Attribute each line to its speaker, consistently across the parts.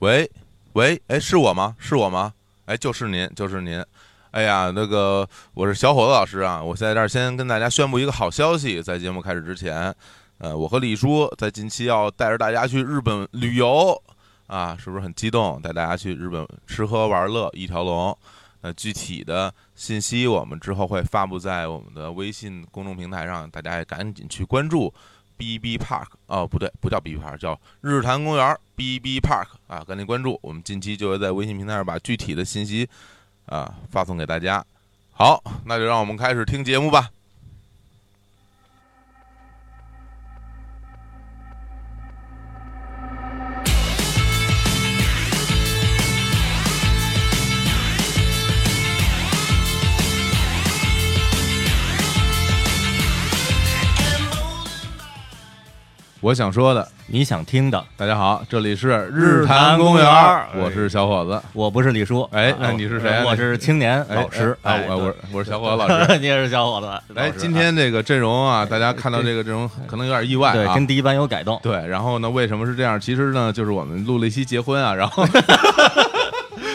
Speaker 1: 喂，喂，哎，是我吗？是我吗？哎，就是您，就是您。哎呀，那个我是小伙子老师啊，我在这儿先跟大家宣布一个好消息，在节目开始之前，呃，我和李叔在近期要带着大家去日本旅游啊，是不是很激动？带大家去日本吃喝玩乐一条龙。那具体的信息我们之后会发布在我们的微信公众平台上，大家也赶紧去关注。B B Park 哦，不对，不叫 B B Park，叫日坛公园 B B Park 啊，赶紧关注，我们近期就会在微信平台上把具体的信息啊发送给大家。好，那就让我们开始听节目吧。我想说的，
Speaker 2: 你想听的，
Speaker 1: 大家好，这里是
Speaker 2: 日坛
Speaker 1: 坛公
Speaker 2: 公园
Speaker 1: 园
Speaker 2: 儿，
Speaker 1: 我是小伙子。
Speaker 2: 我不是李叔，
Speaker 1: 哎
Speaker 2: 啊
Speaker 1: 那你是谁啊
Speaker 2: 我是青年
Speaker 1: 哎
Speaker 2: 老师，
Speaker 1: 哎
Speaker 2: 哎，
Speaker 1: 啊，我我
Speaker 2: 对
Speaker 1: 我是小伙子老师。，
Speaker 2: 你也是小伙子。
Speaker 1: 哎，
Speaker 2: 老师啊
Speaker 1: 今天这个阵容啊，大家看到
Speaker 2: 这
Speaker 1: 这个阵容可能有点意外
Speaker 2: 啊对
Speaker 1: 啊，
Speaker 2: 跟第一班有改动，
Speaker 1: 对，然后呢，为什么是这样？其实呢，就是我们录了一期结婚啊，然 后，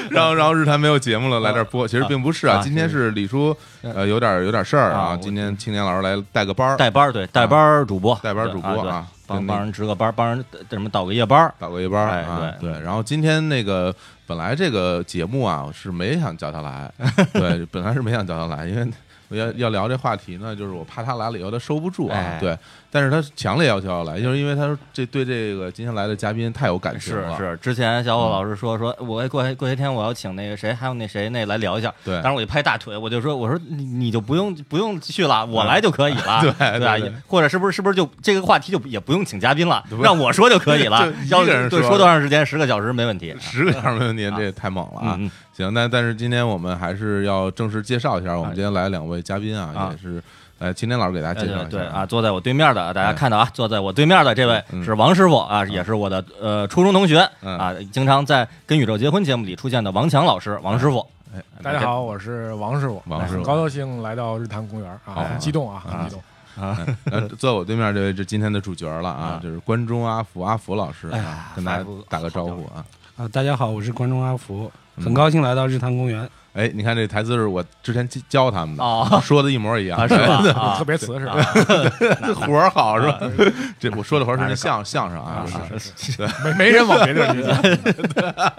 Speaker 1: 然后，然后日坛没有节目了，来这儿播。其实并不是啊，
Speaker 2: 啊嗯
Speaker 1: 今天是李叔，呃，有点有点事儿啊。
Speaker 2: 啊
Speaker 1: 今天青年老师来带个班儿，
Speaker 2: 带班儿对，带班儿主播，
Speaker 1: 啊带班儿主播
Speaker 2: 对
Speaker 1: 啊
Speaker 2: 啊，对帮
Speaker 1: 跟那
Speaker 2: 帮人值个班儿，帮人呃什么倒个夜班儿，
Speaker 1: 打过一班儿
Speaker 2: 哎
Speaker 1: 啊。
Speaker 2: 对
Speaker 1: 对，然后今天那个本来这个节目啊是没想叫他来， 对，本来是没想叫他来，因为。要要聊这话题呢，就是我怕他来了以后他收不住啊
Speaker 2: 哎，
Speaker 1: 对，但是他强烈要求要来，就是因为他说这对这个今天来的嘉宾太有感情
Speaker 2: 是
Speaker 1: 了，
Speaker 2: 是。之前
Speaker 1: 嗯
Speaker 2: 小伙老师说说，我过些过些天我要请那个谁，还有那谁那来聊一下。
Speaker 1: 对
Speaker 2: 当时我一拍大腿，我就说我说你你就不用不用去了，我来就可以
Speaker 1: 嗯
Speaker 2: 了，
Speaker 1: 对
Speaker 2: 啊
Speaker 1: 哎
Speaker 2: 对
Speaker 1: 对
Speaker 2: 吧
Speaker 1: 对？
Speaker 2: 或者是不是是不是就这个话题就也不用请嘉宾了
Speaker 1: 对，
Speaker 2: 让我说就可以 了
Speaker 1: 就一，个
Speaker 2: 要
Speaker 1: 人
Speaker 2: 对
Speaker 1: 说
Speaker 2: 说多长时间，十个小时没问题。
Speaker 1: 十个小时没问题，
Speaker 2: 啊
Speaker 1: 这也太猛了啊！
Speaker 2: 嗯，嗯
Speaker 1: 行，但但是今天我们还是要正式介绍一下，我们今天来两位嘉宾啊，
Speaker 2: 啊
Speaker 1: 也是，呃，今天老师给大家
Speaker 2: 对
Speaker 1: 介绍
Speaker 2: 对
Speaker 1: 一
Speaker 2: 对
Speaker 1: 下
Speaker 2: 啊，，坐在我对面的，大
Speaker 1: 哎
Speaker 2: 家看到啊，坐在我对面的这位
Speaker 1: 嗯
Speaker 2: 是王师傅啊，也是我的呃初中同学
Speaker 1: 嗯
Speaker 2: 啊，经常在《跟宇宙结婚》节目里出现的王强老师，王师傅。
Speaker 1: 哎
Speaker 3: 大家好，我是王师傅，
Speaker 1: 王师傅
Speaker 3: 很高高兴来到日坛公园
Speaker 1: 好
Speaker 3: 啊，很激动啊，
Speaker 2: 啊
Speaker 3: 很激动。
Speaker 1: 呃，坐我对面这位是今天的主角了啊
Speaker 2: 啊，
Speaker 1: 就是关中阿福阿福老师
Speaker 2: 哎
Speaker 1: 啊
Speaker 2: 呀，
Speaker 1: 跟大
Speaker 2: 阿
Speaker 1: 家
Speaker 2: 福
Speaker 1: 打个招呼啊！
Speaker 4: 啊，大家好，我是观众阿福，
Speaker 1: 嗯
Speaker 4: 很高兴来到日坛公园。
Speaker 1: 哎，你看这台词是我之前教他们的，
Speaker 2: 哦
Speaker 1: 说的一模一样，
Speaker 2: 啊，是吧？ 啊
Speaker 3: 特别瓷实啊，
Speaker 1: 活儿好是吧？这我说的活儿是那相相声啊，是
Speaker 2: 是是是
Speaker 3: 没没人往别地儿去 讲。
Speaker 2: 啊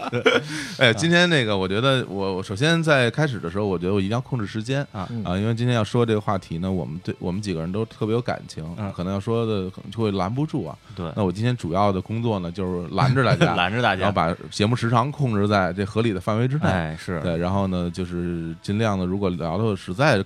Speaker 1: 哎，今天那个，我觉得我我首先在开始的时候，我觉得我一定要控制时间
Speaker 2: 啊
Speaker 3: 嗯
Speaker 1: 啊，因为今天要说这个话题呢，我们对我们几个人都特别有感情
Speaker 2: 嗯，
Speaker 1: 可能要说的可能就会拦不住啊。
Speaker 2: 对，
Speaker 1: 那我今天主要的工作呢，就是拦 着大家，
Speaker 2: 拦着大
Speaker 1: 然后
Speaker 2: 家。
Speaker 1: 把节目时长控制在这合理的范围之内。
Speaker 2: 哎，是
Speaker 1: 对，然后呢，就是尽量的，如果聊的实在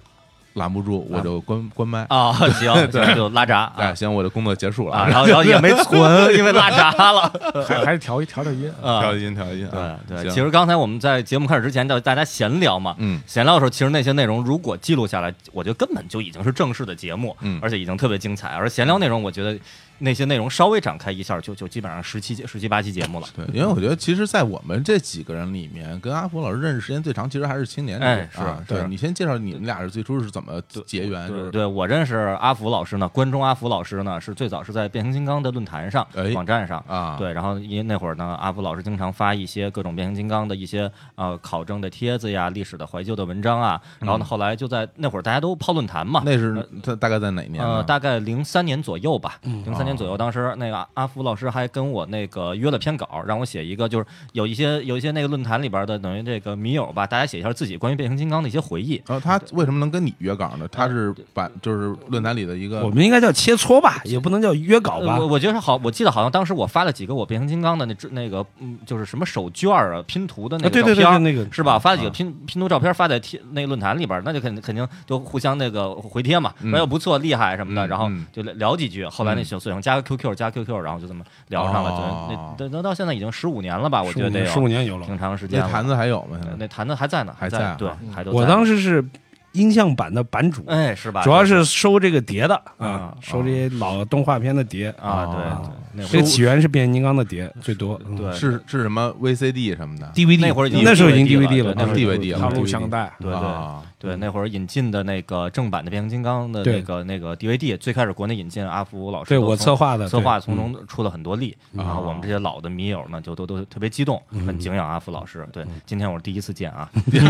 Speaker 1: 拦不住，我就关关麦。
Speaker 2: 啊，行，行就拉闸
Speaker 1: 哎，
Speaker 2: 啊
Speaker 1: 行，我的工作结束了
Speaker 2: 啊，，然后然后也没存，因为拉闸了
Speaker 3: 还还是调一调调音啊。
Speaker 1: 调
Speaker 2: 啊。
Speaker 1: 音调音啊
Speaker 2: 对，对，
Speaker 1: 行
Speaker 2: 其实刚才我们在节目开始之前，叫大家闲聊嘛，
Speaker 1: 嗯
Speaker 2: 闲聊的时候，其实那些内容如果记录下来，我觉得根本就已经是正式的节目，
Speaker 1: 嗯
Speaker 2: 而且已经特别精彩。而闲聊内容，我觉得那些内容稍微展开一下，就就基本上十七、十七八期节目了。
Speaker 1: 对，因为我觉得，其实，在我们这几个人里面，跟阿福老师认识时间最长，其实还是青年这个。
Speaker 2: 哎
Speaker 1: 啊
Speaker 3: 是
Speaker 1: 对
Speaker 3: 是
Speaker 1: 你先介绍你们俩是最初是怎么结缘，就是
Speaker 2: 对我认识阿福老师呢，关中阿福老师呢，是最早是在变形金刚的论坛上、
Speaker 1: 哎
Speaker 2: 网站上。
Speaker 1: 啊，
Speaker 2: 对，然后因为那会儿呢，阿福老师经常发一些各种变形金刚的一些呃考证的帖子呀、历史的怀旧的文章啊。然后
Speaker 1: 嗯
Speaker 2: 呢，后来就在那会儿大家都泡论坛嘛，
Speaker 1: 那是他大概在哪年呢？
Speaker 2: 呃，大概零三年左右吧，零三年左右，当时那个阿福老师还跟我那个约了篇稿，让我写一个，就是有一些有一些那个论坛里边的等于这个迷友吧，大家写一下自己关于变形金刚的一些回忆。
Speaker 1: 然后他为什么能跟你约稿呢？他是版就是论坛里的一个
Speaker 4: 我们应该叫切磋吧，也不能叫约稿吧
Speaker 2: 呃我。我觉得好，我记得好像当时我发了几个我变形金刚的那只那个嗯，就是什么手绢儿啊拼图的那
Speaker 4: 啊，
Speaker 2: 个
Speaker 4: 对
Speaker 2: 照
Speaker 4: 对对
Speaker 2: 片
Speaker 4: 对，
Speaker 2: 儿。
Speaker 4: 那个
Speaker 2: 是吧？发
Speaker 4: 嗯
Speaker 2: 了几个拼拼图照片发在贴那个论坛里边儿，那就肯肯定就互相那个回贴嘛，
Speaker 1: 嗯
Speaker 2: 说哎呦不错厉害什么的，
Speaker 1: 嗯
Speaker 2: 然后
Speaker 1: 嗯
Speaker 2: 就聊聊几句。后
Speaker 4: 嗯
Speaker 2: 来那小索性加个 QQ 加 QQ，然后就这么聊上了。
Speaker 1: 哦
Speaker 2: 对，那等到到现在已经十五年了吧，我觉得得
Speaker 4: 十
Speaker 2: 有嗯
Speaker 4: 五年有了。
Speaker 2: 挺长时间
Speaker 1: 那
Speaker 2: 了。
Speaker 1: 坛子还有吗？现在
Speaker 2: 呃那坛子还在呢，
Speaker 1: 还在
Speaker 2: 在
Speaker 1: 啊，
Speaker 2: 对
Speaker 3: 嗯，
Speaker 2: 还都在。
Speaker 4: 我当时是音像版的版主，
Speaker 2: 哎是吧？
Speaker 4: 主要是收这个碟的
Speaker 2: 啊
Speaker 4: 啊，收这些老动画片的碟。
Speaker 2: 啊，
Speaker 1: 哦
Speaker 2: 对，那会
Speaker 4: 这
Speaker 2: 儿
Speaker 4: 个起源是变形金刚的碟最多，嗯
Speaker 2: 对
Speaker 1: 是是什么 VCD 什么的
Speaker 4: DVD
Speaker 2: 那会儿已经
Speaker 4: 那时候已经
Speaker 2: DVD 了
Speaker 4: 了，
Speaker 2: 那会儿
Speaker 1: 已经 DVD 了
Speaker 3: 大
Speaker 4: 嗯
Speaker 3: 陆相带，
Speaker 2: 对对
Speaker 1: 啊，
Speaker 2: 对，那会儿引进的那个正版的变形金刚的那
Speaker 4: 对
Speaker 2: 个那个 DVD，最开始国内引进，阿福老师
Speaker 4: 对
Speaker 2: 都
Speaker 4: 我
Speaker 2: 从
Speaker 4: 策划的
Speaker 2: 策划
Speaker 4: 对
Speaker 2: 从
Speaker 4: 嗯
Speaker 2: 中出了很多力，然后我们这些老的迷友呢，就都都特别激动，很敬仰阿福老师。对，今天我是第一次见 啊，十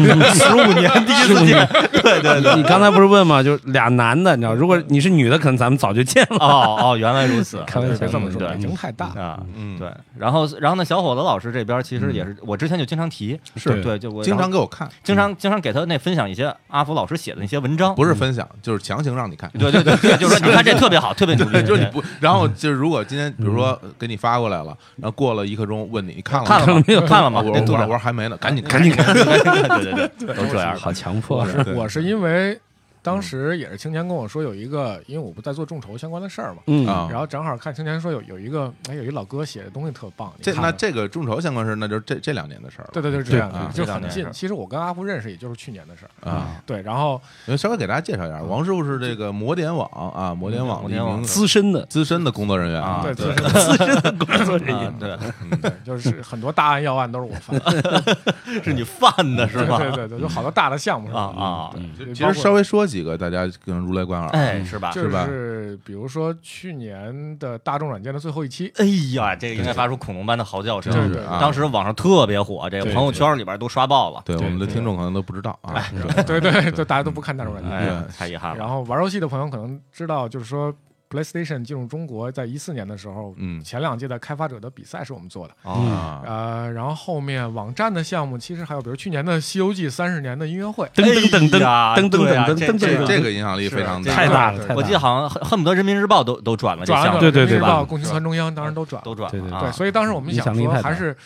Speaker 2: 五年第一次见， 对对 对。
Speaker 4: 你刚才不是问吗？就是俩男的，你知道，如果你是女的，可能咱们早就见了。
Speaker 2: 哦哦，原来如此，
Speaker 4: 开玩笑
Speaker 3: 别这么说，
Speaker 2: 对
Speaker 3: 北京太大，
Speaker 2: 啊。
Speaker 1: 嗯，
Speaker 2: 对，然后然后呢，小伙子老师这边其实也是，我之前就经常提，
Speaker 4: 是
Speaker 2: 对，就我
Speaker 1: 经
Speaker 2: 然
Speaker 1: 常
Speaker 2: 后
Speaker 1: 给我看，
Speaker 2: 经常经常给他那分享一些阿福老师写的那些文章，
Speaker 1: 不是分享，就是强行让你看。
Speaker 2: 对对对对，就是说你看这特别好，特别努 力，
Speaker 1: 就是你
Speaker 2: 对
Speaker 1: 不，然后就是如果今天比如说给你发过来了，然后过了一刻钟问你，你看了
Speaker 2: 看
Speaker 1: 吗
Speaker 2: 了吗？看 了吗？
Speaker 1: 我
Speaker 2: 这
Speaker 1: 我
Speaker 2: 读
Speaker 1: 我
Speaker 2: 了，
Speaker 1: 说还没呢，赶紧 看。
Speaker 4: 赶紧看，
Speaker 2: 对对对，都这样的。
Speaker 4: 好强迫
Speaker 3: 我
Speaker 4: 啊！
Speaker 1: 对
Speaker 3: 是我是因为当时也是青年跟我说有一个，因为我不在做众筹相关的事儿嘛，
Speaker 4: 嗯
Speaker 1: 啊
Speaker 3: 然后正好看青年说有有一个，哎，有一老哥写的东西特棒，你
Speaker 1: 这
Speaker 3: 看
Speaker 1: 那
Speaker 3: 看
Speaker 1: 这个众筹相关事儿，那就是这这两年的事儿
Speaker 3: 对对对，是这样
Speaker 1: 对啊
Speaker 3: 的，就
Speaker 2: 这两
Speaker 3: 很
Speaker 2: 年
Speaker 3: 近
Speaker 2: 是。
Speaker 3: 其实我跟阿福认识也就是去年的事儿，
Speaker 1: 了啊。
Speaker 3: 对，然后
Speaker 1: 因为稍微给大家介绍一下，王师傅是这个摩点网啊，摩点网
Speaker 2: 摩
Speaker 1: 的一
Speaker 2: 点网
Speaker 1: 名
Speaker 4: 资深的
Speaker 1: 资深的工作人员
Speaker 2: 啊
Speaker 3: 对，
Speaker 1: 对
Speaker 3: 资
Speaker 4: 资深的工作人
Speaker 2: 啊
Speaker 4: 员，，
Speaker 2: 对，
Speaker 3: 深就是很多大案要案都是我犯，
Speaker 2: 是你 犯的是
Speaker 3: 对
Speaker 2: 吧？
Speaker 3: 对对对，有好多大的项目是
Speaker 2: 啊
Speaker 3: 吧？
Speaker 2: 啊，
Speaker 3: 对
Speaker 1: 其
Speaker 3: 包
Speaker 1: 实
Speaker 3: 括
Speaker 1: 稍微说几个，大家可能如雷贯耳。
Speaker 2: 哎，是吧？
Speaker 3: 就是
Speaker 1: 吧
Speaker 3: 是比如说去年的大众软件的最后 一期，
Speaker 2: 哎呀，这个应该发出恐龙般的嚎叫声。
Speaker 3: 对
Speaker 1: 是
Speaker 3: 对
Speaker 1: 啊
Speaker 2: 当时网上特别火，这个
Speaker 3: 对
Speaker 2: 朋友圈里边都刷爆了。
Speaker 1: 对我
Speaker 3: 对
Speaker 1: 们的
Speaker 3: 对
Speaker 1: 听众可能都不知道啊，
Speaker 3: 对对对，大家都不看大众软件。
Speaker 2: 哎呀
Speaker 1: 对，
Speaker 2: 太遗憾了。
Speaker 3: 然后玩游戏的朋友可能知道，就是说 PlayStation 进入中国，在一四年的时候，
Speaker 1: 嗯
Speaker 3: 前两届的开发者的比赛是我们做的。
Speaker 2: 哦，
Speaker 1: 啊，
Speaker 3: 呃，然后后面网站的项目，其实还有比如去年的《西游记》三十年的音乐会，
Speaker 4: 噔噔噔
Speaker 2: 哎呀
Speaker 4: 噔噔噔
Speaker 2: 对啊
Speaker 4: 噔
Speaker 2: 这
Speaker 4: 噔噔
Speaker 2: 这
Speaker 4: 噔，
Speaker 1: 这个影响力非常
Speaker 3: 是
Speaker 1: 大
Speaker 4: 太。大
Speaker 3: 对
Speaker 4: 了，太大了
Speaker 2: 我记得好像恨恨不得人民日报都都转了这
Speaker 3: 转
Speaker 2: 项
Speaker 3: 了
Speaker 2: 目，
Speaker 4: 对对
Speaker 3: 人民
Speaker 4: 对
Speaker 3: 日
Speaker 4: 吧
Speaker 3: 报、共青团中央，当然都转了。
Speaker 2: 都转
Speaker 4: 对对
Speaker 2: 了啊。
Speaker 3: 对，所以当时我们想
Speaker 4: 影响力
Speaker 3: 说
Speaker 4: 太，大
Speaker 3: 还是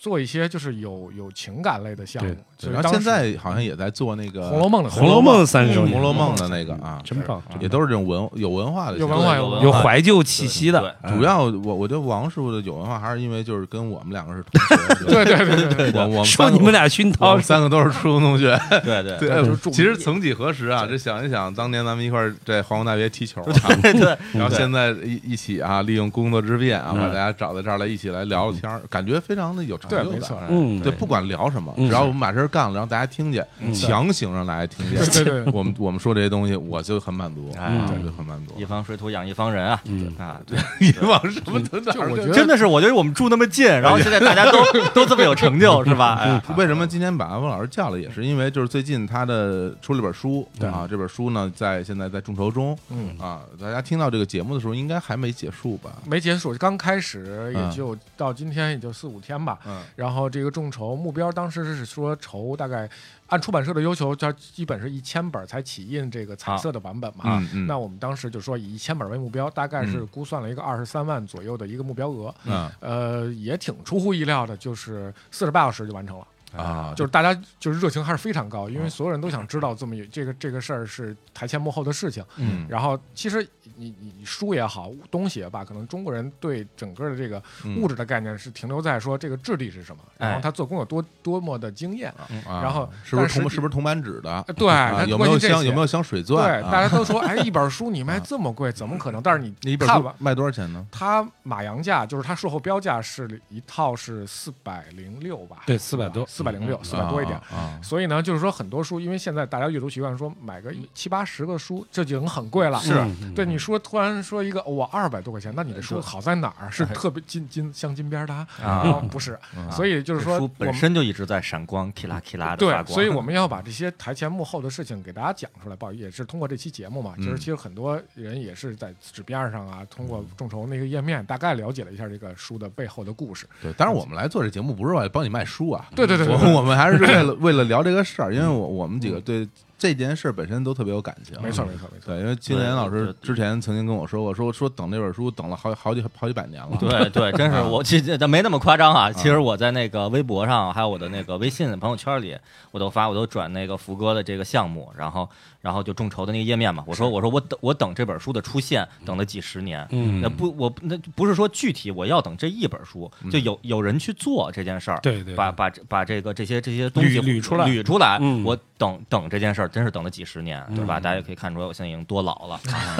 Speaker 3: 做一些就是有有情感类的项目
Speaker 4: 对。
Speaker 3: 所以
Speaker 1: 然后
Speaker 3: 当时
Speaker 1: 现在好像也在做那个
Speaker 3: 《红楼梦》的
Speaker 4: 《红楼梦》三十周
Speaker 1: 《
Speaker 4: 年，
Speaker 1: 红楼梦》的那个啊，
Speaker 4: 真棒，
Speaker 1: 也都是这种文有文化的
Speaker 3: 有
Speaker 1: 项目，
Speaker 3: 文化
Speaker 2: 有
Speaker 3: 文
Speaker 4: 有
Speaker 3: 化
Speaker 4: 怀旧气息的，
Speaker 2: 对
Speaker 4: 嗯
Speaker 1: 主要我我觉得王师傅的有文化，还是因为就是跟我们两个是同 学，
Speaker 3: 对对对对对，
Speaker 1: 我我们
Speaker 4: 说
Speaker 1: 三
Speaker 4: 你们
Speaker 1: 个
Speaker 4: 俩熏
Speaker 1: 我
Speaker 4: 陶
Speaker 1: 们，三个都是初中同学。
Speaker 2: 对对
Speaker 1: 对，
Speaker 3: 对
Speaker 1: 哎
Speaker 3: 就是著名
Speaker 1: 其实曾几何时啊，这想一想，当年咱们一块儿在皇宫大学踢 球啊，
Speaker 2: 对对，
Speaker 1: 然后
Speaker 2: 对
Speaker 1: 现在一一起啊，利用工作之便啊，
Speaker 2: 嗯
Speaker 1: 把大家找在这儿来一起来聊聊天儿，感觉非常的有成
Speaker 3: 对
Speaker 1: 就
Speaker 3: 没
Speaker 1: 感
Speaker 3: 错。
Speaker 4: 嗯，
Speaker 1: 嗯对，不管聊什么，
Speaker 4: 嗯
Speaker 1: 只要我们把这事儿干了，让大家听见，
Speaker 2: 嗯
Speaker 1: 强行让大家听见。
Speaker 3: 对对对
Speaker 1: 我们我们说这些东西，我就很满足，
Speaker 2: 哎
Speaker 1: 我就很满足
Speaker 2: 一。方水土养一方人啊，啊，对，
Speaker 1: 以往 什么都哪
Speaker 3: 就
Speaker 1: 儿
Speaker 3: 我
Speaker 1: 跟
Speaker 3: 觉得
Speaker 2: 真的是，我觉得我们住那么近，然后现在大家都都这么有成就，是吧？哎呀，
Speaker 1: 为什么今天把阿峰老师叫来，也是因为就是最近他的出了本书啊，这本书呢在现在在众筹中
Speaker 3: 嗯，
Speaker 1: 啊，大家听到这个节目的时候应该还没结束吧？
Speaker 3: 没结束，刚开始
Speaker 1: 嗯
Speaker 3: 也就到今天也就四五天吧。
Speaker 1: 嗯，
Speaker 3: 然后这个众筹目标当时是说筹大概按出版社的要求，它基本是一千本才起印这个彩色的版本嘛。
Speaker 1: 嗯嗯
Speaker 3: 那我们当时就说以一千本为目标，大概是
Speaker 1: 嗯
Speaker 3: 估算了一个二十三万左右的一个目标额。
Speaker 1: 嗯
Speaker 3: 呃，也挺出乎意料的，就是四十八小时就完成了，
Speaker 1: 啊，
Speaker 3: 就是是大家就是热情还是非常高，因为所有人都想知道这么有这个这个事儿是台前幕后的事情。
Speaker 1: 嗯
Speaker 3: 然后其实你你你书也好，东西也罢，可能中国人对整个的这个
Speaker 1: 嗯
Speaker 3: 物质的概念是停留在说这个质地是什么，
Speaker 2: 哎
Speaker 3: 然后它做工有多多么的惊艳。
Speaker 1: 啊
Speaker 3: 然后
Speaker 1: 是不
Speaker 3: 但
Speaker 1: 是
Speaker 3: 是
Speaker 1: 铜是不是铜版纸的？
Speaker 3: 呃对，
Speaker 1: 啊
Speaker 3: 它
Speaker 1: 有没
Speaker 3: 关
Speaker 1: 有
Speaker 3: 心这
Speaker 1: 镶
Speaker 3: 些
Speaker 1: 有没有镶水
Speaker 3: 对，
Speaker 1: 钻？
Speaker 3: 大
Speaker 1: 啊
Speaker 3: 家都说，哎，一本书你卖这么贵，怎么可能？但是
Speaker 1: 你一
Speaker 3: 你
Speaker 1: 本
Speaker 3: 看
Speaker 1: 书
Speaker 3: 吧，
Speaker 1: 卖多少钱呢？
Speaker 3: 它马洋价就是它售后标价是一套是四百零六吧？
Speaker 4: 对400多
Speaker 3: 四百零六，四百多一点。
Speaker 1: 啊啊。
Speaker 3: 所以呢，就是说很多书，因为现在大家阅读习惯，说买个一七八十个书，这就已经很贵了。
Speaker 2: 是
Speaker 4: 嗯
Speaker 3: 对你说突然说一个我二百多块钱，那你的书
Speaker 2: 对
Speaker 3: 好在哪儿？是特别金金镶金边的啊
Speaker 2: 啊
Speaker 3: 哦不是，所以就是说
Speaker 2: 书
Speaker 3: 我
Speaker 2: 本
Speaker 3: 们
Speaker 2: 身就一直在闪光，kila kila 的发
Speaker 3: 对，
Speaker 2: 光。
Speaker 3: 所以我们要把这些台前幕后的事情给大家讲出来，不好意思也是通过这期节目嘛。
Speaker 1: 嗯
Speaker 3: 就是其实很多人也是在纸边上啊，通
Speaker 4: 嗯
Speaker 3: 过众筹那个页面大概了解了一下这个书的背后的故事。
Speaker 4: 嗯
Speaker 1: 对，当然我们来做这节目不是为了帮你卖书啊，
Speaker 3: 对对对对嗯
Speaker 1: 我我们还是为了为了聊这个事儿，因为我我们几个对这件事儿本身都特别有感情，
Speaker 3: 没错，没错，没错。
Speaker 1: 对，因为青年老师
Speaker 2: 对
Speaker 1: 之前曾经跟我说过，说说等这本书等了好好几好几百 年了。
Speaker 2: 对对，真是
Speaker 1: 啊
Speaker 2: 我其实但没那么夸张啊。其实我在那个微博上，还有我的那个微信朋友圈里，我都发，我都转那个福哥的这个项目，然后然后就众筹的那个页面嘛。我说我说我等我等这本书的出现，等了几十年。
Speaker 4: 嗯
Speaker 2: 那不我那不是说具体我要等这一本书，就有有人去做这件事儿，
Speaker 4: 嗯对对对
Speaker 2: 把把这把这个这些这些东西
Speaker 4: 捋捋出来
Speaker 2: 捋出来。
Speaker 4: 嗯
Speaker 2: 我等等这件事儿真是等了几十年，对吧？大家也可以看出来，我现在已经多老了。
Speaker 4: 哎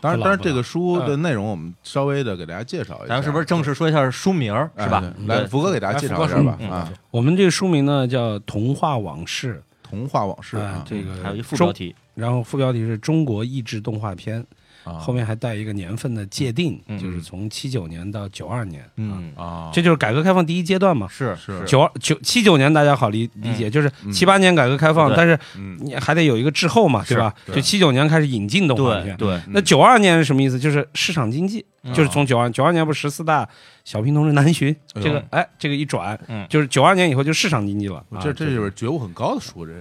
Speaker 1: 当然，
Speaker 4: 不老
Speaker 1: 当然
Speaker 4: 不
Speaker 1: 这个书
Speaker 3: 嗯
Speaker 1: 的内容我们稍微的给大家介绍一
Speaker 2: 咱
Speaker 1: 下，
Speaker 2: 们是不是正式说一下书名儿
Speaker 1: 哎
Speaker 2: 是吧嗯
Speaker 1: 对？来，
Speaker 2: 对，
Speaker 1: 福哥给大家
Speaker 3: 来
Speaker 1: 介
Speaker 3: 福
Speaker 1: 绍
Speaker 3: 哥
Speaker 1: 一下吧
Speaker 2: 嗯
Speaker 1: 啊，
Speaker 4: 我们这个书名呢叫《童话往事
Speaker 1: 《童话往事》
Speaker 4: 啊
Speaker 1: 啊，
Speaker 4: 这个
Speaker 2: 还有一副
Speaker 4: 中
Speaker 2: 标题，》，
Speaker 4: 然后副标题是中国益智动画片，
Speaker 1: 啊
Speaker 4: 后面还带一个年份的界定，
Speaker 2: 嗯
Speaker 4: 就是从七九年到九二年，啊，
Speaker 2: 嗯，
Speaker 1: 啊，
Speaker 4: 这就是改革开放第一阶段嘛。
Speaker 2: 是
Speaker 1: 是
Speaker 4: 九二九七九年大家好理理解，就是七八年改革开放，
Speaker 2: 对
Speaker 4: 但是
Speaker 1: 嗯
Speaker 4: 你还得有一个滞后嘛，
Speaker 2: 是
Speaker 4: 对吧？
Speaker 1: 对
Speaker 4: 就七九年开始引进动画
Speaker 2: 对
Speaker 4: 片。嗯
Speaker 2: 对，
Speaker 4: 那九二年是什么意思？就是市场经济，
Speaker 2: 嗯
Speaker 4: 就是从九二九二年不是十四大小平同志南巡，
Speaker 1: 哎呦
Speaker 4: 这个哎，这个一转，
Speaker 2: 嗯
Speaker 4: 就是九二年以后就市场经济了。啊
Speaker 1: 这这
Speaker 4: 就是
Speaker 1: 觉悟很高的书，这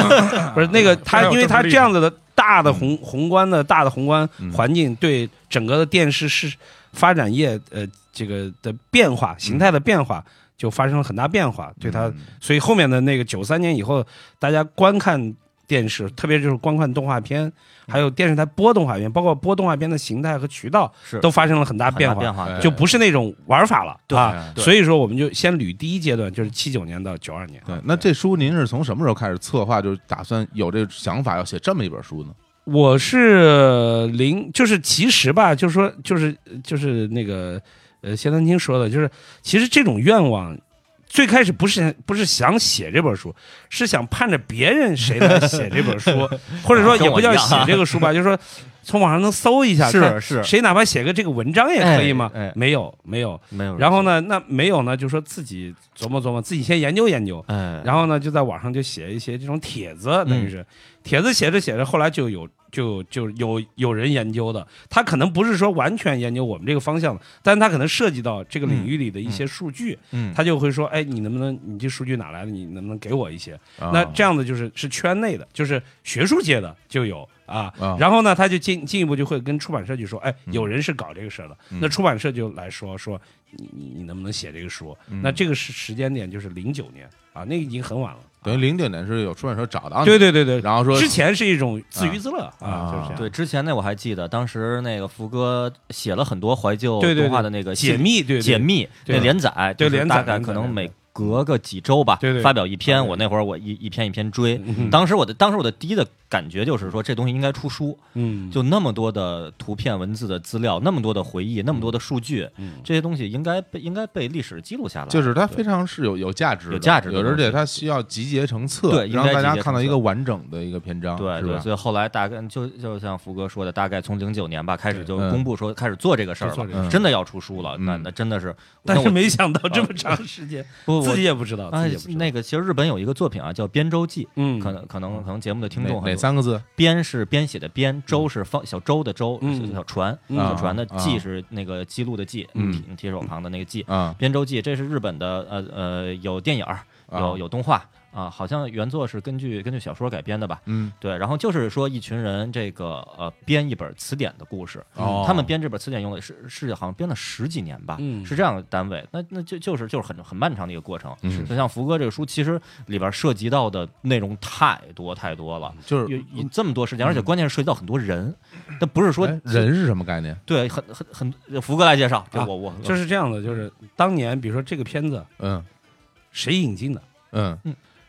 Speaker 4: 不是那 个
Speaker 3: 啊还
Speaker 4: 他，
Speaker 3: 有
Speaker 4: 因为
Speaker 3: 这么
Speaker 4: 他
Speaker 3: 厉
Speaker 4: 这样子的大的宏宏观的大的宏观
Speaker 1: 嗯
Speaker 4: 环境对整个的电视市发展业呃这个的变化形态的变化就发生了很大变化，对
Speaker 1: 嗯
Speaker 4: 它，所以后面的那个九三年以后，大家观看电视，特别就是观看动画片，还有电视台播动画片，包括播动画片的形态和渠道
Speaker 2: 是
Speaker 4: 都发生了很大
Speaker 2: 很
Speaker 4: 变
Speaker 2: 大
Speaker 4: 化，
Speaker 2: 变化，
Speaker 1: 哎
Speaker 2: 对
Speaker 4: 就不是那种玩法了，
Speaker 2: 对
Speaker 4: 啊。
Speaker 1: 啊
Speaker 2: 对
Speaker 4: 所以说，我们就先捋第一阶段，就是七九年到九二年。
Speaker 1: 对，那这书您是从什么时候开始策划，就是打算有这个想法要写这么一本书呢？
Speaker 4: 我是零，就是其实吧，就是说，就是就是那个呃，谢丹青说的，就是其实这种愿望。最开始不是不是想写这本书，是想盼着别人谁来写这 本书，或
Speaker 2: 啊
Speaker 4: 者说也不叫写这个书吧，就是说从网上能搜一下，看
Speaker 2: 是是
Speaker 4: 谁哪怕写个这个文章也可以吗？
Speaker 2: 哎哎
Speaker 4: 没有没有。
Speaker 2: 没有人
Speaker 4: 然后呢，那没有呢，就说自己琢磨琢磨，自己先研究研究，
Speaker 2: 信，哎，
Speaker 4: 然后呢，就在网上就写一些这种帖子，等于是、帖子写着写着，后来就有就就有有人研究的，他可能不是说完全研究我们这个方向的，但是他可能涉及到这个领域里的一些数据，
Speaker 2: 嗯
Speaker 1: 啊
Speaker 4: 他就会说，哎，你能不能你这数据哪来的？你能不能给我一些？
Speaker 1: 啊
Speaker 4: 那这样子就是是圈内的，就是学术界的就有啊。
Speaker 1: 啊
Speaker 4: 然后呢，他就进进一步就会跟出版社去说，哎，有人是搞这个事儿的，
Speaker 1: 嗯
Speaker 4: 那出版社就来说说你你你能不能写这个书？
Speaker 1: 嗯
Speaker 4: 那这个时时间点就是零九年啊，那个已经很晚了。
Speaker 1: 等于零九年是有出版社找到你，
Speaker 4: 对对对对，
Speaker 1: 然后说
Speaker 4: 之前是一种自娱自乐
Speaker 1: 啊
Speaker 4: 啊，就是这样。
Speaker 2: 对，之前那我还记得，当时那个福哥写了很多怀旧
Speaker 4: 对对对
Speaker 2: 动画的那个
Speaker 4: 解密对对
Speaker 2: 解密
Speaker 4: 对
Speaker 2: 那连载，
Speaker 4: 对
Speaker 2: 就是
Speaker 4: 连载
Speaker 2: 大概
Speaker 4: 连载
Speaker 2: 可能
Speaker 4: 连载
Speaker 2: 每隔个几周吧，
Speaker 4: 对对
Speaker 2: 发表一篇。
Speaker 4: 对
Speaker 2: 我那会儿我一一篇一篇追
Speaker 4: 嗯，
Speaker 2: 当时我的当时我的第一的感觉就是说，这东西应该出书，
Speaker 4: 嗯，
Speaker 2: 就那么多的图片、文字的资料，那么多的回忆，那么多的数据，
Speaker 4: 嗯
Speaker 2: 这些东西应该被应该被历史记录下来。
Speaker 1: 就是它非常是有有价值的，
Speaker 2: 有价值的
Speaker 1: 有而且它需要集结成册，
Speaker 2: 对应该
Speaker 1: 让大
Speaker 2: 集
Speaker 1: 家
Speaker 2: 结
Speaker 1: 看到
Speaker 2: 成
Speaker 1: 一
Speaker 2: 册
Speaker 1: 个完整的一个篇
Speaker 4: 啊
Speaker 1: 章，
Speaker 2: 对
Speaker 1: 是
Speaker 2: 对，
Speaker 1: 吧？
Speaker 2: 所以后来大概就就像福哥说的，大概从零九年吧开始就
Speaker 1: 嗯
Speaker 2: 公布说开始做这个事儿
Speaker 4: 就做这嗯
Speaker 1: 个事
Speaker 2: 了，
Speaker 1: 儿
Speaker 2: 真的要出书了，那
Speaker 1: 嗯
Speaker 2: 那真的是，
Speaker 4: 但
Speaker 2: 那
Speaker 4: 是
Speaker 2: 我
Speaker 4: 没想到这么长时间，
Speaker 2: 不
Speaker 4: 自己
Speaker 2: 我。
Speaker 4: 也不知道，自
Speaker 2: 哎
Speaker 4: 己也不，知道。
Speaker 2: 那个其实日本有一个作品啊，叫《编舟记》，
Speaker 4: 嗯
Speaker 2: 可能可能可能节目的听
Speaker 1: 哪
Speaker 2: 众很
Speaker 1: 哪
Speaker 2: 有
Speaker 1: 三个字？
Speaker 2: 编是编写的编，舟是方小舟的舟，
Speaker 4: 嗯
Speaker 2: 小小船，
Speaker 4: 嗯
Speaker 2: 小船的
Speaker 1: 啊
Speaker 2: 记
Speaker 1: 啊
Speaker 2: 是那个记录的记，
Speaker 1: 嗯
Speaker 2: 提提手旁的那个记。
Speaker 1: 啊
Speaker 2: 编舟记，这是日本的，呃呃，有电影儿，
Speaker 1: 啊
Speaker 2: 有有动画啊，好像原作是根据根据小说改编的吧？
Speaker 1: 嗯，
Speaker 2: 对，然后就是说一群人这个呃编一本词典的故事，
Speaker 1: 哦
Speaker 2: 嗯他们编这本词典用的是是好像编了十几年吧，
Speaker 4: 嗯
Speaker 2: 是这样的单位，那那就就是就是很很漫长的一个过程。
Speaker 1: 嗯
Speaker 2: 就像福哥这个书，其实里边涉及到的内容太多太多了，
Speaker 1: 就是
Speaker 2: 有有这么多事情，而且关键是涉及到很多人，但不是说
Speaker 1: 嗯哎人是什么概念？
Speaker 2: 对很很很福哥来介绍，这
Speaker 4: 啊
Speaker 2: 我我
Speaker 4: 就是这样的，就是当年比如说这个片子
Speaker 1: 嗯
Speaker 4: 谁引进的，
Speaker 1: 嗯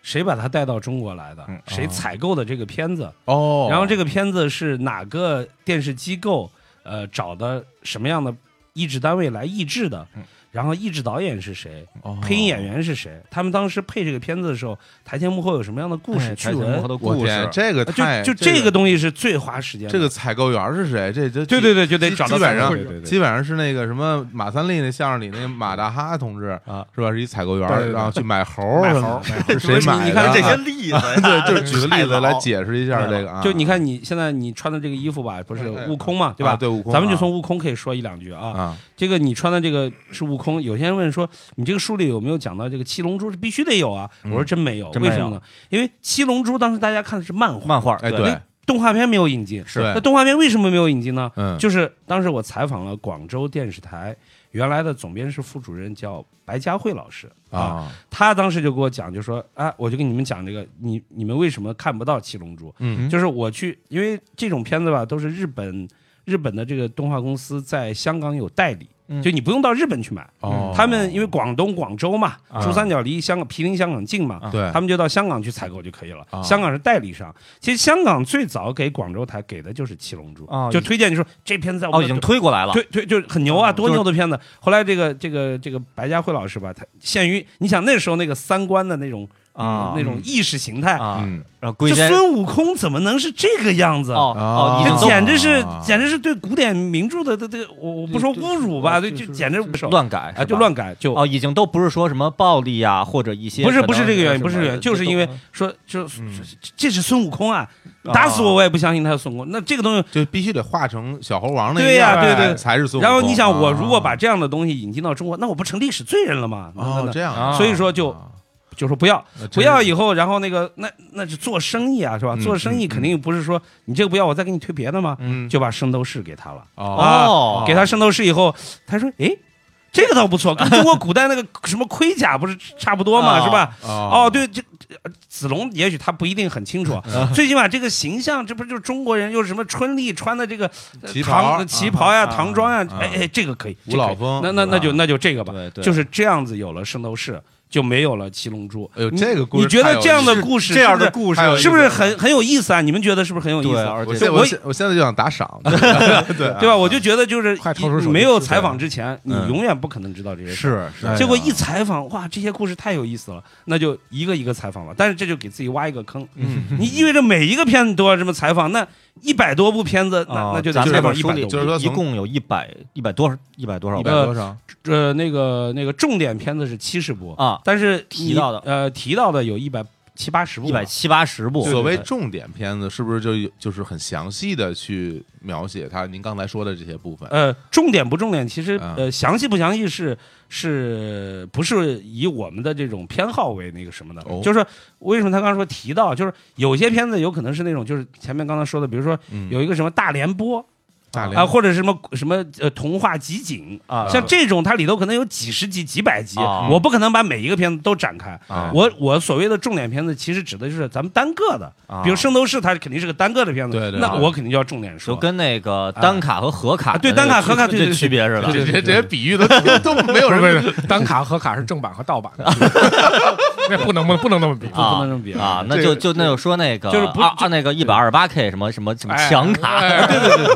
Speaker 4: 谁把它带到中国来的
Speaker 2: 嗯，
Speaker 4: 谁采购的这个片子，
Speaker 1: 哦，
Speaker 4: 然后这个片子是哪个电视机构呃找的什么样的译制单位来译制的
Speaker 2: 嗯，
Speaker 4: 然后译制导演是谁，
Speaker 1: 哦
Speaker 4: 配音演员是谁，他们当时配这个片子的时候，台前幕后有什么样的故事趣
Speaker 2: 台前幕后
Speaker 1: 哎
Speaker 2: 的
Speaker 4: 闻，
Speaker 1: 我
Speaker 2: 故
Speaker 1: 天
Speaker 2: 事，
Speaker 1: 这个太
Speaker 4: 呃就就
Speaker 1: 这
Speaker 4: 这个东西是最花时间的。
Speaker 1: 这个采购员是谁？这这
Speaker 4: 对对对，就得
Speaker 1: 基
Speaker 4: 找到
Speaker 1: 基本上
Speaker 4: 对对对
Speaker 1: 基本上是那个什么马三立那相声里那个马大哈同志
Speaker 4: 啊，
Speaker 1: 是吧？是一采购员
Speaker 3: 对对，对
Speaker 1: 然后去买猴
Speaker 3: 买
Speaker 1: 儿，
Speaker 3: 猴
Speaker 1: 是 谁
Speaker 4: 你
Speaker 1: 买的？
Speaker 4: 你看这些
Speaker 2: 例子，
Speaker 1: 啊 对，就是举个例子来
Speaker 2: 解。
Speaker 1: 解释一下这个啊。
Speaker 4: 就你看你现在你穿的这个衣服吧，不是
Speaker 1: 哎哎
Speaker 4: 悟空嘛，对吧？
Speaker 1: 啊对悟空啊
Speaker 4: 咱们就从悟空可以说一两句啊。
Speaker 1: 啊，
Speaker 4: 这个你穿的这个是悟空，有些人问说你这个书里有没有讲到这个七龙珠是必须得有啊？我说真没有，
Speaker 2: 嗯真没
Speaker 4: 为
Speaker 2: 有
Speaker 4: 什么呢？因为七龙珠当时大家看的是漫画，
Speaker 2: 漫画，
Speaker 1: 哎
Speaker 2: 对
Speaker 1: 对，
Speaker 4: 动画片没有引进。
Speaker 1: 对
Speaker 4: 那动画片为什么没有引进呢？
Speaker 1: 嗯，
Speaker 4: 就是当时我采访了广州电视台原来的总编室副主任叫白佳慧老师啊，
Speaker 1: 啊，
Speaker 4: 他当时就给我讲，就说啊，我就跟你们讲这个，你你们为什么看不到七龙珠？
Speaker 1: 嗯
Speaker 4: 就是我去，因为这种片子吧，都是日本日本的这个动画公司在香港有代理，
Speaker 2: 嗯
Speaker 4: 就你不用到日本去买。
Speaker 1: 哦，
Speaker 4: 他们因为广东、广州嘛，
Speaker 2: 啊
Speaker 4: 珠三角离香港、毗邻香港近嘛，
Speaker 2: 啊
Speaker 1: 对
Speaker 4: 他们就到香港去采购就可以了
Speaker 1: 啊。
Speaker 4: 香港是代理商，其实香港最早给广州台给的就是《七龙珠
Speaker 2: 哦》，
Speaker 4: 就推荐就说这片子在我
Speaker 2: 哦，
Speaker 4: 们
Speaker 2: 已经推过来了，
Speaker 4: 对对，就是很牛啊，
Speaker 2: 嗯
Speaker 4: 多牛的片子。后来这个这个这个白家辉老师吧，他限于你想那时候那个三观的那种
Speaker 2: 啊
Speaker 4: 那种意识形态，
Speaker 2: 啊，
Speaker 1: 嗯，
Speaker 2: 然后龟
Speaker 4: 这
Speaker 2: 仙
Speaker 4: 孙悟空怎么能是这个样子？
Speaker 2: 哦哦，已经
Speaker 4: 这
Speaker 1: 啊
Speaker 2: 都
Speaker 4: 简直是
Speaker 1: 啊
Speaker 4: 简直是对古典名著的这这我我不说
Speaker 3: 对
Speaker 4: 侮辱吧，
Speaker 3: 对
Speaker 4: 对，就
Speaker 3: 就是
Speaker 4: 简直不是
Speaker 2: 乱改
Speaker 4: 啊，就。
Speaker 2: 是吧
Speaker 4: 乱改就
Speaker 2: 哦，已经都不是说什么暴力啊，或者一些
Speaker 4: 不是
Speaker 2: 可能
Speaker 4: 不是这个原
Speaker 2: 什
Speaker 4: 因，
Speaker 2: 么
Speaker 4: 不是这个原因，就是因为说就
Speaker 5: 嗯
Speaker 4: 这是孙悟空啊，
Speaker 1: 哦
Speaker 4: 打死我我也不相信他是孙悟空。那这个东西，
Speaker 1: 就必须得画成小猴王那
Speaker 4: 对呀
Speaker 1: 样
Speaker 4: 对对
Speaker 1: 哎才是孙悟空。
Speaker 4: 然后你想，我
Speaker 1: 啊
Speaker 4: 如果把这样的东西引进到中国，那我不成历史罪人了吗？那那
Speaker 1: 哦
Speaker 4: 那
Speaker 1: 这样
Speaker 2: 啊
Speaker 1: 啊，
Speaker 4: 所以说就
Speaker 1: 啊
Speaker 4: 就说不要
Speaker 1: 那真
Speaker 4: 不要
Speaker 1: 是
Speaker 4: 以后，然后那个那那是做生意啊，是吧？
Speaker 1: 嗯
Speaker 4: 做生意
Speaker 1: 嗯
Speaker 4: 肯定不是说你这个不要，我再给你推别的嘛，
Speaker 1: 嗯
Speaker 4: 就把圣斗士给他了。
Speaker 1: 哦
Speaker 2: 哦，
Speaker 4: 给他圣斗士以后，他说：“诶，这个倒不 错，跟中国古代那个什么盔甲不是差不多嘛，
Speaker 2: 哦
Speaker 4: 是吧？”
Speaker 1: 哦
Speaker 4: 哦，，对，这这子龙也许他不一定很清楚，
Speaker 1: 嗯
Speaker 4: 最起码这个形象，这不就是中国人又是什么春丽穿的这个呃
Speaker 1: 旗
Speaker 4: 唐
Speaker 1: 袍
Speaker 4: 旗袍呀、
Speaker 2: 啊
Speaker 4: 唐装呀
Speaker 1: 啊，
Speaker 4: 哎哎，这个可以，
Speaker 1: 五
Speaker 4: 这个可以
Speaker 1: 老峰
Speaker 4: 那那那就
Speaker 1: 啊
Speaker 4: 那就这个吧，
Speaker 2: 对对，
Speaker 4: 就是这样子有了圣斗士，就没有了七龙珠。
Speaker 1: 哎呦
Speaker 4: 你
Speaker 1: 这个故事
Speaker 4: 你觉
Speaker 1: 太
Speaker 4: 得
Speaker 1: 有
Speaker 4: 这样
Speaker 1: 意
Speaker 4: 的
Speaker 1: 思
Speaker 4: 故事
Speaker 1: 这样
Speaker 4: 是不
Speaker 1: 的
Speaker 4: 是
Speaker 1: 故事有意思
Speaker 4: 是不是很很有意思啊？你们觉得是不是很有意
Speaker 2: 对，
Speaker 4: 思？
Speaker 2: 而
Speaker 1: 我
Speaker 2: 且
Speaker 1: 现
Speaker 4: 我
Speaker 1: 我现我现在就想打 赏，对
Speaker 2: 啊
Speaker 4: 对吧？我就觉得就是
Speaker 3: 快掏出手机
Speaker 4: 没有
Speaker 3: 去
Speaker 4: 采访之前，你
Speaker 1: 嗯
Speaker 4: 永远不可能知道这些事。
Speaker 1: 是是哎
Speaker 4: 结果一采访，哇，这些故事太有意思了，那就一个一个采访吧。但是这就给自己挖一个坑，
Speaker 1: 嗯，
Speaker 4: 你意味着每一个片子都要这么采访，那一百多部片子，那、
Speaker 2: 哦
Speaker 4: 那就得
Speaker 2: 咱们
Speaker 4: 采
Speaker 2: 这
Speaker 4: 访
Speaker 2: 本
Speaker 4: 一
Speaker 2: 书
Speaker 4: 百
Speaker 2: 里
Speaker 4: 多部。
Speaker 1: 就是说
Speaker 2: 一
Speaker 1: 从
Speaker 2: 共有一百一百多少一百多少
Speaker 1: 一
Speaker 2: 个
Speaker 1: 百多少？
Speaker 4: 呃，那个那个重点片子是七十部，
Speaker 2: 啊，
Speaker 4: 但是你
Speaker 2: 提到的
Speaker 4: 呃提到的有一百七八十部吧，
Speaker 2: 一百七八十部，
Speaker 1: 所谓重点片子，是不是就有就是很详细的去描写它？您刚才说的这些部分，
Speaker 4: 呃，重点不重点，其实
Speaker 1: 嗯
Speaker 4: 呃，详细不详细是是不是以我们的这种偏好为那个什么的？
Speaker 1: 哦
Speaker 4: 就是说为什么他刚刚说提到，就是有些片子有可能是那种，就是前面刚才说的，比如说
Speaker 1: 嗯
Speaker 4: 有一个什么大联播
Speaker 1: 大
Speaker 4: 啊、
Speaker 1: 连
Speaker 4: 或者什么什么呃童话集锦。
Speaker 2: 啊，
Speaker 4: 像这种，它里头可能有几十集、几百集，
Speaker 2: 啊
Speaker 4: 我不可能把每一个片子都展开。
Speaker 1: 啊
Speaker 4: 我我所谓的重点片子，其实指的就是咱们单个的，
Speaker 2: 啊
Speaker 4: 比如《圣斗士》，它肯定是个单个的片子，
Speaker 1: 对对
Speaker 4: 那
Speaker 1: 对
Speaker 4: 我肯定就要重点说。
Speaker 2: 就跟那个单卡和合卡
Speaker 4: 啊对
Speaker 2: 的那个
Speaker 4: 单卡合卡
Speaker 2: 区
Speaker 4: 对对
Speaker 2: 这
Speaker 4: 对
Speaker 2: 区别啊似
Speaker 4: 对
Speaker 2: 的
Speaker 1: 这些这些比喻的都 没 有
Speaker 3: 不是
Speaker 1: 人
Speaker 3: 不是，单卡和卡是正版和盗 版的，那不能不能不能那么比。
Speaker 4: 不
Speaker 2: 啊
Speaker 4: 能这么比
Speaker 2: 啊，那
Speaker 3: 这
Speaker 2: 就
Speaker 3: 个
Speaker 2: 就那就说那个
Speaker 4: 就是啊不
Speaker 2: 啊啊那个一百二十八 K 什么什么什么
Speaker 3: 哎
Speaker 2: 强卡，
Speaker 3: 哎对对对，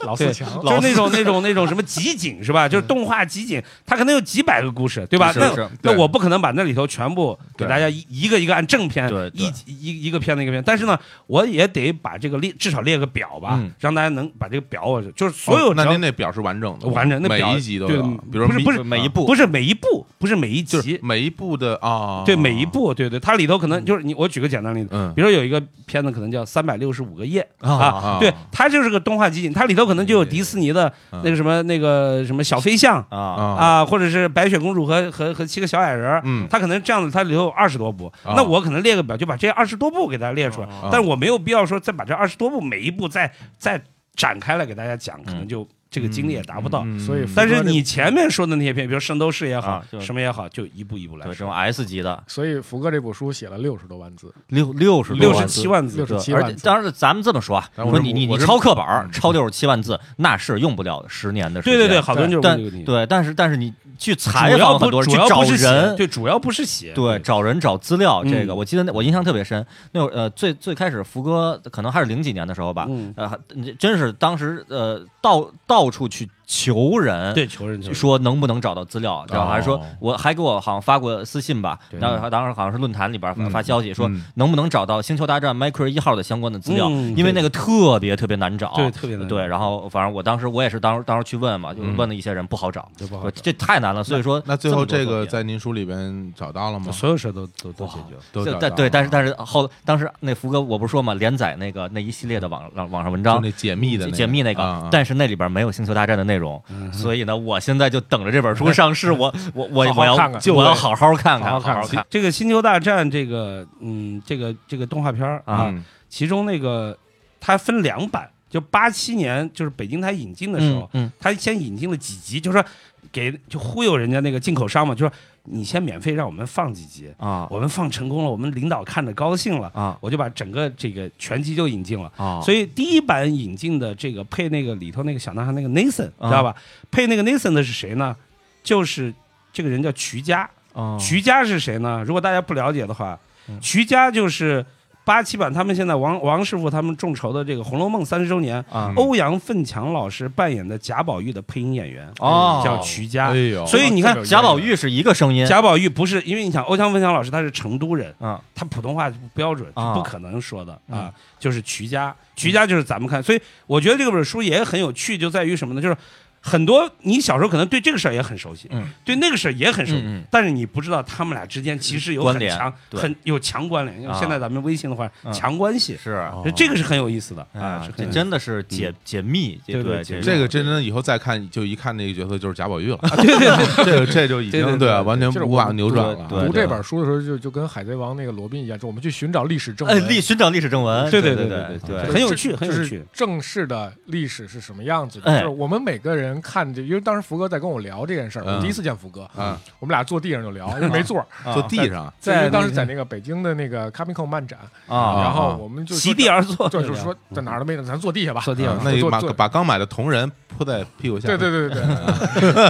Speaker 3: 老四
Speaker 4: 对
Speaker 3: 强，
Speaker 4: 就是 那种那种那种什么集锦是吧？
Speaker 1: 嗯
Speaker 4: 就是动画集锦，它可能有几百个故事，对吧？
Speaker 2: 是
Speaker 4: 那
Speaker 2: 是
Speaker 4: 那
Speaker 1: 对
Speaker 4: 我不可能把那里头全部给
Speaker 1: 对
Speaker 4: 大家一一个一个按正片
Speaker 2: 对，对
Speaker 4: 一一一个片子一个片子，但是呢，我也得把这个列至少列个表吧
Speaker 1: 嗯，
Speaker 4: 让大家能把这个表我就是所有
Speaker 1: 哦那
Speaker 4: 只要
Speaker 1: 您那表是完整的吗，
Speaker 4: 完整那
Speaker 1: 每
Speaker 4: 表
Speaker 1: 一集都
Speaker 4: 对
Speaker 1: 有，啊比如
Speaker 4: 不是
Speaker 1: 每
Speaker 4: 不是
Speaker 2: 每一部
Speaker 4: 不是每一部，不是每一
Speaker 1: 就是
Speaker 4: 集，
Speaker 1: 每一部的啊，
Speaker 4: 对每一部，对对，它里头可能就是你我举个简单例子。
Speaker 1: 嗯
Speaker 4: 比如有一个片子可能叫《三百六十五个夜》啊，
Speaker 1: 啊，
Speaker 4: 对，它就是个动画集锦，它里头可能就有迪士尼的
Speaker 1: 嗯
Speaker 4: 那个什么那个什么小飞象
Speaker 2: 啊
Speaker 1: 啊
Speaker 4: 啊，或者是白雪公主和和和七个小矮人儿。
Speaker 1: 嗯
Speaker 4: 它可能这样子，它里头有二十多部，
Speaker 1: 啊
Speaker 4: 那我可能列个表，就把这二十多部给大家列出来，
Speaker 2: 啊
Speaker 4: 但是我没有必要说再把这二十多部每一部再再展开来给大家讲，
Speaker 2: 嗯
Speaker 4: 可能就这个精力也达不到。
Speaker 1: 嗯
Speaker 3: 所以
Speaker 4: 但是你前面说的那些片，比如《圣斗士》也好，
Speaker 2: 啊就
Speaker 4: 什么也好，就一步一步来
Speaker 2: 对这
Speaker 4: 说
Speaker 2: 种。S 级的
Speaker 3: 所以福哥这部书写了六十多万字，
Speaker 2: 六六十
Speaker 4: 六十七万字，
Speaker 3: 六十七
Speaker 2: 而
Speaker 3: 万
Speaker 2: 且
Speaker 3: 字，
Speaker 2: 当然，咱们这么说啊，
Speaker 1: 但我
Speaker 2: 说
Speaker 1: 是
Speaker 2: 你
Speaker 1: 我
Speaker 2: 你你
Speaker 1: 我是
Speaker 2: 抄课本儿
Speaker 1: 嗯
Speaker 2: 抄六十七万字，那是用不了的十年的时
Speaker 4: 对
Speaker 2: 间。
Speaker 4: 对对，好多人就是问这个问题。
Speaker 2: 对，但是但是你去采
Speaker 4: 主要
Speaker 2: 访
Speaker 4: 不
Speaker 2: 很多人，
Speaker 4: 主
Speaker 2: 去
Speaker 4: 要
Speaker 2: 找
Speaker 4: 不是写，
Speaker 2: 人，
Speaker 4: 对，主要不是写，
Speaker 2: 对，找人找资料，这个
Speaker 4: 嗯
Speaker 2: 我记得那，我印象特别深。那会儿呃，最最开始福哥可能还是零几年的时候吧，
Speaker 4: 嗯，
Speaker 2: 呃，还真是当时呃到到处去求人，
Speaker 4: 对，求人求人。
Speaker 2: 说能不能找到资料，然后还说
Speaker 1: 哦
Speaker 2: 我还给我好像发过私信吧，
Speaker 4: 对
Speaker 2: 当当时好像是论坛里边发
Speaker 1: 嗯
Speaker 2: 发消息说
Speaker 1: 嗯
Speaker 2: 能不能找到《星球大战》Micro 一号的相关的资料，
Speaker 4: 嗯
Speaker 2: 因为那个特别特别难找。
Speaker 4: 对，特别难，
Speaker 2: 对，然后反正我当时我也是当时当时去问嘛，就是
Speaker 1: 嗯
Speaker 2: 问了一些人不好找，
Speaker 4: 对不好
Speaker 2: 我这太难了，所以说
Speaker 1: 那最后这
Speaker 2: 这么
Speaker 1: 个
Speaker 2: 多作品
Speaker 1: 在您书里边找到了吗？
Speaker 4: 所有事都都都解决了。
Speaker 1: 都
Speaker 2: 就
Speaker 1: 找到
Speaker 2: 但对，但是
Speaker 1: 是
Speaker 2: 但是后当时那福哥我不是说嘛，连载那个那一系列的网网网上文章。
Speaker 1: 那解密的
Speaker 2: 解密那
Speaker 1: 啊啊
Speaker 2: 个，但是那里边没有《星球大战》的内容，所以呢，我现在就等着这本书上市，我我我
Speaker 3: 好好
Speaker 2: 我要
Speaker 3: 看看
Speaker 2: 我要好好看看，
Speaker 3: 好好
Speaker 2: 好
Speaker 3: 看
Speaker 2: 好看
Speaker 4: 这个《星球大战》这个，嗯，这个这个动画片儿啊，
Speaker 1: 嗯
Speaker 4: 其中那个它分两版，就八七年就是北京台引进的时候，
Speaker 2: 嗯，
Speaker 4: 它先引进了几集，就是说给就忽悠人家那个进口商嘛，就说你先免费让我们放几集，
Speaker 2: 啊
Speaker 4: 我们放成功了，我们领导看着高兴了，
Speaker 2: 啊
Speaker 4: 我就把整个这个全集就引进了。
Speaker 2: 啊！
Speaker 4: 所以第一版引进的这个配那个里头那个小男孩那个 Nathan，、
Speaker 2: 啊
Speaker 4: 知道吧？配那个 Nathan 的是谁呢？就是这个人叫瞿佳。
Speaker 2: 以
Speaker 4: 瞿佳是谁呢？如果大家不了解的话
Speaker 2: 哦嗯，
Speaker 4: 瞿佳就是八七版他们现在王王师傅他们众筹的这个《红楼梦》三十周年，
Speaker 2: 啊
Speaker 1: 嗯
Speaker 4: 欧阳奋强老师扮演的贾宝玉的配音演员
Speaker 2: 哦
Speaker 4: 叫瞿佳
Speaker 6: 哎。呦，
Speaker 4: 所以你看
Speaker 3: 这个有
Speaker 2: 贾宝玉是一个声音，
Speaker 4: 贾宝玉不是因为你想欧阳奋强老师他是成都人，
Speaker 2: 啊
Speaker 4: 他普通话就不标准，
Speaker 2: 啊
Speaker 4: 是不可能说的
Speaker 2: 嗯
Speaker 4: 啊。就是瞿家，瞿家就是咱们看，所以我觉得这本书也很有趣，就在于什么呢？就是很多你小时候可能对这个事儿也很熟悉，
Speaker 2: 嗯
Speaker 4: 对那个事儿也很熟悉，
Speaker 2: 嗯嗯
Speaker 4: 但是你不知道他们俩之间其实有
Speaker 2: 关
Speaker 4: 很
Speaker 2: 联
Speaker 4: 强、
Speaker 2: 对
Speaker 4: 很有强关联。用
Speaker 2: 啊
Speaker 4: 现在咱们微信的话，
Speaker 2: 嗯
Speaker 4: 强关系，
Speaker 2: 是
Speaker 1: 哦
Speaker 2: 啊，
Speaker 4: 就这个是很有意思的
Speaker 2: 哎
Speaker 4: 啊，
Speaker 2: 这
Speaker 4: 是很有意思的
Speaker 2: 真的是解解密，
Speaker 4: 对
Speaker 2: 对
Speaker 4: 对
Speaker 2: 这
Speaker 4: 解密
Speaker 1: 这个真的以后再看，就一看那个角色就是贾宝玉了，
Speaker 4: 啊，对对对，
Speaker 1: 这个这就已
Speaker 4: 对对
Speaker 1: 经
Speaker 4: 嗯对
Speaker 1: 啊，完全
Speaker 3: 就是
Speaker 1: 无
Speaker 3: 我
Speaker 1: 法
Speaker 3: 们
Speaker 1: 扭转了。
Speaker 2: 对
Speaker 3: 读这本书的时候，就就跟《海贼王》那个罗宾一样，就我们去寻找历史证
Speaker 2: 呃
Speaker 3: 文，
Speaker 2: 历寻找历史正文，
Speaker 4: 对
Speaker 2: 对
Speaker 4: 对
Speaker 2: 对
Speaker 4: 对对
Speaker 3: 就是
Speaker 4: 哎很有趣
Speaker 3: 这
Speaker 4: 很有趣
Speaker 3: 就是正式的历史是什么样子的？
Speaker 2: 哎
Speaker 3: 就是我们每个人看这，因为当时福哥在跟我聊这件事儿，
Speaker 1: 嗯
Speaker 3: 我第一次见福哥，
Speaker 1: 啊，
Speaker 3: 我们俩坐地上就 聊，我没座儿，
Speaker 2: 啊
Speaker 1: 坐啊地上
Speaker 3: 因
Speaker 4: 在
Speaker 3: 为当时在那个北京的那个 Comic-Con 漫展，
Speaker 2: 啊
Speaker 3: 然
Speaker 1: 啊
Speaker 3: 后我们就
Speaker 4: 席
Speaker 3: 说
Speaker 4: 地而坐，
Speaker 3: 对，就是说在哪儿都没，咱坐地下吧，
Speaker 4: 坐地
Speaker 1: 啊
Speaker 4: 上
Speaker 1: 那你
Speaker 3: 坐
Speaker 1: 把
Speaker 3: 坐
Speaker 1: 把刚买的铜人铺在屁股下，
Speaker 3: 对 对对对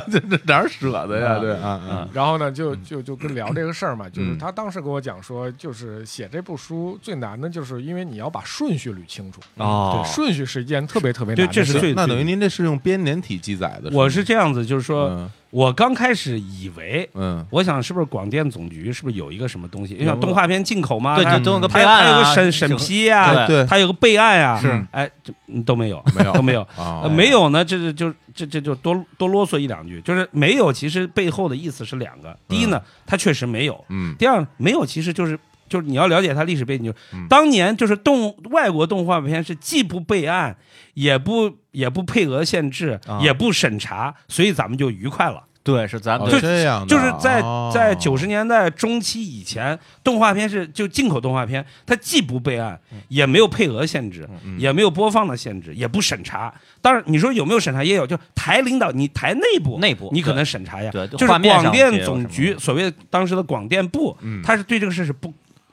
Speaker 3: 对。
Speaker 1: 这这哪儿舍得呀？对啊啊
Speaker 2: 啊
Speaker 3: 然后呢，就就就跟聊这个事儿嘛，就是
Speaker 1: 嗯
Speaker 3: 他当时跟我讲说，就是写这部书最难的就是因为你要把顺序捋清楚，
Speaker 2: 哦
Speaker 3: 对，顺序是一件特别特别
Speaker 4: 对
Speaker 3: 难的
Speaker 4: 这是
Speaker 3: 事儿
Speaker 4: 最
Speaker 1: 那等于您这是用编年体记载的吗，
Speaker 4: 我是这样子，就是说
Speaker 1: 嗯
Speaker 4: 我刚开始以为
Speaker 1: 嗯
Speaker 4: 我想是不是广电总局是不是有一个什么东西？因为像
Speaker 2: 有
Speaker 4: 动画片进口嘛，
Speaker 2: 对，
Speaker 4: 它
Speaker 2: 就都有个
Speaker 4: 它
Speaker 2: 备案
Speaker 4: 它啊有
Speaker 2: 啊，
Speaker 4: 个审审批
Speaker 2: 对
Speaker 4: 啊，
Speaker 1: 对
Speaker 4: 它有个备案啊，
Speaker 1: 是
Speaker 4: 哎，这嗯都没有，
Speaker 1: 没有
Speaker 4: 都没有。
Speaker 1: 啊
Speaker 2: 哦
Speaker 4: 呃没有呢，这是就这这就多多啰嗦一两句，就是没有，其实背后的意思是两
Speaker 2: 嗯
Speaker 4: 个。第一呢，它确实没有；
Speaker 1: 嗯
Speaker 4: 第二，没有其实就是就是你要了解它历史背景，就是
Speaker 1: 嗯
Speaker 4: 当年就是动外国动画片是既不备案，也不也不配额限制
Speaker 2: 啊，
Speaker 4: 也不审查，所以咱们就愉快了。
Speaker 2: 对，是咱
Speaker 1: 哦
Speaker 2: 们
Speaker 4: 啊就
Speaker 1: 这样的
Speaker 4: 就是在
Speaker 1: 哦
Speaker 4: 在九十年代中期以前，动画片是就进口动画片，它既不备案，也没有配额限制，
Speaker 1: 嗯
Speaker 4: 也没有播放的限制，也不审查。当然，你说有没有审查也有，就台领导你台内部
Speaker 2: 内部
Speaker 4: 你可能审查呀，
Speaker 2: 对，对
Speaker 4: 就是
Speaker 2: 画面
Speaker 4: 广
Speaker 2: 上也
Speaker 4: 电
Speaker 2: 有
Speaker 4: 总
Speaker 2: 什么
Speaker 4: 局所谓当时的广电部，
Speaker 1: 嗯
Speaker 4: 他是对这个事是不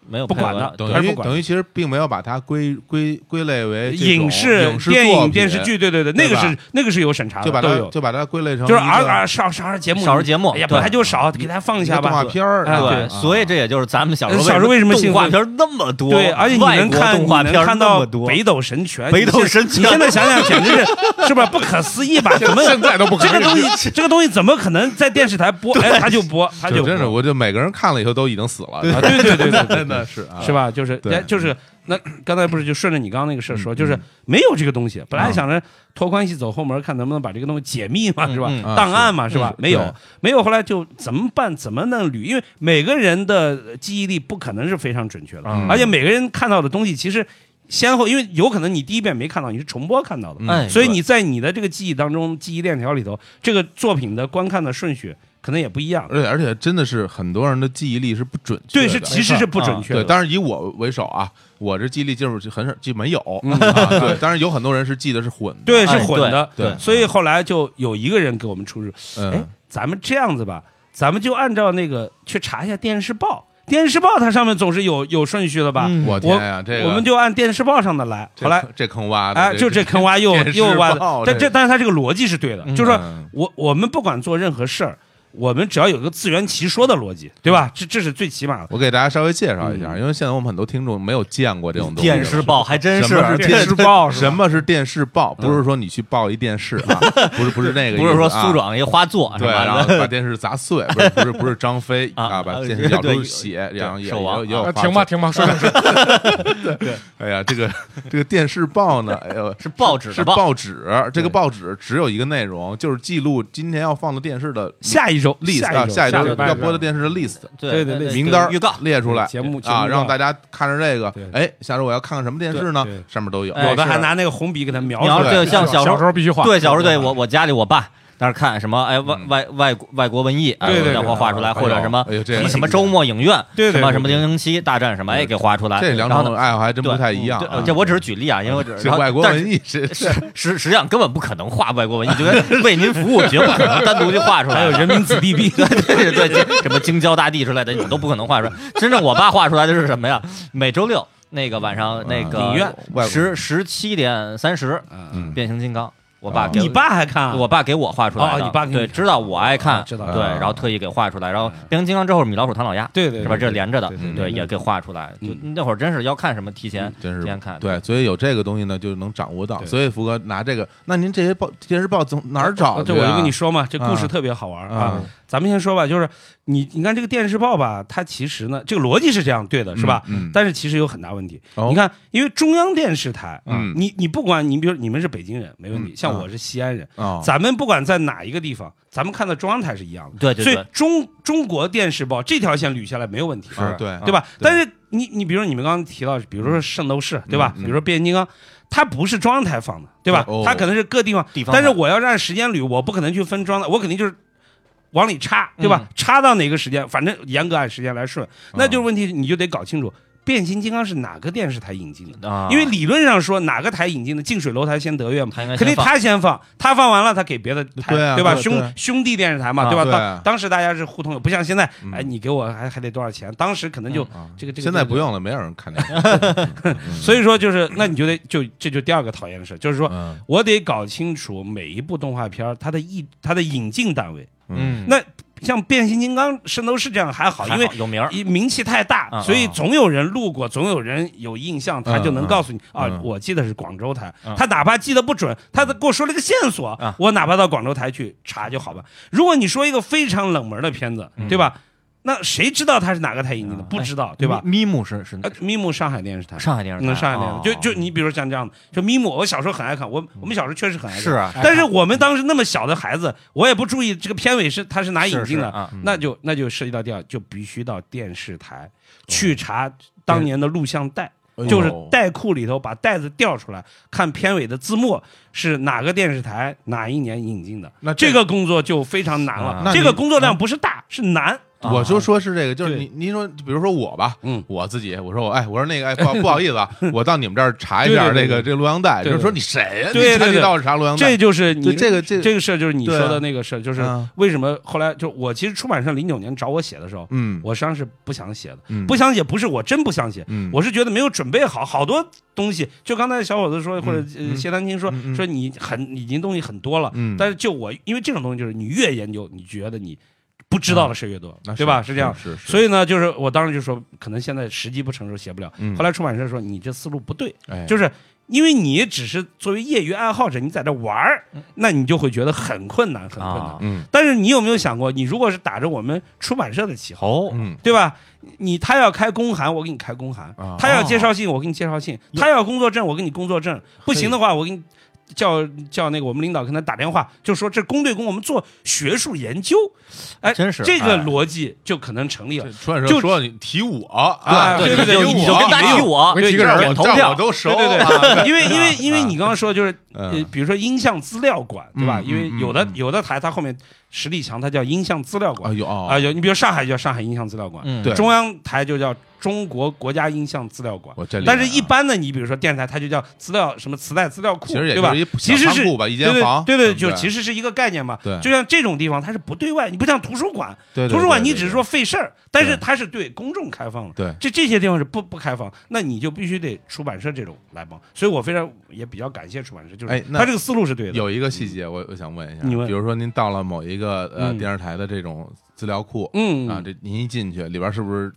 Speaker 2: 没有
Speaker 4: 不
Speaker 2: 配
Speaker 4: 管
Speaker 2: 合
Speaker 4: 的
Speaker 2: 对
Speaker 4: 还
Speaker 1: 等
Speaker 4: 是
Speaker 1: 于
Speaker 4: 不管
Speaker 1: 等于其实并没有把它归归归类为这种
Speaker 4: 影视
Speaker 1: 影、视
Speaker 4: 电
Speaker 1: 作
Speaker 4: 影、
Speaker 1: 品
Speaker 4: 电视，剧，对对对，那
Speaker 1: 对
Speaker 4: 个
Speaker 1: 吧
Speaker 4: 是那个是有审查
Speaker 1: 就
Speaker 4: 的，
Speaker 1: 把
Speaker 4: 都
Speaker 1: 它
Speaker 4: 有，
Speaker 1: 就把它归类成
Speaker 4: 就是
Speaker 1: 一
Speaker 4: 儿
Speaker 1: 个
Speaker 4: 儿少少儿节目，
Speaker 2: 少儿节目
Speaker 4: 哎呀，
Speaker 2: 对
Speaker 4: 本来就少，给大家放
Speaker 1: 一
Speaker 4: 一
Speaker 1: 个
Speaker 4: 下
Speaker 1: 动画
Speaker 4: 吧。
Speaker 1: 片儿
Speaker 4: 哎
Speaker 1: 吧啊
Speaker 4: 对
Speaker 2: 对，所以这也就是咱们小时候
Speaker 4: 小时候为什么
Speaker 2: 动
Speaker 4: 兴
Speaker 2: 画
Speaker 4: 奋
Speaker 2: 片儿那么多，
Speaker 4: 对，而且你
Speaker 2: 外
Speaker 4: 能
Speaker 2: 国
Speaker 4: 看，
Speaker 2: 动画
Speaker 4: 你
Speaker 2: 片
Speaker 4: 能
Speaker 2: 儿
Speaker 4: 看
Speaker 2: 那
Speaker 4: 到
Speaker 2: 么多，
Speaker 4: 北斗神拳，
Speaker 2: 北斗
Speaker 4: 你现
Speaker 2: 神拳
Speaker 4: 你现在想想，简直是是不是不可思 议吧？怎么现在都不这个东西，这个东西怎么可能在电视台播？哎，他就播，他就
Speaker 1: 就真是，
Speaker 4: 播
Speaker 1: 我就每个人看了以后都已经死了，
Speaker 4: 啊，对对对 对对
Speaker 1: 真，的是啊，
Speaker 4: 是吧？就是
Speaker 1: 对
Speaker 4: 哎就是那刚才不是就顺着你刚刚那个事儿说，就是没有这个东西。本来想着托关系走后门，看能不能把这个东西解密嘛，
Speaker 2: 嗯
Speaker 4: 是吧
Speaker 2: 嗯
Speaker 1: 啊？
Speaker 4: 档案嘛，是吧？没
Speaker 1: 对
Speaker 4: 有，没有。后来就怎么办？怎么弄捋？因为每个人的记忆力不可能是非常准确的，
Speaker 2: 嗯
Speaker 4: 而且每个人看到的东西其实先后，因为有可能你第一遍没看到，你是重播看到的，
Speaker 1: 嗯
Speaker 2: 哎，
Speaker 4: 所以
Speaker 2: 对
Speaker 4: 你在你的这个记忆当中，记忆链条里头，这个作品的观看的顺序可能也不一样。
Speaker 1: 而且而且真的是很多人的记忆力是不准确
Speaker 4: 对，
Speaker 1: 的，哎
Speaker 4: 是其实是不准确
Speaker 1: 对，
Speaker 4: 的。
Speaker 1: 当然以我为首啊，我这记忆力就是很少，就没有。 啊对，当然有很多人是记得是混的。
Speaker 4: 对，
Speaker 2: 哎
Speaker 4: 是混的。
Speaker 2: 对
Speaker 1: 对
Speaker 4: 所以后来就有一个人给我们出主，哎
Speaker 1: 嗯，，
Speaker 4: 咱们这样子吧，咱们就按照那个去查一下电视报，电视报它上面总是有有顺序的吧？
Speaker 2: 嗯
Speaker 1: 我天呀，这个
Speaker 4: 我们就按电视报上的来。
Speaker 1: 这
Speaker 4: 后来，
Speaker 1: 这坑挖的，
Speaker 4: 哎，就这坑挖又
Speaker 1: 电视
Speaker 4: 又挖
Speaker 1: 报
Speaker 4: 的，但
Speaker 1: 这
Speaker 4: 这但是它这个逻辑是对的，
Speaker 2: 嗯
Speaker 4: 就是说
Speaker 1: 嗯
Speaker 4: 我我们不管做任何事儿，我们只要有一个自圆其说的逻辑，对
Speaker 1: 嗯
Speaker 4: 吧？这这是最起码的。
Speaker 1: 我给大家稍微介绍一
Speaker 4: 嗯
Speaker 1: 下，因为现在我们很多听众没有见过这种东西。
Speaker 2: 电视报还真
Speaker 1: 什么是
Speaker 2: 这
Speaker 1: 电视
Speaker 3: 报是吧
Speaker 1: 什么是电视报？不是说你去报一电视 啊，不是不是那个意思啊，
Speaker 2: 不是说苏爽一花座啊是
Speaker 1: 对，
Speaker 2: 吧？
Speaker 1: 然后把电视砸碎，不是不是不是张飞
Speaker 2: 啊
Speaker 1: 啊，把
Speaker 2: 啊
Speaker 1: 电视咬
Speaker 2: 对
Speaker 1: 出
Speaker 2: 对
Speaker 1: 血，然后也也
Speaker 2: 手
Speaker 1: 有
Speaker 2: 亡
Speaker 1: 也有
Speaker 3: 啊
Speaker 1: 画
Speaker 3: 停吧
Speaker 1: 册。
Speaker 3: 停吧，说点事儿
Speaker 1: 哎呀，这个这个电视报呢，哎呦，
Speaker 2: 是报纸
Speaker 1: 是
Speaker 2: 的报，
Speaker 1: 报纸，这个报纸只有一个内容，就是记录今天要放的电视的
Speaker 4: 下一周，
Speaker 1: list
Speaker 4: 下
Speaker 1: 啊，
Speaker 4: 一
Speaker 1: 下一
Speaker 4: 周
Speaker 1: 周
Speaker 3: 下礼拜
Speaker 1: 要播的电视的 list
Speaker 2: 对
Speaker 4: 对对
Speaker 2: 对
Speaker 1: 名单
Speaker 2: 预告
Speaker 1: 列出来，
Speaker 4: 节目节目
Speaker 1: 啊，
Speaker 4: 预告
Speaker 1: 让大家看着这个
Speaker 4: 对，
Speaker 1: 哎，下周我要看看什么电视呢
Speaker 4: 对对？
Speaker 1: 上面都有。
Speaker 2: 哎
Speaker 4: 有的
Speaker 2: 是
Speaker 4: 还拿那个红笔给他描
Speaker 2: 你要是
Speaker 4: 出来。
Speaker 2: 这个像小时
Speaker 3: 小
Speaker 2: 候
Speaker 3: 时候必须画，嗯
Speaker 2: 对，小时候对我我家里我爸那儿看什么哎外外外国外国文艺，哎
Speaker 4: 对对
Speaker 2: 然后画出来，或者什么
Speaker 1: 哎呦，这
Speaker 2: 什么什么周末影院，
Speaker 4: 对
Speaker 2: 什
Speaker 4: 对
Speaker 2: 么
Speaker 4: 对
Speaker 2: 什么零零七大战什么，哎，给画出来。
Speaker 1: 这两
Speaker 2: 然后
Speaker 1: 种
Speaker 2: 呢
Speaker 1: 爱好还真
Speaker 2: 对
Speaker 1: 不太一样
Speaker 2: 对
Speaker 1: 啊。
Speaker 2: 这我只是举例啊，因为我只
Speaker 1: 这
Speaker 2: 然后
Speaker 1: 外国
Speaker 2: 但是
Speaker 1: 文艺是
Speaker 2: 实实实际上根本不可能画外国文艺，就 跟为您服务绝不可能单独就画出来。
Speaker 4: 还有人民子弟兵，
Speaker 2: 对对对，什么京郊大地之类的，你都不可能画出来。真正我爸画出来的是什么呀？每周六那个晚上那
Speaker 4: 嗯影
Speaker 2: 个
Speaker 4: 院
Speaker 1: 啊外国
Speaker 2: 十十七点三十，
Speaker 1: 嗯
Speaker 2: 变形金刚，我爸给
Speaker 4: 你爸还看啊？
Speaker 2: 我爸给我画出来的，
Speaker 4: 哦你爸给你
Speaker 2: 对知道我爱
Speaker 3: 嗯
Speaker 2: 看，
Speaker 4: 啊知道
Speaker 2: 对，然后特意给画出来。然后变形金刚之后是米老鼠、唐老鸭，
Speaker 4: 对对对
Speaker 2: 是吧？这是连着的
Speaker 4: 对，
Speaker 1: 对
Speaker 2: 对，也给画出来。就
Speaker 4: 嗯
Speaker 2: 那会儿真是要看什么，提前
Speaker 1: 真
Speaker 2: 提
Speaker 1: 是
Speaker 2: 前看，
Speaker 1: 对，所以有这个东西呢，就能掌握到。
Speaker 4: 对
Speaker 1: 所以福哥拿这个，那您这些报电视报从哪儿找
Speaker 4: 啊
Speaker 1: 去
Speaker 4: 对，
Speaker 1: 啊？
Speaker 4: 我就跟你说嘛，这故事
Speaker 1: 啊
Speaker 4: 特别好玩啊
Speaker 1: 啊。
Speaker 4: 咱们先说吧，就是你你看这个电视报吧，它其实呢，这个逻辑是这样对的，是吧？
Speaker 1: 嗯嗯
Speaker 4: 但是其实有很大问题。
Speaker 1: 哦
Speaker 4: 你看，因为中央电视台，啊
Speaker 1: 嗯
Speaker 4: 你你不管你比如你们是北京人没问题，像我是西安人，
Speaker 1: 啊，
Speaker 4: 咱们不管在哪一个地方，咱们看到中央台是一样的。
Speaker 2: 对对
Speaker 4: 所
Speaker 2: 对
Speaker 4: 以，中中国电视报这条线捋下来没有问题，
Speaker 1: 啊对
Speaker 4: 对
Speaker 1: 对
Speaker 4: 吧？
Speaker 1: 嗯
Speaker 4: 但是你你比如你们刚刚提到，比如说圣斗士，对吧？比如说变形金刚，它不是中央台放的，对吧
Speaker 1: 对哦？
Speaker 4: 它可能是各地方，
Speaker 2: 地方
Speaker 4: 但是
Speaker 2: 版
Speaker 4: 我要是按时间捋，我不可能去分装的，我肯定就是往里插，对吧
Speaker 2: 嗯？
Speaker 4: 插到哪个时间，反正严格按时间来顺，
Speaker 1: 嗯
Speaker 4: 那就是问题，你就得搞清楚变形金刚是哪个电视台引进的。
Speaker 2: 啊，
Speaker 4: 因为理论上说，哪个台引进的近水楼台先得月嘛，
Speaker 2: 他应该
Speaker 4: 肯定
Speaker 2: 先放
Speaker 4: 他先放，他放完了，他给别的台，
Speaker 1: 对啊
Speaker 4: 吧？
Speaker 1: 对
Speaker 4: 兄
Speaker 1: 对
Speaker 4: 兄弟电视台嘛，
Speaker 2: 啊
Speaker 4: 吧？
Speaker 1: 对
Speaker 4: 当当时大家是互通的，不像现在，
Speaker 1: 嗯
Speaker 4: 哎，你给我还还得多少钱？当时可能就
Speaker 1: 啊
Speaker 4: 这个这个
Speaker 1: 现在
Speaker 4: 这个
Speaker 1: 不用了，没有人看 这个。
Speaker 4: 所以说就是，那你就得就这就第二个讨厌的事，就是说
Speaker 1: 嗯
Speaker 4: 我得搞清楚每一部动画片儿它的译它的引进单位。
Speaker 2: 嗯，
Speaker 4: 那像变形金刚、圣斗士这样还好，因为
Speaker 2: 有名儿，
Speaker 4: 一名气太大，
Speaker 2: 嗯
Speaker 4: 所以总有人路过，总有人有印象，他就能告诉你
Speaker 1: 嗯
Speaker 4: 啊
Speaker 1: 嗯，
Speaker 4: 我记得是广州台
Speaker 2: 嗯。
Speaker 4: 他哪怕记得不准，他给我说了个线索
Speaker 2: 啊，
Speaker 4: 我哪怕到广州台去查就好吧。如果你说一个非常冷门的片子，对吧？那谁知道他是哪个台引进的？
Speaker 2: 嗯
Speaker 4: 不知道，对吧？
Speaker 2: 咪咪姆是是
Speaker 4: 呃，咪姆上海电视台，
Speaker 2: 上海电视台，
Speaker 4: 嗯，上海电视
Speaker 2: 哦
Speaker 4: 台，就就你比如像这样的，就咪姆，我小时候很爱看，我我们小时候确实很爱看，
Speaker 2: 是
Speaker 3: 哎
Speaker 2: 啊，
Speaker 4: 但是我们当时那么小的孩子，我也不注意这个片尾是它是哪
Speaker 2: 是
Speaker 4: 引进
Speaker 2: 是
Speaker 4: 的，
Speaker 2: 啊
Speaker 1: 嗯
Speaker 4: 那就那就涉及到第二，就必须到电视台
Speaker 1: 哦
Speaker 4: 去查当年的录像带，
Speaker 1: 哎
Speaker 4: 就是带库里头把袋子调出来，看片尾的字幕是哪个电视台哪一年引进的。
Speaker 1: 那
Speaker 4: 这个工作就非常难
Speaker 2: 啊
Speaker 4: 了，
Speaker 1: 那
Speaker 4: 这
Speaker 1: 你
Speaker 4: 个工作量不是大，是难。
Speaker 2: 啊
Speaker 1: 我就说是这个，就是
Speaker 4: 对
Speaker 1: 你您说，比如说我吧，
Speaker 4: 嗯
Speaker 1: 我自己，我说我哎，我说那个哎，不好不好意思啊，我到你们这儿查一下
Speaker 4: 对对对
Speaker 1: 这个这个录像带，
Speaker 4: 对
Speaker 1: 就
Speaker 4: 对
Speaker 1: 是说你谁呀？啊
Speaker 4: 对对
Speaker 1: 你
Speaker 4: 对
Speaker 1: 查你到底查录像
Speaker 4: 这
Speaker 1: 带？
Speaker 4: 就是你
Speaker 1: 对这个这个
Speaker 4: 这个事儿，就是你说
Speaker 1: 对啊
Speaker 4: 的那个事儿，就是
Speaker 1: 嗯
Speaker 4: 为什么后来就我其实出版社零九年找我写的时候，
Speaker 1: 嗯
Speaker 4: 我实际上是不想写的，
Speaker 1: 嗯
Speaker 4: 不想写不是我真不想写，
Speaker 1: 嗯
Speaker 4: 我是觉得没有准备好，好多东西，就刚才小伙子说或者
Speaker 1: 嗯
Speaker 4: 呃谢丹青说
Speaker 1: 嗯嗯
Speaker 4: 说你很已经东西很多了，
Speaker 1: 嗯
Speaker 4: 但是就我因为这种东西就是你越研究，你觉得你不知道的事越多，
Speaker 1: 啊那
Speaker 4: 对吧？是这样。
Speaker 1: 是是，
Speaker 4: 所
Speaker 1: 以
Speaker 4: 以呢，就是我当时就说，可能现在时机不成熟，写不了。
Speaker 1: 嗯
Speaker 4: 后来出版社说你这思路不对，
Speaker 1: 哎
Speaker 4: 就是因为你只是作为业余爱好者，你在这玩儿，那你就会觉得很困难，很困难
Speaker 2: 啊。
Speaker 1: 嗯
Speaker 4: 但是你有没有想过，你如果是打着我们出版社的旗号，
Speaker 2: 哦，
Speaker 1: 嗯
Speaker 4: 对吧？你他要开公函，我给你开公函；
Speaker 1: 啊
Speaker 4: 他要介绍信，我给你介绍信；他要工作证，我给你工作证。不行的话，我给你叫叫那个我们领导跟他打电话，就说这公对公，我们做学术研究。哎，
Speaker 2: 真是
Speaker 4: 这个
Speaker 2: 哎
Speaker 4: 逻辑就可能成立了。
Speaker 1: 出版社
Speaker 4: 就
Speaker 1: 说你提我啊，
Speaker 4: 对
Speaker 2: 对
Speaker 4: 对
Speaker 2: 你就
Speaker 4: 对
Speaker 2: 你就跟他提我，
Speaker 1: 没提啊个人，
Speaker 2: 点
Speaker 1: 我
Speaker 2: 投
Speaker 1: 这
Speaker 2: 票
Speaker 1: 我都熟，
Speaker 4: 对对
Speaker 1: 啊
Speaker 4: 对，因为因为因为你刚刚说就是，呃
Speaker 1: 嗯，
Speaker 4: 比如说音像资料馆，对吧？
Speaker 1: 嗯
Speaker 4: 因为
Speaker 1: 嗯
Speaker 4: 有的
Speaker 1: 嗯
Speaker 4: 有的台它后面实力强，它叫音像资料
Speaker 1: 啊
Speaker 4: 馆
Speaker 1: 有啊
Speaker 4: 啊。有你比如上海就叫上海音像资料馆，
Speaker 2: 嗯
Speaker 1: 对
Speaker 4: 中央台就叫中国国家音像资料馆。
Speaker 1: 我这里啊
Speaker 4: 但是，一般的，你比如说电视台，它就叫资料什么磁带资料库，
Speaker 1: 其实也
Speaker 4: 对
Speaker 1: 就
Speaker 4: 吧
Speaker 1: 是一？
Speaker 4: 其实
Speaker 1: 小
Speaker 4: 是
Speaker 1: 仓库吧一间
Speaker 4: 对对
Speaker 1: 房
Speaker 4: 对对，
Speaker 1: 对不
Speaker 4: 就
Speaker 1: 对
Speaker 4: 其实是一个概念嘛。
Speaker 1: 对
Speaker 4: 就像这种地方，它是不对外，你不像图书馆，
Speaker 1: 对对对
Speaker 4: 图书馆
Speaker 1: 对
Speaker 4: 你
Speaker 1: 对
Speaker 4: 只是
Speaker 1: 对
Speaker 4: 说费事儿，但是它是对公众开放的。
Speaker 1: 对
Speaker 4: 这这些地方是不不开放，那你就必须得出版社这种来帮。所以我非常也比较感谢出版社，就是
Speaker 1: 哎那
Speaker 4: 他这个思路是对的。
Speaker 1: 有一个细节，我我想问一下，
Speaker 4: 你问
Speaker 1: 比如说您到了某一个呃
Speaker 4: 嗯
Speaker 1: 电视台的这种资料库，
Speaker 4: 嗯
Speaker 1: 啊，这您一进去里边是不是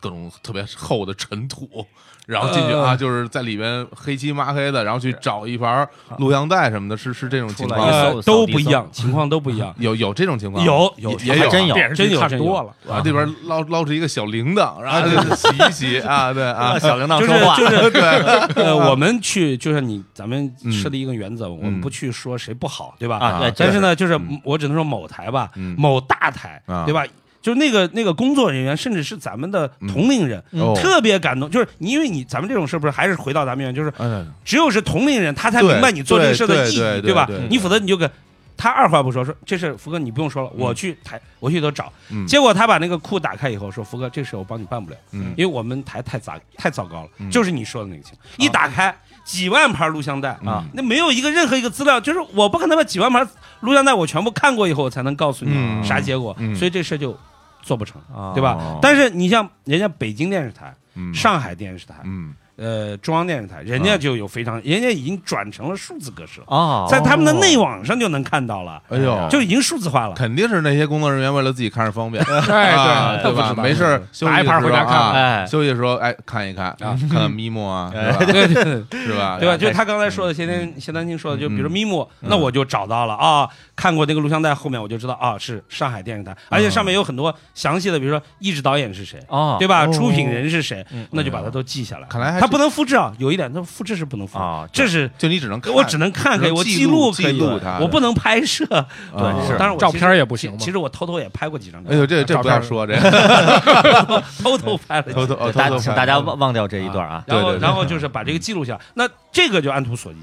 Speaker 1: 各种特别厚的尘土，然后进去
Speaker 4: 呃
Speaker 1: 啊，就是在里边黑漆麻黑的，然后去找一盘录像带什么的，是是这种情
Speaker 2: 出来一
Speaker 1: 况，
Speaker 2: 搜
Speaker 4: 呃都不一样，情况都不一 样。
Speaker 1: 有有这种情况吗，
Speaker 4: 有
Speaker 1: 也
Speaker 4: 有
Speaker 1: 也
Speaker 2: 还
Speaker 1: 有
Speaker 2: 真
Speaker 1: 啊
Speaker 2: 有
Speaker 3: 电视
Speaker 4: 真
Speaker 3: 剧
Speaker 4: 有
Speaker 3: 看
Speaker 4: 真有
Speaker 3: 多了，
Speaker 1: 啊，这边捞捞出一个小铃铛，然后就洗一洗啊，对啊，
Speaker 2: 小铃铛
Speaker 4: 就是
Speaker 2: 说话，
Speaker 4: 就是 呃，我们去就是你咱们
Speaker 1: 嗯
Speaker 4: 设立一个原则，我们
Speaker 1: 啊嗯
Speaker 4: 不去说谁不好，对吧？
Speaker 2: 啊对
Speaker 4: 但是呢，就是
Speaker 1: 嗯
Speaker 4: 我只能说某台吧，
Speaker 1: 嗯
Speaker 4: 某大台
Speaker 1: 啊，
Speaker 4: 对吧？就是那个那个工作人员，甚至是咱们的同龄人，
Speaker 1: 哦
Speaker 4: 特别感动。就是你因为你咱们这种是不是还是回到咱们原就是
Speaker 1: 哎
Speaker 4: 只有是同龄人，他才
Speaker 1: 对
Speaker 4: 明白你做这个事儿的
Speaker 1: 对
Speaker 4: 意义，
Speaker 1: 对对
Speaker 4: 吧
Speaker 1: 对对？
Speaker 4: 你否则你就给。他二话不说说这事儿福哥你不用说
Speaker 1: 嗯
Speaker 4: 了，我去台我去都找。结果他把那个库打开以后说福哥这事我帮你办不了，
Speaker 1: 嗯
Speaker 4: 因为我们台太杂太糟糕了，就是你说的那个情
Speaker 1: 哦
Speaker 4: 况，一打开几万盘录像带
Speaker 2: 啊，
Speaker 4: 那没有一个任何一个资料，就是我不可能把几万盘录像带我全部看过以后我才能告诉
Speaker 1: 嗯
Speaker 4: 你啥结果
Speaker 1: 嗯，哦
Speaker 4: 所以这事儿就做不成，
Speaker 2: 啊
Speaker 4: 对吧？但是你像人家北京电视台、
Speaker 1: 嗯
Speaker 4: 上海电视台、
Speaker 1: 嗯
Speaker 4: 呃中央电视台，人家就有非常，人家已经转成了数字格式了。
Speaker 2: 哦，
Speaker 4: 在他们的内网上就能看到了，
Speaker 1: 哎呦
Speaker 4: 就已经数字化了。
Speaker 1: 肯定是那些工作人员为了自己看着方便，
Speaker 3: 哎对 对，
Speaker 1: 啊对吧？没事儿休息
Speaker 3: 拿
Speaker 1: 的
Speaker 3: 一
Speaker 1: 时
Speaker 3: 盘儿
Speaker 1: 候
Speaker 3: 回家看
Speaker 1: 啊，
Speaker 2: 哎
Speaker 1: 休息的时候哎看一看，看看咪蒙啊，是吧？
Speaker 4: 对对对
Speaker 1: 是吧？
Speaker 4: 对吧？就
Speaker 1: 哎
Speaker 4: 他刚才说的，谢天谢丹青说的，就比如
Speaker 1: 嗯
Speaker 4: 咪姆，那我就找到了啊，看过那个录像带，后面我就知道啊，是上海电视台，而且上
Speaker 1: 啊
Speaker 4: 面有很多详细的，比如说意志导演是谁，
Speaker 2: 哦，
Speaker 4: 对
Speaker 2: 吧？
Speaker 4: 吧？出品人是谁
Speaker 2: 嗯，
Speaker 4: 那就把它都记下来。
Speaker 1: 看来还是
Speaker 4: 他不能复制啊，有一点，他复制是不能复制，
Speaker 2: 啊，
Speaker 4: 这是
Speaker 1: 就你只能看
Speaker 4: 我只能看可以，我
Speaker 1: 记录
Speaker 4: 录可以
Speaker 1: 记录它，
Speaker 4: 我不能拍摄。
Speaker 1: 啊
Speaker 2: 对是
Speaker 4: 嗯当然我
Speaker 3: 照
Speaker 4: 其实
Speaker 3: 片儿也不行
Speaker 4: 其
Speaker 3: 嘛
Speaker 4: 其实我偷偷也拍过几张照
Speaker 1: 哎
Speaker 4: 片，
Speaker 1: 呦，这这不要
Speaker 3: 照片
Speaker 1: 说这个，
Speaker 4: 偷偷拍了几
Speaker 1: 偷
Speaker 4: 张。
Speaker 1: 偷哦偷
Speaker 2: 大
Speaker 1: 偷
Speaker 2: 请
Speaker 1: 看
Speaker 2: 大家忘忘掉这一段啊，
Speaker 4: 然后
Speaker 1: 对对对
Speaker 4: 然后就是把这个记录下，那这个就按图索骥。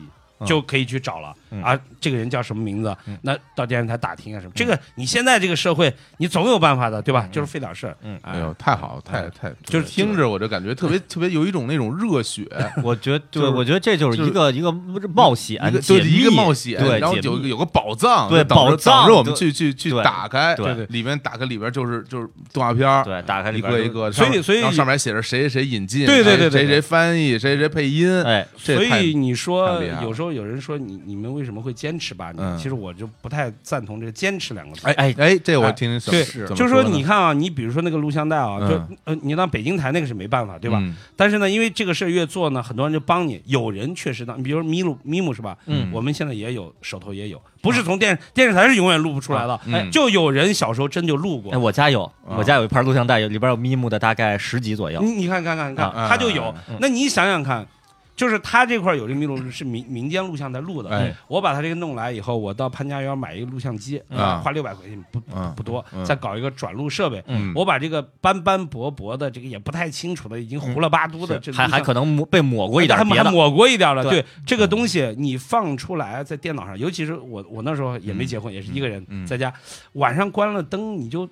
Speaker 4: 就可以去找了
Speaker 2: 嗯
Speaker 4: 啊，这个人叫什么名字
Speaker 2: 嗯？
Speaker 4: 那到电视台打听啊
Speaker 1: 嗯
Speaker 4: 什么？这个你现在这个社会，你总有办法的，对吧
Speaker 2: 嗯？
Speaker 4: 就是费点事儿。啊
Speaker 2: 嗯
Speaker 1: 哎呦，太好了，太太
Speaker 4: 就是
Speaker 1: 听着我就感觉特别特别有一种那种热血，
Speaker 4: 啊
Speaker 2: 我觉得，
Speaker 1: 就
Speaker 2: 对，
Speaker 1: 是
Speaker 2: 我觉得这就是一个一个冒险
Speaker 1: 一，个
Speaker 2: 解
Speaker 1: 对
Speaker 2: 密
Speaker 1: 一个冒险，
Speaker 2: 对，
Speaker 1: 然后
Speaker 2: 解
Speaker 1: 有
Speaker 2: 密
Speaker 1: 有个宝藏，
Speaker 2: 对
Speaker 1: 就等着
Speaker 2: 宝藏
Speaker 1: 等着我们
Speaker 2: 对
Speaker 1: 去去去
Speaker 2: 对
Speaker 1: 打开，
Speaker 2: 对对
Speaker 1: 里面打开里边就是就是动画片儿，
Speaker 2: 对，打开里
Speaker 1: 一
Speaker 2: 边
Speaker 1: 个
Speaker 2: 都
Speaker 1: 一，个，上
Speaker 4: 所以
Speaker 1: 面
Speaker 4: 所以
Speaker 1: 然后上面还写着谁谁谁引进，
Speaker 4: 对对对对
Speaker 1: 谁谁
Speaker 4: 对
Speaker 1: 谁翻译，谁谁谁配音，
Speaker 2: 哎，
Speaker 1: 这
Speaker 4: 所
Speaker 1: 太
Speaker 4: 以你
Speaker 1: 太
Speaker 4: 说
Speaker 1: 厉害了
Speaker 4: 有时候有人说你你们为什么会坚持吧？
Speaker 1: 嗯
Speaker 4: 你其实我就不太赞同这个“坚持”两个字。
Speaker 2: 哎
Speaker 1: 哎，这我听听怎么
Speaker 4: 对
Speaker 1: 怎么
Speaker 4: 就是
Speaker 1: 说
Speaker 4: 说
Speaker 1: 呢
Speaker 4: 你看啊，你比如说那个录像带啊，就
Speaker 1: 嗯
Speaker 4: 呃，你当北京台那个是没办法，对吧？
Speaker 1: 嗯
Speaker 4: 但是呢，因为这个事儿越做呢，很多人就帮你。有人确实当，比如咪鲁咪姆是吧？
Speaker 2: 嗯
Speaker 4: 我们现在也有手头也有，不是从电电视台是永远录不出来的
Speaker 1: 啊嗯，
Speaker 4: 哎就有人小时候真就录
Speaker 2: 哎，
Speaker 4: 过。啊
Speaker 2: 我家有，我家有一盘录像带，有里边有咪姆的大概十集左右
Speaker 4: 你，你看看看看
Speaker 1: 啊，
Speaker 4: 他就有
Speaker 1: 啊。
Speaker 4: 那你想想看，就是他这块有这个咪鲁是民民间录像带录的
Speaker 1: 哎，
Speaker 4: 我把他这个弄来以后，我到潘家园买一个录像机，
Speaker 1: 啊
Speaker 4: 花六百块钱不不
Speaker 1: 嗯
Speaker 4: 不多
Speaker 1: 嗯，
Speaker 4: 再搞一个转录设备。
Speaker 1: 嗯
Speaker 4: 我把这个斑斑驳驳的，这个也不太清楚的，已经糊了
Speaker 1: 嗯
Speaker 4: 吧嘟的，这
Speaker 2: 还
Speaker 4: 录
Speaker 2: 还
Speaker 4: 像
Speaker 2: 可能抹被抹过一点
Speaker 4: 还
Speaker 2: 别
Speaker 4: 还
Speaker 2: 的，
Speaker 4: 抹过一点了。
Speaker 2: 对
Speaker 4: 对这
Speaker 1: 嗯
Speaker 4: 个东西，你放出来在电脑上，尤其是我，我那时候也没结婚，也是一个人
Speaker 1: 嗯
Speaker 4: 在家，晚上关了灯，你就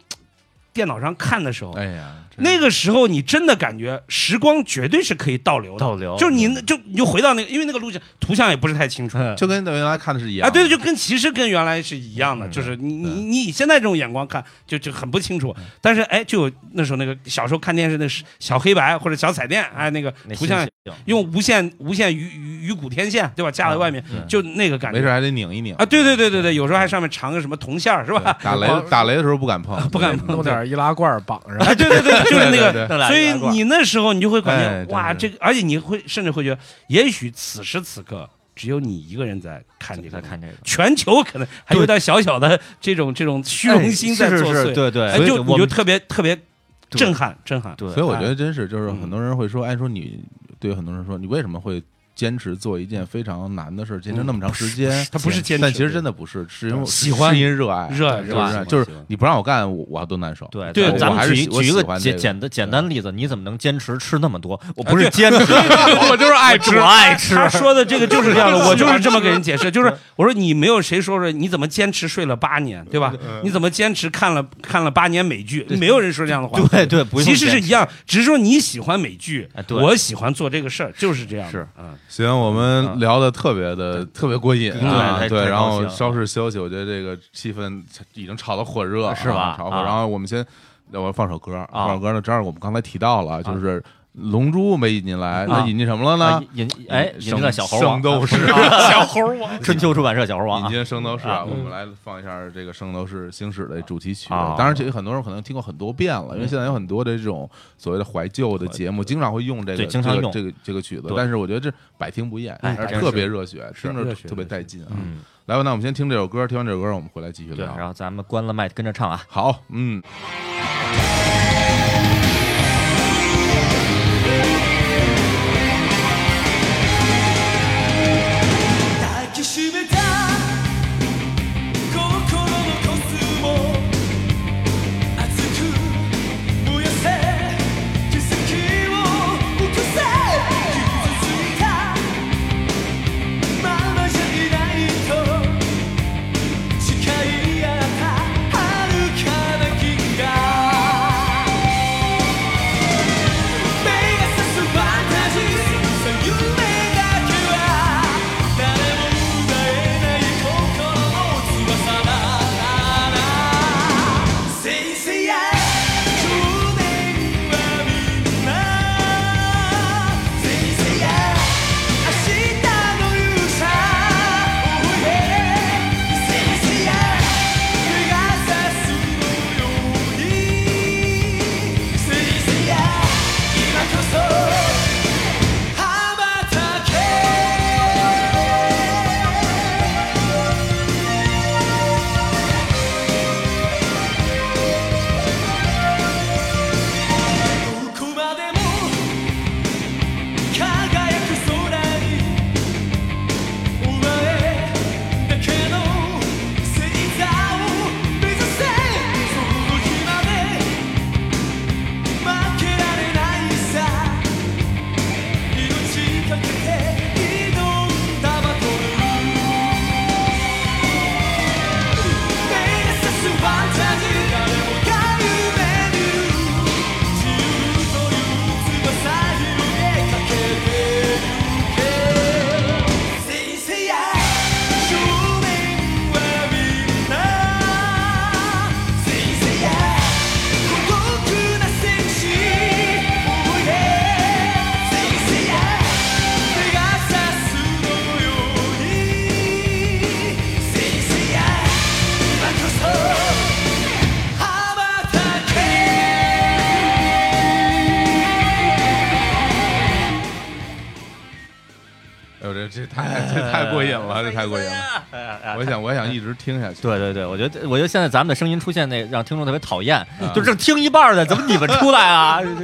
Speaker 4: 电脑上看的时候，
Speaker 1: 哎呀，真
Speaker 4: 那个时候你真的感觉时光绝对是可以倒流的，
Speaker 2: 倒流
Speaker 4: 就是你那就你就回到那个，因为那个录像图像也不是太清楚。
Speaker 2: 嗯
Speaker 1: 就跟原来看的是一样，
Speaker 4: 啊，对，就跟其实跟原来是一样的，
Speaker 1: 嗯嗯
Speaker 4: 就是你
Speaker 1: 对
Speaker 4: 你你以现在这种眼光看，就就很不清楚。但是哎，就有那时候那个小时候看电视那是小黑白或者小彩电，哎，那个
Speaker 2: 那
Speaker 4: 图
Speaker 2: 心
Speaker 4: 像
Speaker 2: 情
Speaker 4: 用无线无线鱼鱼鱼骨天线，对吧？架在外面，
Speaker 2: 嗯
Speaker 4: 就那个感觉。
Speaker 1: 没事还得拧一拧
Speaker 4: 啊，对对对对对，有时候还上面缠个什么铜线儿，是
Speaker 1: 对
Speaker 4: 吧？
Speaker 1: 打雷打雷的时候不敢碰，
Speaker 4: 不敢
Speaker 1: 对
Speaker 4: 碰
Speaker 3: 弄点易拉罐儿绑上。
Speaker 4: 啊，对 对对，就是那
Speaker 1: 对对
Speaker 4: 个。
Speaker 2: 弄俩
Speaker 4: 所以
Speaker 2: 圆棍儿
Speaker 4: 你那时候你就会感
Speaker 1: 哎
Speaker 4: 觉
Speaker 1: 对
Speaker 4: 哇，
Speaker 1: 对
Speaker 4: 这个，而且你会甚至会觉得，也许此时此刻只有你一个人在看这
Speaker 2: 在
Speaker 4: 个，
Speaker 2: 看这个。
Speaker 4: 全球可能还有点小小的这种这种虚荣心在
Speaker 2: 哎是
Speaker 4: 作
Speaker 2: 是是
Speaker 4: 祟，
Speaker 2: 对对，
Speaker 4: 哎，
Speaker 2: 所以
Speaker 4: 就你
Speaker 2: 我
Speaker 4: 就
Speaker 2: 们
Speaker 4: 特别特别
Speaker 2: 对
Speaker 4: 震撼震撼。
Speaker 2: 对，
Speaker 1: 所以我
Speaker 4: 哎
Speaker 1: 觉得真是，就是
Speaker 4: 嗯
Speaker 1: 很多人会说，哎，说你对很多人说，你为什么会坚持做一件非常难的事，坚
Speaker 2: 嗯
Speaker 1: 持那么长时间？
Speaker 4: 他不是坚持，
Speaker 1: 但其实真的不是，是因为
Speaker 4: 喜欢
Speaker 1: 是因为热爱，
Speaker 4: 热爱
Speaker 1: 是
Speaker 4: 热
Speaker 1: 不
Speaker 4: 爱
Speaker 1: 是？
Speaker 4: 喜欢
Speaker 1: 就是
Speaker 4: 喜欢
Speaker 1: 你不让我干，我我多难受。
Speaker 2: 对
Speaker 4: 对
Speaker 2: 咱
Speaker 1: 哎我还
Speaker 2: 们
Speaker 1: 是
Speaker 2: 举
Speaker 1: 喜我
Speaker 2: 举一
Speaker 1: 喜
Speaker 2: 个
Speaker 1: 欢这
Speaker 2: 简
Speaker 1: 个
Speaker 2: 简单简单例子，你怎么能坚持吃那么多？我不是坚持，
Speaker 3: 我就是爱吃
Speaker 2: 我爱 吃。
Speaker 4: 他说的这个就是 这样的，
Speaker 3: 我
Speaker 4: 我
Speaker 3: 喜
Speaker 4: 就
Speaker 3: 欢
Speaker 4: 是这么给人解释，
Speaker 1: 嗯
Speaker 4: 就是我说你没有谁说说你怎么坚持睡了八年，对吧？
Speaker 1: 嗯
Speaker 4: 你怎么坚持看了看了八年美剧？没有人说这样的话，
Speaker 2: 对对，不用
Speaker 4: 其实是
Speaker 2: 坚
Speaker 4: 一
Speaker 2: 持
Speaker 4: 样，只是说你喜欢美剧
Speaker 2: 哎，对
Speaker 4: 我喜欢做这个事儿，就是这样的。
Speaker 1: 是
Speaker 4: 嗯，
Speaker 1: 行，我们聊的特别的特别过瘾啊，
Speaker 2: 嗯对太
Speaker 1: 对，
Speaker 2: 太
Speaker 1: 然
Speaker 2: 高兴
Speaker 1: 后
Speaker 2: 了
Speaker 1: 稍事休息，我觉得这个气氛已经炒得火热，
Speaker 2: 是
Speaker 1: 啊
Speaker 2: 吧
Speaker 1: 炒火。
Speaker 2: 啊
Speaker 1: 然后我们先，我放首歌，
Speaker 2: 啊
Speaker 1: 放首歌呢，正好我们刚才提到了，就是《龙珠》没引进来，那引进什么了
Speaker 2: 啊
Speaker 1: 呢？
Speaker 2: 引引哎引进了小猴
Speaker 1: 圣
Speaker 2: 王，啊
Speaker 1: 斗士，
Speaker 4: 小猴 王，
Speaker 2: 春秋出版社小猴王
Speaker 1: 引
Speaker 2: 啊，
Speaker 1: 进《圣斗士》啊，
Speaker 2: 啊
Speaker 1: 我们来放一下这个《圣斗士星矢》的主题曲。
Speaker 2: 啊嗯
Speaker 1: 当然，其实很多人可能听过很多遍了，因为现在有很多的这种所谓的怀旧的节目，经常会用这个
Speaker 2: 对经常用
Speaker 1: 这个这个这个曲子。
Speaker 2: 对
Speaker 1: 但是我觉得这百听不厌，
Speaker 2: 哎
Speaker 1: 而且
Speaker 2: 真
Speaker 1: 特
Speaker 2: 是
Speaker 1: 别热血，听着
Speaker 4: 热血
Speaker 1: 特别带劲啊！
Speaker 2: 嗯，
Speaker 1: 来吧，那我们先听这首歌，听完这首歌我们回来继续
Speaker 2: 对，然
Speaker 1: 聊。
Speaker 2: 后咱们关了麦跟着唱啊，
Speaker 1: 好，嗯，
Speaker 7: 抱きしめた心のコスモ熱く燃やせ奇跡を起こせ傷ついたままじゃいないと地球
Speaker 1: 哎这太这太过瘾了，这太过瘾了。
Speaker 2: 哎呀哎呀
Speaker 1: 我想我也想一直听下去。
Speaker 2: 对对对，我觉得我觉得现在咱们的声音出现那让听众特别讨厌，就正听一半儿的，怎么你们出来 啊？
Speaker 3: 干嘛呢？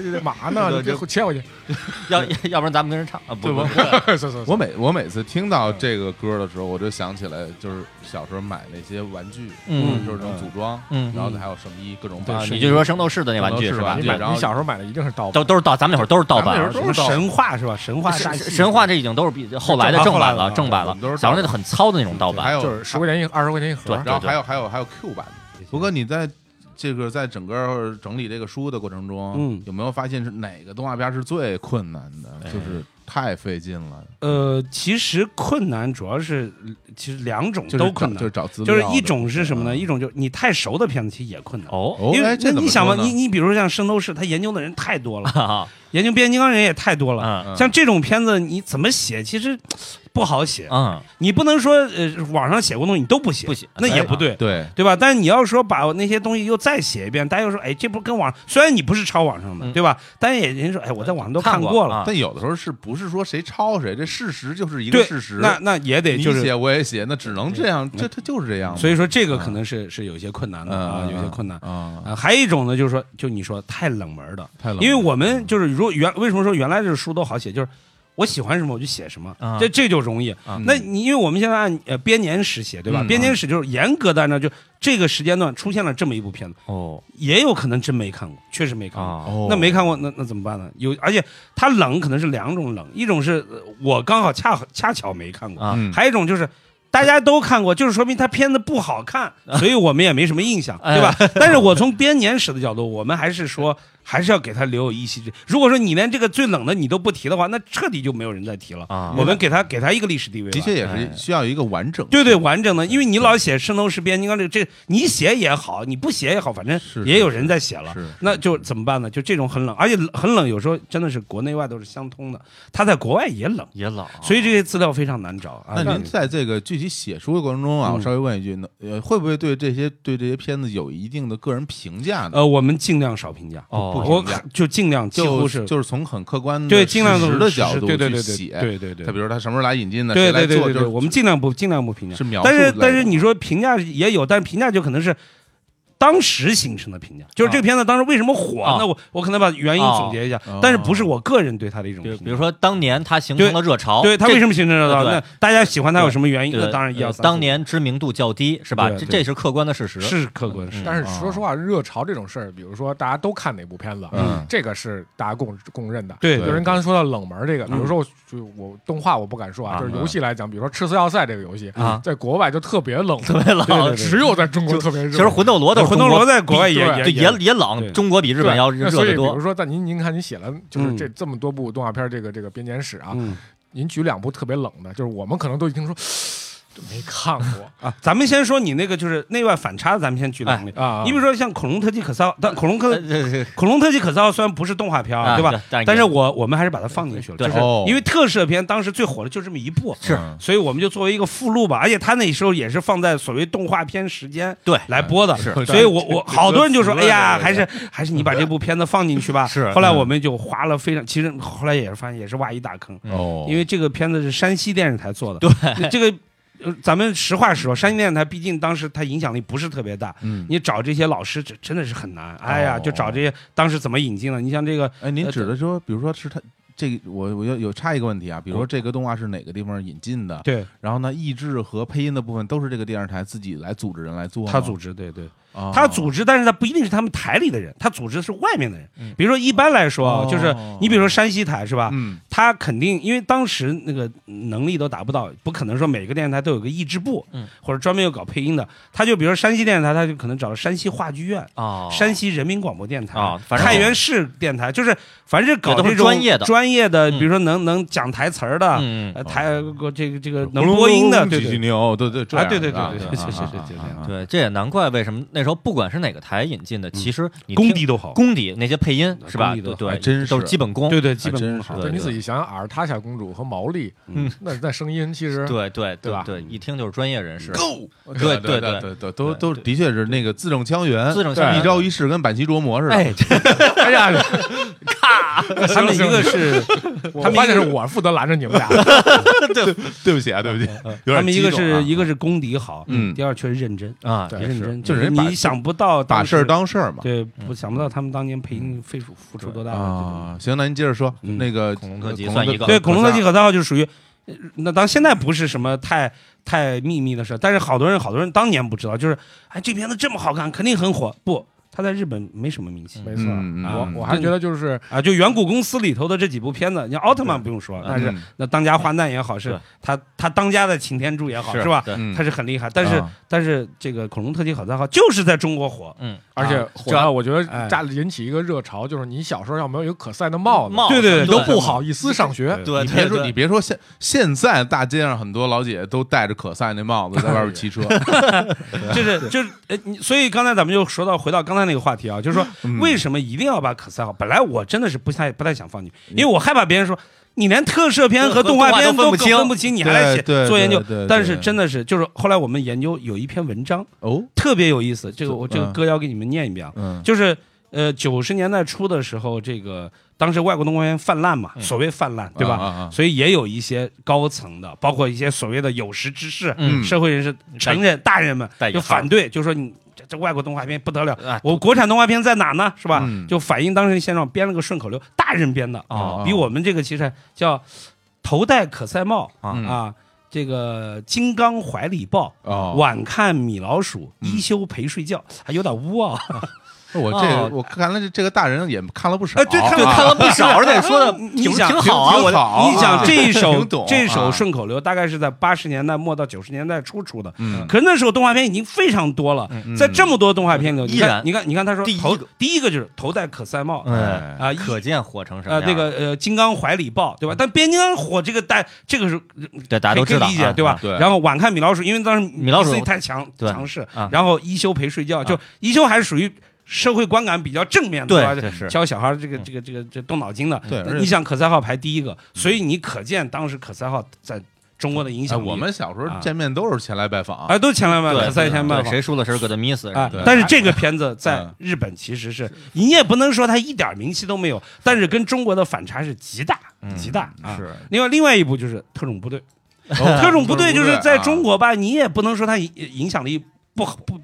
Speaker 3: 你
Speaker 2: 对
Speaker 3: 别切回去，
Speaker 2: 要要不然咱们跟人唱啊？不
Speaker 1: 对吧
Speaker 2: 不不
Speaker 3: 是是是
Speaker 1: 我每我每次听到这个歌的时候，我就想起来，就是小时候买那些玩具，
Speaker 2: 嗯
Speaker 1: 就是这种组装，
Speaker 2: 嗯
Speaker 1: 然后还有圣衣，各种
Speaker 3: 对
Speaker 2: 啊
Speaker 1: 版，
Speaker 3: 是
Speaker 2: 你就说圣斗士的那玩具
Speaker 1: 圣斗士
Speaker 2: 是吧
Speaker 1: 玩
Speaker 3: 你
Speaker 1: 具？
Speaker 3: 买
Speaker 1: 然后
Speaker 3: 你小时候买的一定是盗版
Speaker 2: 都，都是盗，咱们那会儿都是盗版
Speaker 1: 咱
Speaker 2: 啊
Speaker 1: 们那会儿
Speaker 4: 什么神话是吧？神话
Speaker 2: 神
Speaker 4: 煞气
Speaker 2: 神话这已经都是比后来的
Speaker 3: 正
Speaker 2: 正版
Speaker 3: 版后来
Speaker 2: 了，
Speaker 3: 的
Speaker 2: 正版
Speaker 1: 我
Speaker 2: 了
Speaker 1: 们都。是
Speaker 2: 小时候那个很糙的那种盗版
Speaker 1: 还，有
Speaker 3: 就是十块钱一二十块钱一盒
Speaker 2: 对。
Speaker 1: 然后还有还有还有 Q 版。不过你在这个在整个整理这个书的过程中，
Speaker 4: 嗯
Speaker 1: 有没有发现是哪个动画片是最困难的？就是太费劲了，
Speaker 4: 呃，其实困难主要是其实两种
Speaker 1: 就是
Speaker 4: 都
Speaker 1: 找
Speaker 4: 困
Speaker 1: 就是
Speaker 4: 难，
Speaker 1: 找资料
Speaker 4: 就
Speaker 1: 的，
Speaker 4: 是一种是什么呢？
Speaker 1: 嗯
Speaker 4: 一种就是你太熟的片子其实也困难。
Speaker 2: 哦，
Speaker 1: 哦，
Speaker 4: 因为
Speaker 1: 哎这怎
Speaker 4: 那你
Speaker 1: 么
Speaker 4: 想
Speaker 1: 说
Speaker 4: 吧，
Speaker 1: 呢
Speaker 4: 你你比如像《圣斗士》，他研究的人太多 了，
Speaker 2: 哈哈
Speaker 4: 研究变形金刚人也太多了。
Speaker 2: 嗯
Speaker 1: 嗯
Speaker 4: 像这种片子，你怎么写，其实不好写。
Speaker 1: 啊
Speaker 2: 嗯，
Speaker 4: 你不能说呃，网上写过东西你都不写，
Speaker 2: 不写
Speaker 4: 那也不对，
Speaker 1: 嗯对
Speaker 4: 对吧？但是你要说把那些东西又再写一遍，大家又说，哎，这不是跟网虽然你不是抄网上的，
Speaker 2: 嗯
Speaker 4: 对吧？但是也人家说，哎，我在网上都看
Speaker 2: 过
Speaker 4: 了，
Speaker 2: 啊
Speaker 1: 但有的时候是不是说谁抄谁？这事实就是一个
Speaker 4: 对
Speaker 1: 事实，，
Speaker 4: 那那也得
Speaker 1: 你
Speaker 4: 就是
Speaker 1: 写我也写，那只能这样，这它就是这样嘛。
Speaker 4: 所以说这个
Speaker 1: 啊
Speaker 4: 可能是是有些困难的
Speaker 1: 嗯，
Speaker 4: 啊，
Speaker 1: 嗯
Speaker 4: 有些困难。
Speaker 1: 啊，
Speaker 4: 啊，还有一种呢，就是说，就你说太冷门的，
Speaker 1: 太冷了，
Speaker 4: 因为我们就是如果原为什么说原来这书都好写，就是我喜欢什么我就写什么，
Speaker 2: 啊
Speaker 4: 这这就容易。
Speaker 1: 嗯
Speaker 4: 那你因为我们现在按呃编年史写，对吧？
Speaker 1: 嗯
Speaker 4: 编年史就是严格的按照就这个时间段出现了这么一部片子，
Speaker 2: 哦
Speaker 4: 也有可能真没看过，确实没看过。
Speaker 2: 啊，
Speaker 1: 哦
Speaker 4: 那没看过，那那怎么办呢？有，而且它冷可能是两种冷，一种是呃我刚好恰好恰巧没看过，
Speaker 2: 啊
Speaker 1: 嗯
Speaker 4: 还有一种就是大家都看过，就是说明它片子不好看，
Speaker 1: 啊
Speaker 4: 所以我们也没什么印象，
Speaker 1: 哎
Speaker 4: 对吧？但是我从编年史的角度，我们还是说还是要给它留有一席之。如果说你连这个最冷的你都不提的话，那彻底就没有人再提了。
Speaker 2: 啊
Speaker 4: 我们给它给它一个历史地位吧。
Speaker 1: 的确也
Speaker 2: 哎
Speaker 1: 是需要一个完整，
Speaker 4: 对对，完整的，因为你老写圣斗士编，你看这这你写也好，你不写也好，反正
Speaker 1: 是
Speaker 4: 也有人在写了
Speaker 1: 是是，
Speaker 4: 那就怎么办呢？就这种很冷，而且冷很冷，有时候真的是国内外都是相通的，它在国外也冷，
Speaker 2: 也老，
Speaker 4: 所以这些资料非常难找啊。
Speaker 1: 哦那您在这个具体写书的过程中啊，
Speaker 4: 嗯
Speaker 1: 我稍微问一句，那呃，会不会对这些对这些片子有一定的个人评价呢？
Speaker 4: 呃，我们尽量少评价，
Speaker 2: 哦
Speaker 1: 不
Speaker 4: 我
Speaker 1: 评价
Speaker 4: 就尽量几乎
Speaker 1: 就是就是从很客观的
Speaker 4: 对尽量
Speaker 1: 事实
Speaker 4: 从
Speaker 1: 的
Speaker 4: 事
Speaker 1: 角
Speaker 4: 实
Speaker 1: 度
Speaker 4: 对对
Speaker 1: 去
Speaker 4: 对对
Speaker 1: 写，
Speaker 4: 对对对
Speaker 1: 他比如他什么时候来引进的，谁
Speaker 4: 对对
Speaker 1: 来
Speaker 4: 对
Speaker 1: 做，
Speaker 4: 对
Speaker 1: 就
Speaker 4: 对，
Speaker 1: 是
Speaker 4: 我们尽量不尽量不评价
Speaker 1: 是，描述
Speaker 4: 但
Speaker 1: 类
Speaker 4: 是
Speaker 1: 的。
Speaker 4: 但是你说评价也有，但是评价就可能是。当时形成的评价，就是这个片子当时为什么火？
Speaker 2: 啊
Speaker 4: 那我我可能把原因总结一下，
Speaker 1: 哦
Speaker 4: 但是不是我个人对他的一种
Speaker 2: 比如
Speaker 4: 评价。
Speaker 2: 比如说当年它形成了热潮，
Speaker 4: 对他
Speaker 2: 这
Speaker 4: 为什么形成热潮？
Speaker 2: 对
Speaker 4: 那大家喜欢他有什么原因？
Speaker 2: 对
Speaker 4: 那当然一
Speaker 2: 呃
Speaker 4: 二三。
Speaker 2: 当年知名度较低是吧？
Speaker 4: 对
Speaker 2: 这
Speaker 4: 对
Speaker 2: 这是客观的事实。
Speaker 4: 是客观
Speaker 2: 嗯
Speaker 4: 是，
Speaker 3: 但是说实话，热潮这种事儿，比如说大家都看哪部片子，
Speaker 1: 嗯
Speaker 3: 这个是大家共公认的。
Speaker 4: 对
Speaker 3: 有人刚才说到冷门这个，比
Speaker 4: 嗯
Speaker 3: 如说我就我动画我不敢说啊，
Speaker 2: 啊
Speaker 3: 就是游戏来讲，比如说《赤色要塞》这个游戏
Speaker 2: 啊，
Speaker 3: 在国外就特别冷门，
Speaker 2: 特别冷
Speaker 3: 对对
Speaker 2: 啊就
Speaker 3: 对只有在中国特别热。
Speaker 2: 其实魂斗罗都是
Speaker 4: 对魂
Speaker 2: 中
Speaker 4: 斗
Speaker 2: 国
Speaker 4: 罗在国外也
Speaker 3: 对
Speaker 2: 对也
Speaker 4: 也
Speaker 2: 也
Speaker 4: 对
Speaker 2: 冷，中国比日
Speaker 3: 对
Speaker 2: 本要
Speaker 3: 啊那
Speaker 2: 热
Speaker 3: 所以
Speaker 2: 得
Speaker 3: 比如
Speaker 2: 多。
Speaker 3: 说，在您您看您写了就是这
Speaker 4: 嗯
Speaker 3: 这么多部动画片这个这个编年史啊，
Speaker 4: 嗯
Speaker 3: 您举两部特别冷的，就是我们可能都一听说就没看过
Speaker 4: 啊。咱们先说你那个就是内外反差，咱们先举两例。
Speaker 3: 啊。
Speaker 4: 你比如说像《恐龙特技可骚》，
Speaker 2: 呃
Speaker 4: 但《恐龙特
Speaker 2: 对
Speaker 4: 恐龙特技可骚》虽然不是动画片呃
Speaker 2: 呃
Speaker 4: 啊，对吧？？但是我我们还是把它放进去了，
Speaker 2: 对
Speaker 4: 就是
Speaker 1: 哦
Speaker 4: 因为特摄片当时最火的就这么一部，
Speaker 2: 是
Speaker 1: 嗯
Speaker 4: 所以我们就作为一个附录吧。而且它那时候也是放在所谓动画片时间
Speaker 2: 对
Speaker 4: 来播的，
Speaker 2: 是
Speaker 4: 所以我我好多人就说，哎呀，
Speaker 1: 这
Speaker 4: 还是还是你把这部片子放进去 吧。
Speaker 2: 是
Speaker 4: 后来我们就花了非常，其实后来也是发现也是挖一大坑，
Speaker 1: 哦，
Speaker 4: 因为这个片子是山西电视台做的。对，这个。呃咱们实话实说，山西电视台毕竟当时它影响力不是特别大，
Speaker 1: 嗯，
Speaker 4: 你找这些老师这真的是很难。哎呀，
Speaker 1: 哦
Speaker 4: 就找这些当时怎么引进的？你像这个
Speaker 1: 哎，您
Speaker 4: 呃
Speaker 1: 指的说，比如说是他这个，我我有有插一个问题啊，比如说这个动画是哪个地方引进的，
Speaker 4: 对，
Speaker 1: 然后呢，译制和配音的部分都是这个电视台自己来组织人来做吗，
Speaker 4: 他组织，对对，
Speaker 1: 哦，
Speaker 4: 他组织，但是他不一定是他们台里的人，他组织的是外面的人。
Speaker 2: 嗯
Speaker 4: 比如说，一般来说啊，就是
Speaker 1: 哦
Speaker 4: 你比如说山西台是吧？
Speaker 1: 嗯
Speaker 4: 他肯定因为当时那个能力都达不到，不可能说每个电视台都有个译制部，
Speaker 2: 嗯
Speaker 4: 或者专门有搞配音的。他就比如说山西电视台，他就可能找山西话剧院、
Speaker 2: 啊，
Speaker 4: 山西人民广播电台、
Speaker 2: 啊反正
Speaker 4: 太原市电台，就是凡是搞
Speaker 2: 对都
Speaker 4: 这
Speaker 2: 是
Speaker 4: 种
Speaker 2: 专业的
Speaker 4: 专业的，
Speaker 2: 嗯
Speaker 4: 比如说能能讲台词儿的，
Speaker 2: 嗯
Speaker 5: 哦
Speaker 4: 呃台这个这个能播音的，对对
Speaker 1: 牛，对对，这样
Speaker 4: 对对
Speaker 1: 的啊
Speaker 4: 对对
Speaker 1: 啊
Speaker 4: 是是
Speaker 1: 啊
Speaker 4: 是
Speaker 1: 啊
Speaker 4: 是这样
Speaker 1: 啊
Speaker 2: 嗯对，这也难怪为什么那那时候不管是哪个台引进的，其实你
Speaker 4: 嗯功
Speaker 2: 听
Speaker 4: 底都好，
Speaker 2: 功底那些配音
Speaker 4: 啊
Speaker 2: 是吧？
Speaker 4: 功底
Speaker 2: 对
Speaker 4: 都
Speaker 2: 对，
Speaker 5: 还真
Speaker 2: 都
Speaker 5: 是
Speaker 2: 是基本功。
Speaker 4: 对对，基本
Speaker 5: 啊真
Speaker 4: 功
Speaker 5: 是
Speaker 4: 好。
Speaker 2: 对
Speaker 3: 对，你仔细想想，阿尔塔夏公主和毛利，
Speaker 4: 嗯，
Speaker 3: 那那声音其实
Speaker 2: 对对
Speaker 3: 对吧
Speaker 2: 对，一听就是专业人士。
Speaker 5: 够，
Speaker 2: 对
Speaker 5: 对
Speaker 2: 对
Speaker 5: 对对，都都的确是那个字正腔圆，
Speaker 2: 字正腔圆
Speaker 5: 一招一式，跟板崎琢磨似的。
Speaker 2: 哎，
Speaker 3: 哎呀，
Speaker 4: 他们一个是，
Speaker 3: 我
Speaker 4: 他们
Speaker 3: 发现
Speaker 4: 一
Speaker 3: 是
Speaker 4: 个
Speaker 3: 我负责拦着你们俩，
Speaker 5: 对不起啊，对不起，有点
Speaker 4: 他们一个
Speaker 5: 激动啊
Speaker 4: 是一个是功底好，
Speaker 5: 嗯
Speaker 4: 第二确实认真，
Speaker 2: 啊，
Speaker 3: 对
Speaker 4: 认真
Speaker 5: 就是人把
Speaker 4: 你想不到
Speaker 5: 把
Speaker 4: 当时
Speaker 5: 事儿当事儿嘛。嗯
Speaker 4: 对，不想不到他们当年配音费出付出多大的
Speaker 5: 啊，行，那您接着说
Speaker 4: 嗯
Speaker 5: 那个
Speaker 2: 恐龙特辑
Speaker 5: 辑
Speaker 2: 算一个
Speaker 4: 对对，恐龙特技
Speaker 5: 辑
Speaker 4: 可大号就属于，呃那当现在不是什么太太秘密的事，但是好多人好多人当年不知道，就是哎这片子这么好看，肯定很火。不，他在日本没什么名气
Speaker 3: 没错。啊
Speaker 5: 嗯，
Speaker 3: 我
Speaker 5: 嗯
Speaker 3: 我还觉得就是
Speaker 4: 啊，就远古公司里头的这几部片子，你像奥特曼不用说，但是
Speaker 5: 嗯
Speaker 4: 那当家花旦也好，是
Speaker 2: 对
Speaker 4: 他他当家的擎天柱也好，是吧？
Speaker 2: 对，
Speaker 5: 嗯
Speaker 4: 他是很厉害，但是
Speaker 5: 啊
Speaker 4: 但是这个恐龙特技好大号就是在中国火，
Speaker 2: 嗯，
Speaker 3: 而且
Speaker 4: 啊
Speaker 3: 火到我觉得
Speaker 4: 哎
Speaker 3: 大引起一个热潮，就是你小时候要没有一个可赛的帽子，
Speaker 2: 帽子
Speaker 4: 对对对
Speaker 3: 你都不好意思上学。
Speaker 2: 对，
Speaker 5: 你别
Speaker 2: 对
Speaker 5: 说，你别说，现现在大街上很多老姐都戴着可赛那帽子在外边骑车，
Speaker 4: 就是就是，呃，你所以刚才咱们就说到回到刚才那个话题啊，就是说为什么一定要把可赛号？本来我真的是不太不太想放进去，因为我害怕别人说你连特摄片和动画片
Speaker 2: 和动画都分
Speaker 4: 都
Speaker 2: 不清
Speaker 4: 分不清，你还来写
Speaker 5: 对对
Speaker 4: 做研究
Speaker 5: 对对对。
Speaker 4: 但是真的是，就是后来我们研究有一篇文章
Speaker 5: 哦，
Speaker 4: 特别有意思，这个我
Speaker 5: 嗯
Speaker 4: 这个歌要给你们念一遍啊，
Speaker 5: 嗯
Speaker 4: 就是呃九十年代初的时候，这个当时外国动画片泛滥嘛，
Speaker 2: 嗯
Speaker 4: 所谓泛滥，对吧？
Speaker 5: 啊啊啊
Speaker 4: 所以也有一些高层的，包括一些所谓的有识之士、
Speaker 2: 嗯
Speaker 4: 社会人士、成人、大人们
Speaker 2: 带引
Speaker 4: 就
Speaker 2: 号
Speaker 4: 反对，就说你这这外国动画片不得了，
Speaker 2: 啊
Speaker 4: 我国产动画片在哪呢？是吧？
Speaker 5: 嗯
Speaker 4: 就反映当时现状，编了个顺口溜，大人编的，啊
Speaker 2: 哦
Speaker 4: 比我们这个其实还叫头戴可赛帽
Speaker 2: 啊
Speaker 5: 嗯
Speaker 4: 啊，这个金刚怀里抱。
Speaker 5: 哦，
Speaker 4: 晚看米老鼠，
Speaker 5: 嗯
Speaker 4: 一休陪睡觉，还有点污啊！
Speaker 5: 我这
Speaker 2: 哦
Speaker 5: 我看来这这个大人也看了不少，
Speaker 4: 哎对看
Speaker 2: 对
Speaker 5: 啊
Speaker 2: 看了不 少，而且 说的
Speaker 4: 嗯
Speaker 2: 挺
Speaker 4: 你想
Speaker 2: 挺好啊，
Speaker 5: 挺
Speaker 2: 我的
Speaker 5: 好啊
Speaker 4: 你想这一首
Speaker 5: 挺懂啊
Speaker 4: 这首顺口溜，大概是在八十年代末到九十年代初出的。
Speaker 5: 嗯
Speaker 4: 可是那时候动画片已经非常多了，
Speaker 5: 嗯
Speaker 4: 在这么多动画片里头，
Speaker 2: 依
Speaker 4: 你看
Speaker 2: 然
Speaker 4: 你看你看他说
Speaker 2: 第一
Speaker 4: 头
Speaker 2: 个
Speaker 4: 第一个就是头戴可赛帽，
Speaker 5: 哎
Speaker 2: 嗯
Speaker 4: 啊一
Speaker 2: 可见火成什么
Speaker 4: 呃
Speaker 2: 样。
Speaker 4: 那个呃金刚怀里抱，对吧？但变形金刚火这个大这个是
Speaker 2: 对大家都
Speaker 4: 可以
Speaker 2: 知道
Speaker 4: 理解
Speaker 2: 啊，
Speaker 4: 对吧？
Speaker 5: 对
Speaker 4: 然后晚看米老鼠，因为当时
Speaker 2: 米老鼠
Speaker 4: 自己太强
Speaker 2: 对
Speaker 4: 强势
Speaker 2: 啊，
Speaker 4: 然后一休陪睡觉，就一休还是属于社会观感比较正面的，
Speaker 2: 对嗯
Speaker 4: 吧？
Speaker 2: 这是
Speaker 4: 教小孩儿这个这个这个这动脑筋的。
Speaker 5: 对
Speaker 4: 那
Speaker 5: 而且
Speaker 4: 嗯你想可赛号排第
Speaker 2: 嗯
Speaker 4: 一个，所以你可见当时可赛号在中国的影
Speaker 5: 哎，
Speaker 4: 响力。
Speaker 5: 我们小时
Speaker 4: 啊
Speaker 5: 候见面都是前来拜访，
Speaker 4: 啊都前来办
Speaker 2: 对
Speaker 4: 可赛前办
Speaker 2: 对
Speaker 4: 法。
Speaker 2: 谁输了谁给他迷死。
Speaker 4: 啊
Speaker 5: 对，
Speaker 4: 但是这个片子在
Speaker 5: 嗯
Speaker 4: 日本其实是你也不能说它一点名气都没有，但是跟中国的反差是极大
Speaker 2: 嗯
Speaker 4: 极大啊。
Speaker 5: 是
Speaker 4: 另外另外一部就是特种部队，
Speaker 1: 嗯
Speaker 5: 哦
Speaker 4: 特种部队就是在
Speaker 1: 啊
Speaker 4: 中
Speaker 5: 国
Speaker 4: 国吧，你也不能说它影影响力不好不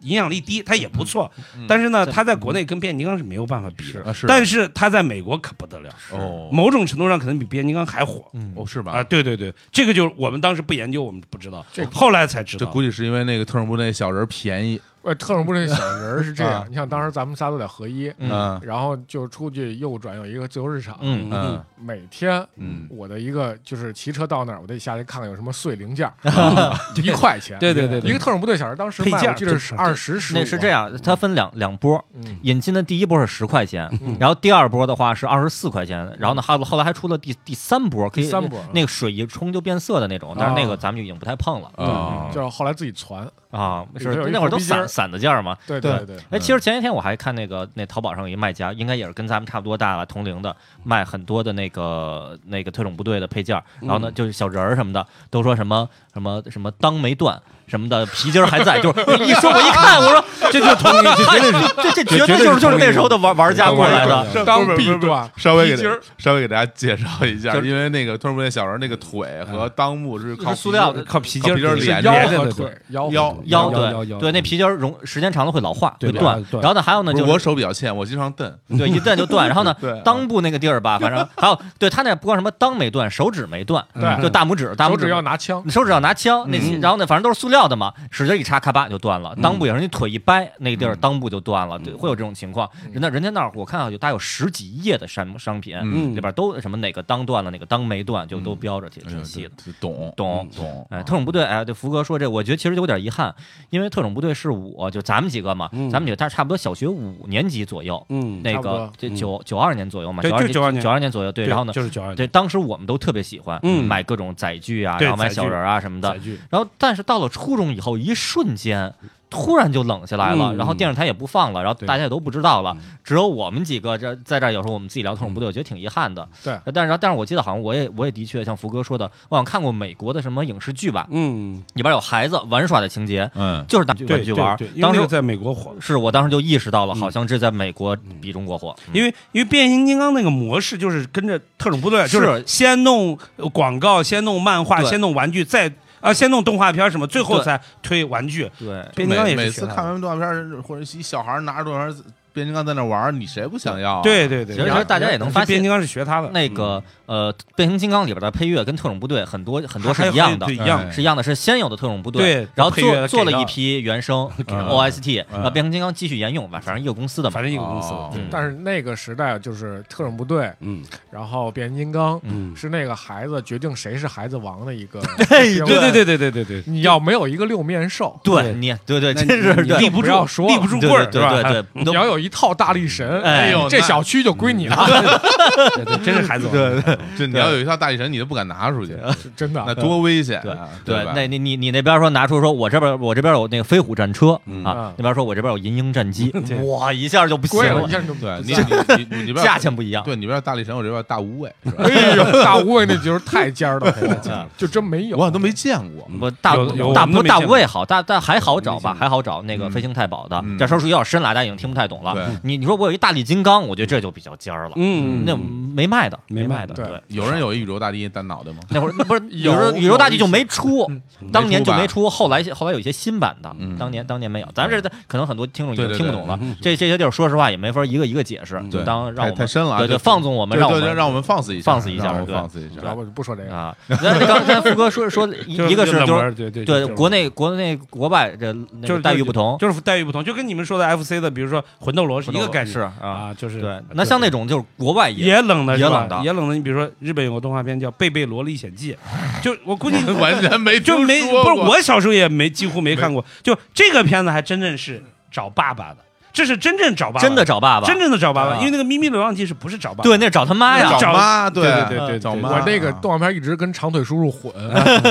Speaker 4: 影响力低，它也不错，但是呢，它在国内跟变形金刚是没有办法比的，
Speaker 5: 啊是，
Speaker 4: 但是它在美国可不得了，
Speaker 5: 哦
Speaker 4: 某种程度上可能比变形金刚还火
Speaker 2: 嗯
Speaker 5: 哦是吧
Speaker 4: 啊！？对对对，这个就是我们当时不研究，我们不知道
Speaker 3: 这，个
Speaker 4: 后来才知
Speaker 5: 这
Speaker 4: 道
Speaker 5: 估。计是因为那个特种部队小人便宜，
Speaker 3: 呃，特种部队小人儿是这
Speaker 5: 啊
Speaker 3: 样，你想当时咱们仨都在合一，
Speaker 5: 嗯
Speaker 3: 然后就出去右转有一个自由市场，
Speaker 2: 嗯
Speaker 5: 嗯
Speaker 3: 每天
Speaker 5: 嗯
Speaker 3: 我的一个就是骑车到那儿，我得下去看看有什么碎零件儿，一块钱，
Speaker 4: 对对对对
Speaker 3: 一个特种部队小人儿当时
Speaker 4: 配
Speaker 3: 卖
Speaker 4: 件
Speaker 3: 我
Speaker 4: 儿
Speaker 3: 记
Speaker 4: 这
Speaker 3: 得
Speaker 4: 是
Speaker 3: 是二十十，
Speaker 2: 那是这，样，它分两两波，
Speaker 3: 嗯，
Speaker 2: 引进的第一波是十块钱，然后第二波的话是二十四块钱，然后呢，后后来还出了第第三波，可以
Speaker 3: 第三波啊
Speaker 2: 那个水一冲就变色的那种，但是那个咱们就已经不太碰了
Speaker 5: 啊
Speaker 3: 就是后来自己攒，
Speaker 2: 啊，
Speaker 3: 里
Speaker 2: 是
Speaker 3: 边有一
Speaker 2: 那会儿都
Speaker 3: 破壁机儿
Speaker 2: 散散的件儿嘛。
Speaker 3: 对
Speaker 5: 对
Speaker 3: 对对，
Speaker 2: 哎，其实前几天我还看那个那淘宝上有一卖家，应该也是跟咱们差不多大了，同龄的，卖很多的那个那个特种部队的配件儿，然后呢就是小人儿什么的，都说什么什么什么裆没断什么的，皮筋儿还在，就是我一说我一看，我说这就同龄，这绝对这这绝对就是就是那时候的玩玩家过来的，
Speaker 3: 刚臂断，
Speaker 5: 稍微给
Speaker 3: 皮筋
Speaker 5: 大
Speaker 3: 儿
Speaker 5: 稍微给大家介绍一下，
Speaker 4: 就是
Speaker 5: 因为那个特种部队小人那个腿和裆部是靠
Speaker 2: 是塑料的
Speaker 4: 靠皮筋
Speaker 5: 靠
Speaker 4: 儿
Speaker 5: 皮筋儿
Speaker 4: 是
Speaker 5: 连着
Speaker 3: 腰
Speaker 5: 哎
Speaker 3: 和
Speaker 4: 的，对
Speaker 3: 腿，腰和
Speaker 5: 腰
Speaker 2: 腰
Speaker 3: 腿
Speaker 4: 腰腰
Speaker 2: 对
Speaker 4: 腰
Speaker 2: 对，那皮筋儿容时间长了会老化，
Speaker 4: 对
Speaker 2: 会断
Speaker 4: 断。
Speaker 2: 然后呢，还有呢
Speaker 5: 不是
Speaker 2: 就
Speaker 5: 我
Speaker 2: 是
Speaker 5: 手比较欠，我经常蹬。
Speaker 2: 对一断就断，然后呢
Speaker 5: 对啊
Speaker 2: 裆部那个地儿吧，反正还有对他那不光什么裆没断，手指没断，
Speaker 3: 对
Speaker 2: 就大拇指大
Speaker 3: 手
Speaker 2: 拇
Speaker 3: 指
Speaker 2: 指
Speaker 3: 要拿枪，
Speaker 2: 你手指要拿枪，那些然后呢，反正都是塑料的嘛，使劲一插，咔吧就断了。裆部也是，你腿一掰，那地儿裆部就断了，对，会有这种情况。人家人家那儿我看啊，有大概有十几页的商商品，
Speaker 5: 嗯
Speaker 2: 里边都什么哪个裆断了，哪个裆没断，就都标着，
Speaker 1: 哎
Speaker 2: 挺挺细的。
Speaker 5: 这嗯懂
Speaker 2: 懂
Speaker 5: 懂
Speaker 2: 哎，特种部队，哎，对，福哥说这，我觉得其实有点遗憾，因为特种部队是我就咱们几个嘛，咱们几个大概差不多小学五年级左右，
Speaker 4: 嗯，
Speaker 2: 那
Speaker 3: 差不
Speaker 2: 个
Speaker 3: 多
Speaker 2: 就
Speaker 4: 嗯
Speaker 2: 九九二年左右嘛，
Speaker 4: 对
Speaker 2: 二
Speaker 4: 就92
Speaker 2: 九二年左右，对，然后呢，
Speaker 4: 就是九二年
Speaker 2: 对，当时我们都特别喜欢，
Speaker 4: 嗯
Speaker 2: 买各种载具啊，
Speaker 4: 对
Speaker 2: 然后买
Speaker 4: 载具
Speaker 2: 小人儿啊什么的
Speaker 4: 载，具，
Speaker 2: 然后，但是到了初中以后，一瞬间，突然就冷下来了，
Speaker 4: 嗯
Speaker 2: 然后电视台也不放了，然后
Speaker 3: 对
Speaker 2: 大家也都不知道了，只有我们几个这在这儿，有时候我们自己聊特
Speaker 4: 嗯
Speaker 2: 种部队，我觉得挺遗憾的。呃
Speaker 3: 对
Speaker 2: 但是但是我记得好像我也我也的确像福哥说的，我好像看过美国的什么影视剧吧，
Speaker 4: 嗯，
Speaker 2: 里边有孩子玩耍的情节，
Speaker 1: 嗯，
Speaker 2: 就是拿玩
Speaker 4: 对
Speaker 2: 具
Speaker 4: 对
Speaker 2: 玩儿
Speaker 4: 对，。因为
Speaker 2: 当
Speaker 4: 那
Speaker 2: 时
Speaker 4: 个在美国火，
Speaker 2: 是我当时就意识到了，好像这在美国比中国火。
Speaker 4: 嗯因为因为变形金刚那个模式就是跟着特种部队，就是是先弄广告，先弄漫画，
Speaker 2: 对
Speaker 4: 先弄玩具，再啊先弄动画片什么，最后
Speaker 2: 对
Speaker 4: 才推玩具。
Speaker 2: 嗯对，
Speaker 4: 变形金刚也
Speaker 1: 每
Speaker 4: 是
Speaker 1: 每
Speaker 4: 学
Speaker 1: 次
Speaker 4: 他
Speaker 1: 看
Speaker 4: 的
Speaker 1: 完动画片儿或者一小孩儿拿着动画片儿变形金刚在那玩儿，你谁不想要啊？
Speaker 4: 对对对，
Speaker 2: 其实大家也能发
Speaker 4: 变形
Speaker 2: 现。
Speaker 4: 金刚是嗯学他的，
Speaker 2: 那个呃，变形金刚里边的配乐跟特种部队很多很多
Speaker 4: 还
Speaker 2: 是
Speaker 4: 有
Speaker 2: 一样的，嗯
Speaker 4: 对一样的
Speaker 2: 是一样的，是先有的特种部队
Speaker 4: 对，
Speaker 2: 然后
Speaker 4: 配乐
Speaker 2: 做做
Speaker 4: 给
Speaker 2: 了
Speaker 4: 到嗯
Speaker 2: 一批原嗯声 OST，然后变形金刚继续沿用吧，反正一个公司的嘛
Speaker 4: 反。正一个公司。
Speaker 1: 哦
Speaker 4: 对
Speaker 3: 但是那个时代就是特种部队，
Speaker 4: 嗯
Speaker 3: 然后变形金刚
Speaker 4: 嗯，
Speaker 3: 是那个孩子决定谁是孩子王的一 个。
Speaker 4: 对对对对对对对，
Speaker 3: 你要没有一个六面兽，
Speaker 2: 对你，对对，
Speaker 4: 那
Speaker 2: 这是
Speaker 4: 你
Speaker 2: 对
Speaker 4: 立不
Speaker 3: 不
Speaker 4: 住
Speaker 3: 要，说
Speaker 4: 立
Speaker 3: 了
Speaker 4: 不住
Speaker 2: 对
Speaker 4: 棍儿，
Speaker 2: 对
Speaker 4: 是吧
Speaker 2: 对对， 对
Speaker 3: 你要有一套大力神，
Speaker 2: 哎
Speaker 1: 呦
Speaker 3: 这
Speaker 1: 那
Speaker 3: 小区就归你了，
Speaker 4: 对嗯对，真是孩子王。
Speaker 1: 这你要有一套大力神，你都不敢拿出去，
Speaker 3: 真的嗯
Speaker 1: 那。多危险
Speaker 2: 对
Speaker 1: 啊！
Speaker 2: 对，
Speaker 1: 吧
Speaker 2: 那你你你那边说拿出说，我这边我这边有那个飞虎战车
Speaker 4: 嗯
Speaker 2: 啊
Speaker 3: 啊，
Speaker 2: 那边说我这边有银鹰战机
Speaker 4: 对，
Speaker 2: 哇，一下就不行
Speaker 3: 归了，
Speaker 2: 了
Speaker 3: 一，下就不
Speaker 1: 对你
Speaker 3: 在
Speaker 1: 你你你边
Speaker 2: 价钱不 一样。
Speaker 1: 对你边大力神，我这边大无畏，是吧
Speaker 3: 哎呦，大无畏那就是太尖儿 的
Speaker 4: 嗯
Speaker 3: 活，就真没有，
Speaker 1: 我好像都没见过。
Speaker 2: 不大
Speaker 4: 有有
Speaker 2: 大
Speaker 4: 我们都
Speaker 2: 不
Speaker 4: 没
Speaker 2: 大
Speaker 4: 见
Speaker 2: 无
Speaker 4: 过嗯
Speaker 2: 畏好，大但还好找吧，
Speaker 1: 见
Speaker 2: 还好找那个飞行太保的。
Speaker 1: 嗯
Speaker 2: 这说是有点深了，大家已经听不太懂了。
Speaker 1: 对，
Speaker 2: 你你说我有一大力金刚，我觉得这就比较尖儿了。
Speaker 4: 嗯，
Speaker 2: 那没卖的，
Speaker 4: 没
Speaker 2: 卖
Speaker 4: 卖
Speaker 2: 的。
Speaker 4: 的
Speaker 2: 对，
Speaker 1: 有人有一宇宙大帝大脑袋吗？
Speaker 2: 那会儿 不是宇
Speaker 3: 有
Speaker 2: 宙宇宙大帝就没出，
Speaker 4: 嗯
Speaker 2: 当年就
Speaker 1: 没
Speaker 2: 没
Speaker 1: 出
Speaker 2: 出，后来后来有一些新版的
Speaker 1: 嗯，
Speaker 2: 当年当年没有。咱这可能很多听众已
Speaker 1: 对
Speaker 2: 经
Speaker 1: 对
Speaker 2: 听不
Speaker 1: 对
Speaker 2: 懂了
Speaker 4: 嗯，
Speaker 2: 这这些地儿说实话也没法一个一个解释，就
Speaker 1: 对
Speaker 2: 当
Speaker 1: 太
Speaker 2: 让我
Speaker 1: 太
Speaker 2: 们
Speaker 1: 深了啊，
Speaker 2: 对对
Speaker 1: 这
Speaker 2: 放纵我们，
Speaker 1: 对
Speaker 2: 让我
Speaker 1: 对对，
Speaker 2: 们
Speaker 1: 让我们放肆一下，
Speaker 2: 放肆一下
Speaker 1: 让我们
Speaker 2: 对
Speaker 1: 放肆一下。
Speaker 3: 要不就不说这 个，
Speaker 2: 啊。那那刚才福哥说 说一
Speaker 4: 嗯就
Speaker 2: 一个是
Speaker 4: 冷
Speaker 2: 就
Speaker 4: 门
Speaker 2: 是
Speaker 4: 儿对对
Speaker 2: 对
Speaker 4: 就是
Speaker 2: 国内国内国外这那
Speaker 4: 就
Speaker 2: 个
Speaker 4: 是
Speaker 2: 待遇不同，
Speaker 4: 就是待遇不同，就跟你们说的 FC 的，比如说魂斗罗是一个概念
Speaker 2: 是啊，
Speaker 4: 啊，就是
Speaker 2: 对。那像那种就是国外也
Speaker 4: 也冷的是
Speaker 2: 也
Speaker 4: 吧
Speaker 2: 冷的
Speaker 4: 也冷的，你比如说日本有个动画片叫《贝贝罗历险 记》，就我估计
Speaker 1: 完全没
Speaker 4: 就
Speaker 1: 听
Speaker 4: 没
Speaker 1: 说
Speaker 4: 不是
Speaker 1: 过
Speaker 4: 我小时候也没几乎没看过，就这个片子还真正是找爸爸的，这是真正找爸爸，
Speaker 2: 真的找爸爸，
Speaker 4: 真正的找爸爸，
Speaker 2: 啊
Speaker 4: 因为那个《咪咪流浪记》是不是找爸爸？
Speaker 2: 对，那是找他妈呀
Speaker 4: 那。
Speaker 1: 找妈，
Speaker 4: 对对
Speaker 1: 对
Speaker 4: 对对
Speaker 1: 找
Speaker 4: 对
Speaker 1: 妈。
Speaker 3: 我那个动画片一直跟长腿叔叔混，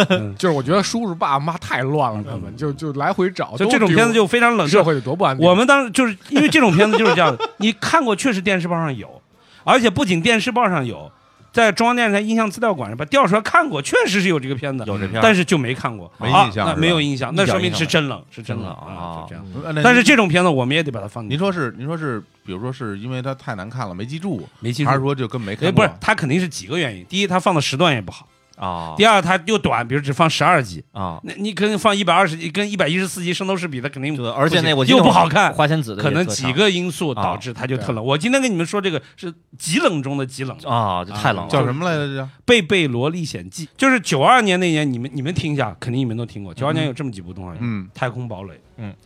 Speaker 4: 嗯
Speaker 3: 就是我觉得叔叔爸妈太乱了，根本就就来回找，
Speaker 4: 就
Speaker 3: 都
Speaker 4: 这种
Speaker 3: 丢
Speaker 4: 片子就非常冷，
Speaker 3: 社会得多不安定。
Speaker 4: 我们当时就是因为这种片子就是这样的， 你看过确实电视报上有，而且不仅电视报上有，在中央电视台音像资料馆上把调出来看过，确实是有这个片子，
Speaker 2: 有这片儿
Speaker 4: 但是就没看过，
Speaker 1: 没
Speaker 4: 啊
Speaker 1: 印象
Speaker 4: 那
Speaker 1: 是吧
Speaker 4: 没有印象，那
Speaker 2: 一点
Speaker 4: 说
Speaker 2: 印
Speaker 4: 明
Speaker 2: 象
Speaker 4: 是
Speaker 2: 没
Speaker 4: 真冷，是真冷
Speaker 2: 真冷
Speaker 4: 啊
Speaker 2: 啊，
Speaker 4: 是这样。
Speaker 1: 嗯那
Speaker 4: 但是这种片子我们也得把它
Speaker 2: 嗯
Speaker 4: 放进
Speaker 1: 您
Speaker 4: 去，
Speaker 1: 说是您说是，比如说是因为它太难看了没记住，
Speaker 4: 没记
Speaker 1: 还是
Speaker 4: 住。
Speaker 1: 说就根本没看
Speaker 4: 哎，不
Speaker 1: 过？
Speaker 4: 是，它肯定是几个原因。第一，它放的时段也不好；
Speaker 2: 啊
Speaker 4: 第二，它又短，比如只放十二集，
Speaker 2: 啊，
Speaker 4: 那你可能放一百二十集跟一百一十四集《圣斗士》比，它肯定
Speaker 2: 对，而且那
Speaker 4: 行
Speaker 2: 我记
Speaker 4: 又
Speaker 2: 得
Speaker 4: 不好看
Speaker 2: 花仙子的
Speaker 4: 可
Speaker 2: 也
Speaker 4: 能
Speaker 2: 特
Speaker 4: 几
Speaker 2: 长
Speaker 4: 个因素
Speaker 2: 啊
Speaker 4: 导致它就
Speaker 3: 对
Speaker 4: 特冷。我今天跟你们说这个是极冷中的极冷，《
Speaker 2: 啊，就太冷了，
Speaker 1: 叫什么来着？这
Speaker 4: 贝贝罗历险记》就是九二年那年，你们你们听一下，肯定你们都听过。九
Speaker 2: 嗯
Speaker 4: 二年有这么几部动画片：《
Speaker 1: 嗯，
Speaker 4: 太空堡垒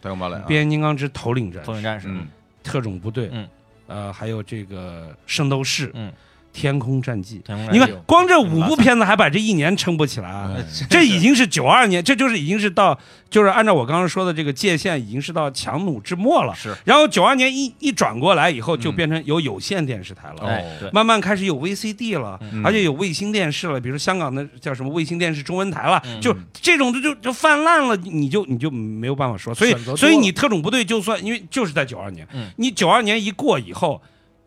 Speaker 1: 太空堡垒》啊
Speaker 4: 《变形金刚之头领战士
Speaker 2: 风》云战士，
Speaker 1: 嗯，
Speaker 4: 特种部队
Speaker 2: 嗯，
Speaker 4: 呃，还有这个《圣斗士》
Speaker 2: 嗯
Speaker 4: 《天空战记》。
Speaker 2: 天空战
Speaker 4: 你
Speaker 2: 士
Speaker 4: 看，哦光这五部片子还把这一年撑不起来啊！
Speaker 1: 哎
Speaker 4: 这已经是九二年，这就是已经是到，就是按照我刚刚说的这个界限，已经是到强弩之末了。
Speaker 2: 是，
Speaker 4: 然后九二年一一转过来以后，就
Speaker 1: 嗯
Speaker 4: 变成有有线电视台了。
Speaker 2: 哎，对，
Speaker 4: 慢慢开始有 VCD 了，
Speaker 1: 嗯
Speaker 4: 而且有卫星电视了，比如香港的叫什么卫星电视中文台了，
Speaker 2: 嗯
Speaker 4: 就这种就就就泛滥了，你就你就没有办法说，所以
Speaker 3: 选择多了
Speaker 4: 所以你特种部队就算因为就是在九二年，
Speaker 2: 嗯
Speaker 4: 你九二年一过以后，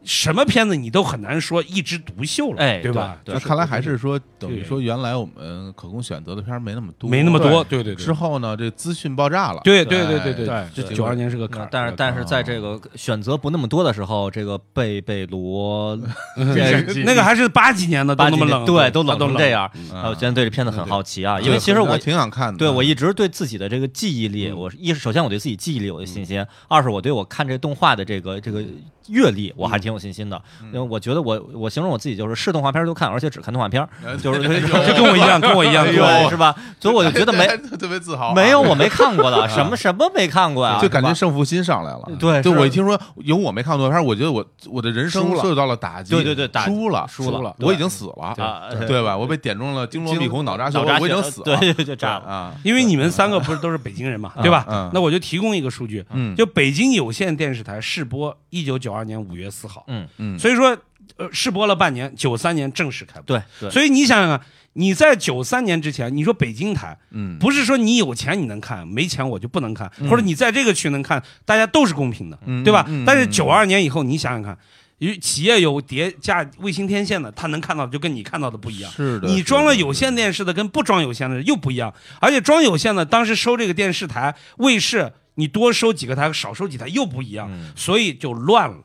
Speaker 4: 什么片子你都很难说一枝独秀了，
Speaker 2: 哎
Speaker 4: 对吧？
Speaker 2: 对
Speaker 1: 那看来还是说等于
Speaker 4: 对
Speaker 1: 说原来我们可供选择的片儿没那么多，
Speaker 4: 没那么多，对对
Speaker 1: 之后呢，这资讯爆炸了，哎
Speaker 4: 对对对对对
Speaker 3: 对
Speaker 4: 这
Speaker 1: 对
Speaker 4: 九二年是个坎
Speaker 2: 那
Speaker 4: 儿，
Speaker 2: 但是但是在这
Speaker 4: 哦
Speaker 2: 个选择不那么多的时候，这个贝贝 罗
Speaker 4: 那个还是八几年的都
Speaker 2: 八
Speaker 4: 那
Speaker 2: 几
Speaker 4: 么
Speaker 2: 年
Speaker 4: 冷，
Speaker 2: 对，都
Speaker 4: 冷
Speaker 2: 冷成这，样。
Speaker 1: 嗯
Speaker 2: 啊，我现在对这片子很好奇啊，
Speaker 1: 对
Speaker 2: 因为其实
Speaker 1: 还
Speaker 2: 我
Speaker 1: 挺想看的，
Speaker 2: 对我
Speaker 1: 一
Speaker 2: 一直对自己的这个记忆力，我一是首先我对自己记忆力有信心，二是我对我看这动画的这个这个阅历，我还挺有信心的，因为我觉得我我形容我自己就是是动画片儿就看，而且只看动画片儿，就是
Speaker 4: 就跟我一样，跟我一样，
Speaker 1: 哎
Speaker 4: 跟
Speaker 1: 呦
Speaker 4: 我一
Speaker 2: 对
Speaker 4: 样
Speaker 2: 是吧？所以我就觉得 没
Speaker 1: 特别自豪啊，
Speaker 2: 没有 我没看过的，什么什么没看过呀，
Speaker 1: 就感觉
Speaker 2: 是吧
Speaker 1: 胜负心上来了。
Speaker 2: 对
Speaker 1: 就是我一听说有我没看过动画片，我觉得我我的人生
Speaker 3: 输了
Speaker 1: 受到了打击，
Speaker 2: 对对对打
Speaker 1: 输了
Speaker 2: 输了对
Speaker 1: 我已经死了，
Speaker 2: 啊，
Speaker 1: 对吧？我被点中了金锣密孔脑扎血，
Speaker 2: 脑扎
Speaker 1: 我我已
Speaker 2: 血
Speaker 1: 经
Speaker 4: 呃
Speaker 2: 了
Speaker 1: 死了，
Speaker 2: 对对对，炸了，
Speaker 1: 啊，
Speaker 4: 因为你们三个不是都是北京人嘛，对吧？
Speaker 1: 嗯
Speaker 4: 那我就提供一个数据，
Speaker 1: 嗯
Speaker 4: 就北京有线电视台试播一九九二年五月四号，
Speaker 2: 嗯
Speaker 1: 嗯
Speaker 4: 所以说呃试播了半年，九三年正式开播。
Speaker 2: 对对，
Speaker 4: 所以你想想看，你在九三年之前，你说北京台，
Speaker 5: 嗯，
Speaker 4: 不是说你有钱你能看，没钱我就不能看，
Speaker 2: 嗯
Speaker 4: 或者你在这个区能看，大家都是公平的，对吧？但
Speaker 2: 嗯
Speaker 4: 是九二年以后，你想想看，与企业有叠加卫星天线的，他能看到的就跟你看到的不一样。
Speaker 5: 是的，
Speaker 4: 你
Speaker 5: 是
Speaker 4: 装了
Speaker 5: 的
Speaker 4: 有线电视的跟不装有线的又不一样，而且装有线的当时收这个电视台卫视，你多收几个台少收几台又不一样，所以就乱了。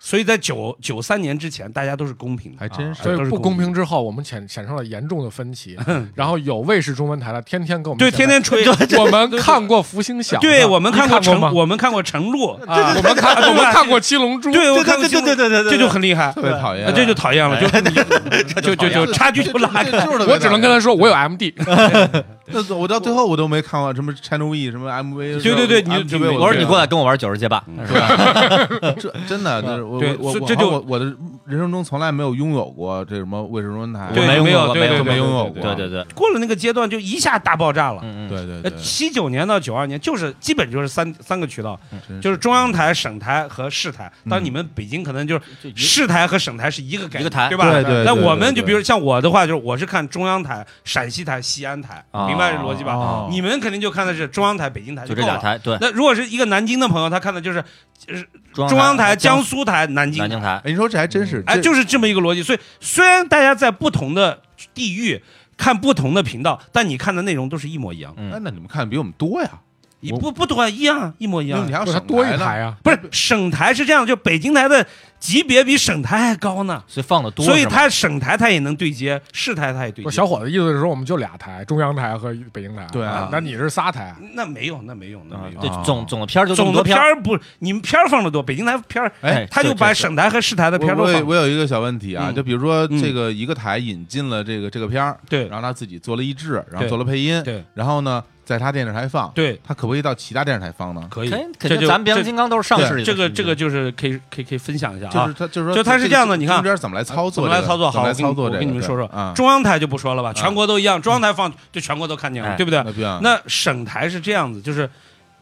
Speaker 4: 所以在九九三年之前，大家都是公平的，
Speaker 5: 还真是
Speaker 4: 啊
Speaker 3: 所
Speaker 4: 都
Speaker 3: 以
Speaker 4: 是
Speaker 3: 不公
Speaker 4: 平
Speaker 3: 平之后，我们产产生了严重的分歧。 然后有卫视中文台的天天跟我们
Speaker 4: 对，
Speaker 3: 显摆
Speaker 4: 天天吹。
Speaker 3: 我们看过《福星小》的，
Speaker 4: 对我们
Speaker 3: 你
Speaker 4: 看
Speaker 3: 看
Speaker 4: 过
Speaker 3: 过
Speaker 4: 成，
Speaker 3: 吗？
Speaker 4: 我们看过成露，
Speaker 3: 啊，我们看我们看过《七龙 珠》，
Speaker 4: 对，我看
Speaker 2: 对对
Speaker 4: 过清
Speaker 2: 对对对对，
Speaker 4: 这就很厉害，
Speaker 5: 特别讨厌
Speaker 4: 啊，这就讨厌了，就就就就差距就拉开。
Speaker 1: 就是
Speaker 3: 我只能跟他说我有 MD，
Speaker 1: 那我到最后我都没看过什么 Channel V 什么 MV，
Speaker 4: 对对对你
Speaker 1: 这
Speaker 4: 你
Speaker 1: 边
Speaker 4: 我
Speaker 2: 我说你过来跟我玩九十街霸，
Speaker 1: 这真的，就是我
Speaker 4: 对
Speaker 1: 我
Speaker 4: 所以
Speaker 1: 我
Speaker 4: 这就
Speaker 1: 我我的人生中从来没有拥有过这什么卫视中文台，
Speaker 4: 对
Speaker 2: 没
Speaker 4: 没
Speaker 2: 用
Speaker 4: 有
Speaker 2: 过，
Speaker 4: 对
Speaker 2: 有
Speaker 4: 对
Speaker 2: 没
Speaker 4: 对
Speaker 2: 用
Speaker 1: 对
Speaker 2: 过，
Speaker 1: 对
Speaker 2: 对对，
Speaker 4: 过了那个阶段，就一下大爆炸了。
Speaker 2: 嗯嗯，
Speaker 1: 啊对对
Speaker 4: 呃
Speaker 1: 对，，
Speaker 4: 七九年到九二年就是基本就是三三个渠道，
Speaker 1: 真
Speaker 4: 就是中央台、省台和市台。当然你们北京可能就是
Speaker 2: 就一
Speaker 4: 市台和省台是一个概念
Speaker 2: 一个台
Speaker 4: 对吧？
Speaker 1: 对对
Speaker 4: 但
Speaker 1: 对
Speaker 4: 我
Speaker 1: 对
Speaker 4: 们就
Speaker 1: 对
Speaker 4: 比如像我的话，就是我是看中央台、陕西台、西安台，
Speaker 2: 啊
Speaker 4: 明白这逻辑吧？
Speaker 1: 哦
Speaker 4: 你们肯定就看的是中央台、北京台
Speaker 2: 就这
Speaker 4: 够
Speaker 2: 俩
Speaker 4: 了。
Speaker 2: 台，对，
Speaker 4: 那如果是一个南京的朋友，他看的就是
Speaker 2: 中
Speaker 4: 中央台、江
Speaker 2: 江
Speaker 4: 苏台、南京
Speaker 2: 南京台，
Speaker 1: 哎，你说这还真是，
Speaker 4: 哎，
Speaker 1: 这
Speaker 4: 就是这么一个逻辑。所以虽然大家在不同的地域看不同的频道，但你看的内容都是一模一样，
Speaker 1: 哎，那你们看的比我们多呀，
Speaker 4: 也不不多一样，一模一
Speaker 1: 因为
Speaker 4: 样
Speaker 1: 你。还要
Speaker 3: 不是它
Speaker 1: 省
Speaker 3: 多一
Speaker 1: 呢
Speaker 3: 台啊。
Speaker 4: 不是省台是这样的，就北京台的级别比省台还高呢，
Speaker 2: 所以放的多是吗，
Speaker 4: 所以它省台它也能对接，市台它也对
Speaker 3: 不是
Speaker 4: 接
Speaker 3: 小。伙子意思是说，我们就俩台，中央台和北京台。
Speaker 1: 对啊
Speaker 3: 那你是仨台，
Speaker 4: 那没有，那没有，那
Speaker 2: 啊
Speaker 4: 没有。
Speaker 2: 对总总的片儿就这么
Speaker 4: 总
Speaker 2: 多
Speaker 4: 的
Speaker 2: 片
Speaker 4: 片
Speaker 2: 儿，
Speaker 4: 儿不，你们片儿放的多，北京台片儿，
Speaker 2: 哎
Speaker 4: 他就
Speaker 2: 对
Speaker 4: 把
Speaker 2: 对对
Speaker 4: 省台和市台的片儿
Speaker 1: 我
Speaker 4: 都
Speaker 1: 我有
Speaker 4: 放。
Speaker 1: 我有一个小问题啊，
Speaker 4: 嗯
Speaker 1: 就比如说
Speaker 4: 嗯
Speaker 1: 这个一个台引进了这个这个片儿，
Speaker 4: 对
Speaker 1: 然后他自己做了译制，然后
Speaker 4: 对
Speaker 1: 做了配音，
Speaker 4: 对
Speaker 1: 然后呢，在他电视台放，
Speaker 4: 对，
Speaker 1: 他可不可以到其他电视台放呢？
Speaker 4: 可以，
Speaker 2: 肯肯
Speaker 4: 这就
Speaker 2: 定咱们变
Speaker 4: 这
Speaker 2: 形金刚都是上世纪的
Speaker 4: 这个
Speaker 2: 事情
Speaker 4: 这个就是可以可以可以分享一下啊。
Speaker 1: 就是他就是说，
Speaker 4: 就它是这样的你看
Speaker 1: 中间怎么来操
Speaker 4: 怎
Speaker 1: 作
Speaker 4: 么
Speaker 1: 这个？
Speaker 4: 来操作？
Speaker 1: 怎
Speaker 4: 好，
Speaker 1: 么来
Speaker 4: 我跟
Speaker 1: 操
Speaker 4: 你
Speaker 1: 作
Speaker 4: 我
Speaker 1: 这个？
Speaker 4: 跟你们说说
Speaker 1: 啊，，
Speaker 4: 中央台就不说了吧，全国都一样，中央台放就全国都看见了，
Speaker 2: 哎
Speaker 4: 对不对？
Speaker 1: 那不一样，
Speaker 4: 那省台是这样子，就是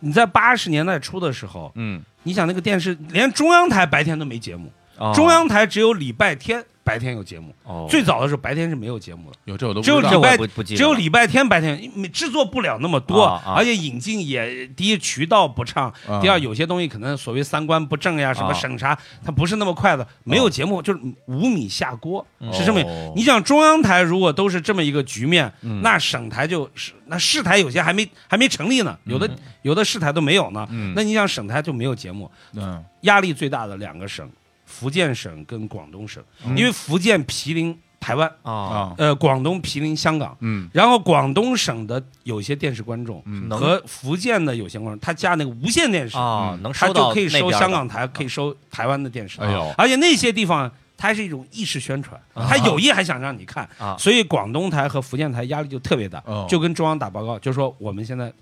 Speaker 4: 你在八十年代初的时候，
Speaker 1: 嗯，
Speaker 4: 你想那个电视连中央台白天都没节目，
Speaker 2: 哦
Speaker 4: 中央台只有礼拜天白天有节目，
Speaker 2: 哦
Speaker 4: 最早的时候白天是没有节目的，
Speaker 1: 有这我都不
Speaker 4: 只有
Speaker 1: 知道
Speaker 2: 这
Speaker 4: 礼
Speaker 2: 我
Speaker 4: 拜
Speaker 2: 不不记得
Speaker 4: 只有礼拜天白天没制作不了那么多
Speaker 2: 啊啊，
Speaker 4: 而且引进也第一渠道不畅，
Speaker 1: 啊
Speaker 4: 第二，有些东西可能所谓三观不正呀，什么
Speaker 2: 啊哦
Speaker 4: 审查，它不是那么快的。没有节目就是五米下锅，是这么一
Speaker 1: 哦。
Speaker 4: 你想中央台如果都是这么一个局面，
Speaker 2: 嗯
Speaker 4: 那省台就是那市台有些还没还没成立呢，
Speaker 2: 嗯
Speaker 4: 有的有的市台都没有呢。
Speaker 1: 嗯
Speaker 4: 那你想省台就没有节目，
Speaker 1: 嗯，
Speaker 4: 压力最大的两个省，福建省跟广东省，
Speaker 2: 嗯
Speaker 4: 因为福建毗邻台湾，
Speaker 2: 啊，
Speaker 1: 啊，
Speaker 4: 呃，广东毗邻香港。
Speaker 1: 嗯
Speaker 4: 然后广东省的有些电视观众
Speaker 1: 嗯
Speaker 2: 能
Speaker 4: 和福建的有些观众，他加那个无线电视
Speaker 2: 啊能
Speaker 4: 他
Speaker 2: 收
Speaker 4: 就
Speaker 2: 到
Speaker 4: 可以
Speaker 2: 那
Speaker 4: 收
Speaker 2: 边
Speaker 4: 香
Speaker 2: 的啊
Speaker 4: 港台，可以收台湾的电视台
Speaker 1: 哎呦，
Speaker 4: 而且那些地方它是一种意识宣传，它有意还想让你看
Speaker 2: 啊
Speaker 4: 所以广东台和福建台压力就特别大
Speaker 1: 哦，
Speaker 4: 就跟中央打报告，就说我们现在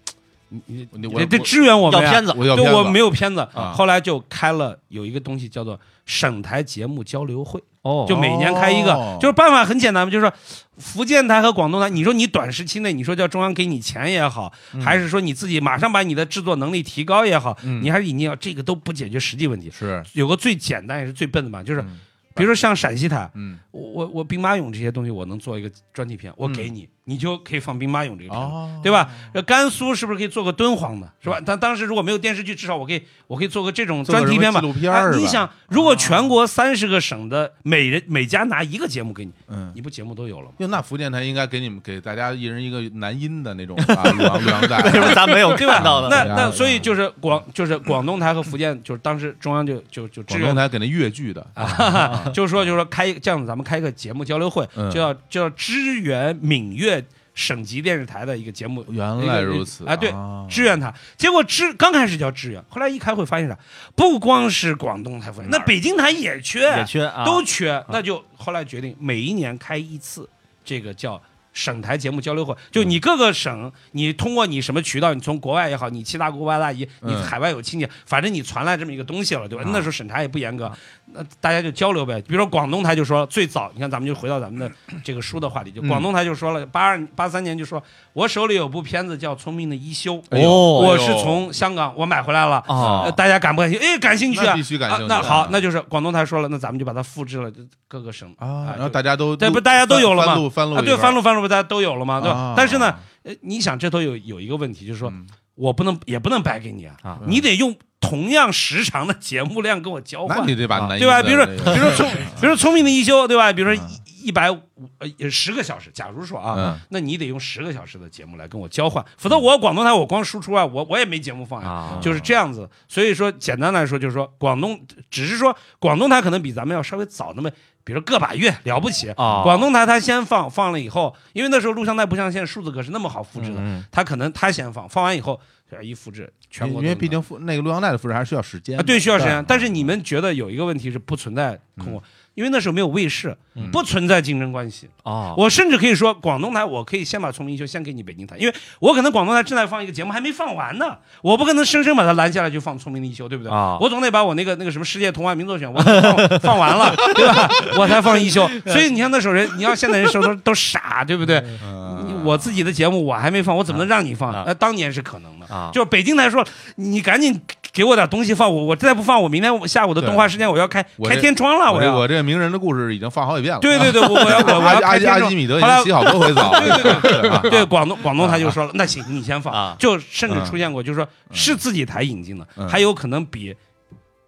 Speaker 4: 你你
Speaker 1: 你我
Speaker 4: 得得支援我
Speaker 2: 要
Speaker 4: 们呀
Speaker 2: 片。子
Speaker 1: 我要
Speaker 4: 对，
Speaker 1: 片子
Speaker 4: 我没有片子，
Speaker 1: 啊
Speaker 4: 后来就开了有一个东西叫做省台节目交流会，
Speaker 2: 哦
Speaker 4: 就每年开一个，
Speaker 1: 哦
Speaker 4: 就是办法很简单嘛，就是说福建台和广东台，你说你短时期内，你说叫中央给你钱也好，还是说你自己马上把你的制作能力提高也好，
Speaker 1: 嗯
Speaker 4: 你还是一定要这个都不解决实际问题。
Speaker 1: 是，
Speaker 4: 有个最简单也是最笨的嘛，就是
Speaker 1: 嗯
Speaker 4: 比如说像陕西台，
Speaker 1: 嗯，
Speaker 4: 我我我兵马俑这些东西，我能做一个专题片，我给你，你就可以放兵马俑这个片子。
Speaker 1: 哦，
Speaker 4: 对吧？呃甘肃是不是可以做个敦煌的，是吧？但当时如果没有电视剧，至少我可以，我可以做个这种
Speaker 1: 嗯做个
Speaker 4: 专题
Speaker 1: 什么
Speaker 4: 片吧。
Speaker 1: 纪录片
Speaker 4: 啊
Speaker 1: 儿是
Speaker 4: 你
Speaker 1: 吧
Speaker 4: 想，如果全国三十个省的每人每家拿一个节目给你，
Speaker 1: 嗯。
Speaker 4: 你不节目都有了吗？
Speaker 1: 哟，那福建台应该给你们给大家一人一个男音的那种啊， 录完录完带，
Speaker 2: 为什 么咱没有
Speaker 4: 对 吧
Speaker 2: 看到？的？
Speaker 4: 那
Speaker 1: 对啊
Speaker 4: 那所以就是广就是广东台和福建，就是当时中央就就就支
Speaker 1: 广东
Speaker 4: 援，
Speaker 1: 台
Speaker 4: 啊
Speaker 1: 给那越剧的，啊
Speaker 4: 就是说就是说开一个这样子，咱们开一个节目交流会，
Speaker 1: 嗯
Speaker 4: 就要就要支援闽粤省级电视台的一个节目
Speaker 1: 原来如此
Speaker 4: 啊对支援他。结果支刚开始叫支援，后来一开会发现啥，不光是广东台会，那北京台也缺，
Speaker 2: 也缺啊，
Speaker 4: 都缺，那就后来决定每一年开一次，这个叫省台节目交流会，就你各个省，你通过你什么渠道，你从国外也好，你七大姑八大姨，你
Speaker 1: 嗯
Speaker 4: 海外有亲戚，反正你传来这么一个东西了，对吧？那时候审查也不严格，那大家就交流呗。比如说广东台就说最早，你看咱们就回到咱们的这个书的话题，就广东台就说了，八二八三年就说，我手里有部片子叫《聪明的一休》，
Speaker 1: 哎呦
Speaker 4: 我是从香港我买回来了。呃
Speaker 2: 哦，
Speaker 4: 大家感不感兴趣？哎，感兴趣啊！
Speaker 1: 那必须感
Speaker 4: 啊
Speaker 1: 兴趣
Speaker 4: 那
Speaker 1: 啊
Speaker 4: 好，那就是广东台说了，那咱们就把它复制了就各个省
Speaker 1: 啊，然
Speaker 4: 就
Speaker 1: 后大家都
Speaker 4: 对不
Speaker 1: 录
Speaker 4: 大家都有了
Speaker 1: 翻
Speaker 4: 吗
Speaker 1: 录翻录
Speaker 4: 啊，
Speaker 1: 一
Speaker 4: 对，
Speaker 1: 份儿
Speaker 4: 翻录翻录不大家都有了吗？对吧？
Speaker 1: 啊
Speaker 4: 但是呢，呃，你想这都有有一个问题，就是说、
Speaker 1: 嗯
Speaker 4: 我不能也不能白给你啊，
Speaker 2: 啊
Speaker 4: 你得用同样时长的节目量跟我交换
Speaker 1: 那。你得把
Speaker 2: 啊
Speaker 1: 男
Speaker 4: 对吧
Speaker 1: 一的
Speaker 4: 比如
Speaker 1: 那个
Speaker 4: 说比如 说聪，比如说聪明的一休，对吧？比如说
Speaker 1: 啊
Speaker 4: 一一百五呃十个小时，假如说啊，
Speaker 1: 嗯
Speaker 4: 那你得用十个小时的节目来跟我交换，否则我广东台我光输出啊，我我也没节目放啊。
Speaker 2: 啊，
Speaker 4: 就是这样子，所以说简单来说，就是说广东，只是说广东台可能比咱们要稍微早那么，比如说个把月了不起，
Speaker 2: 啊，
Speaker 4: 广东台它先放，放了以后，因为那时候录像带不像现在数字格式那么好复制的，
Speaker 2: 嗯
Speaker 4: 它可能它先放，放完以后呃一复制，全国
Speaker 1: 因为
Speaker 4: 都能
Speaker 1: 毕竟复那个录像带的复制还是需要时间
Speaker 4: 啊
Speaker 1: 的，
Speaker 4: 对需要时间，但是你们觉得有一个问题是不存在空过，因为那时候没有卫视，
Speaker 2: 嗯
Speaker 4: 不存在竞争关系。
Speaker 2: 哦，
Speaker 4: 我甚至可以说，广东台我可以先把《聪明一休》先给你北京台，因为我可能广东台正在放一个节目还没放完呢，我不可能生生把它拦下来就放《聪明的一休》，对不对？
Speaker 2: 啊
Speaker 4: 我总得把我那个那个什么世界童话名作选我给放放完 了，对吧？我才放一休。所以你看那时候人，你要现在人说都都傻，对不 对？
Speaker 1: 嗯
Speaker 4: 你我自己的节目我还没放，我怎么能让你放？
Speaker 2: 啊
Speaker 4: 那当年是可能
Speaker 1: 嗯
Speaker 4: 的。
Speaker 2: 啊，
Speaker 4: 就是北京台说，你赶紧给我点东西放，我我再不放，我明天我下午的
Speaker 1: 对
Speaker 4: 动画时间我要开
Speaker 1: 我
Speaker 4: 开
Speaker 1: 这
Speaker 4: 天窗了，
Speaker 1: 我这
Speaker 4: 要。
Speaker 1: 我这名人的故事已经放好几遍了，
Speaker 4: 对对对，我我要我我
Speaker 1: 阿
Speaker 4: 要
Speaker 1: 阿
Speaker 4: 开
Speaker 1: 基
Speaker 4: 天
Speaker 1: 阿
Speaker 4: 窗
Speaker 1: 基米德已
Speaker 4: 后来
Speaker 1: 经洗好多回澡了，
Speaker 4: 对，广东广东台就说了，那行，你先
Speaker 2: 啊
Speaker 4: 放，就甚至
Speaker 1: 啊嗯
Speaker 4: 出现过，就是说是自己台引进的，
Speaker 1: 嗯
Speaker 4: 还有可能比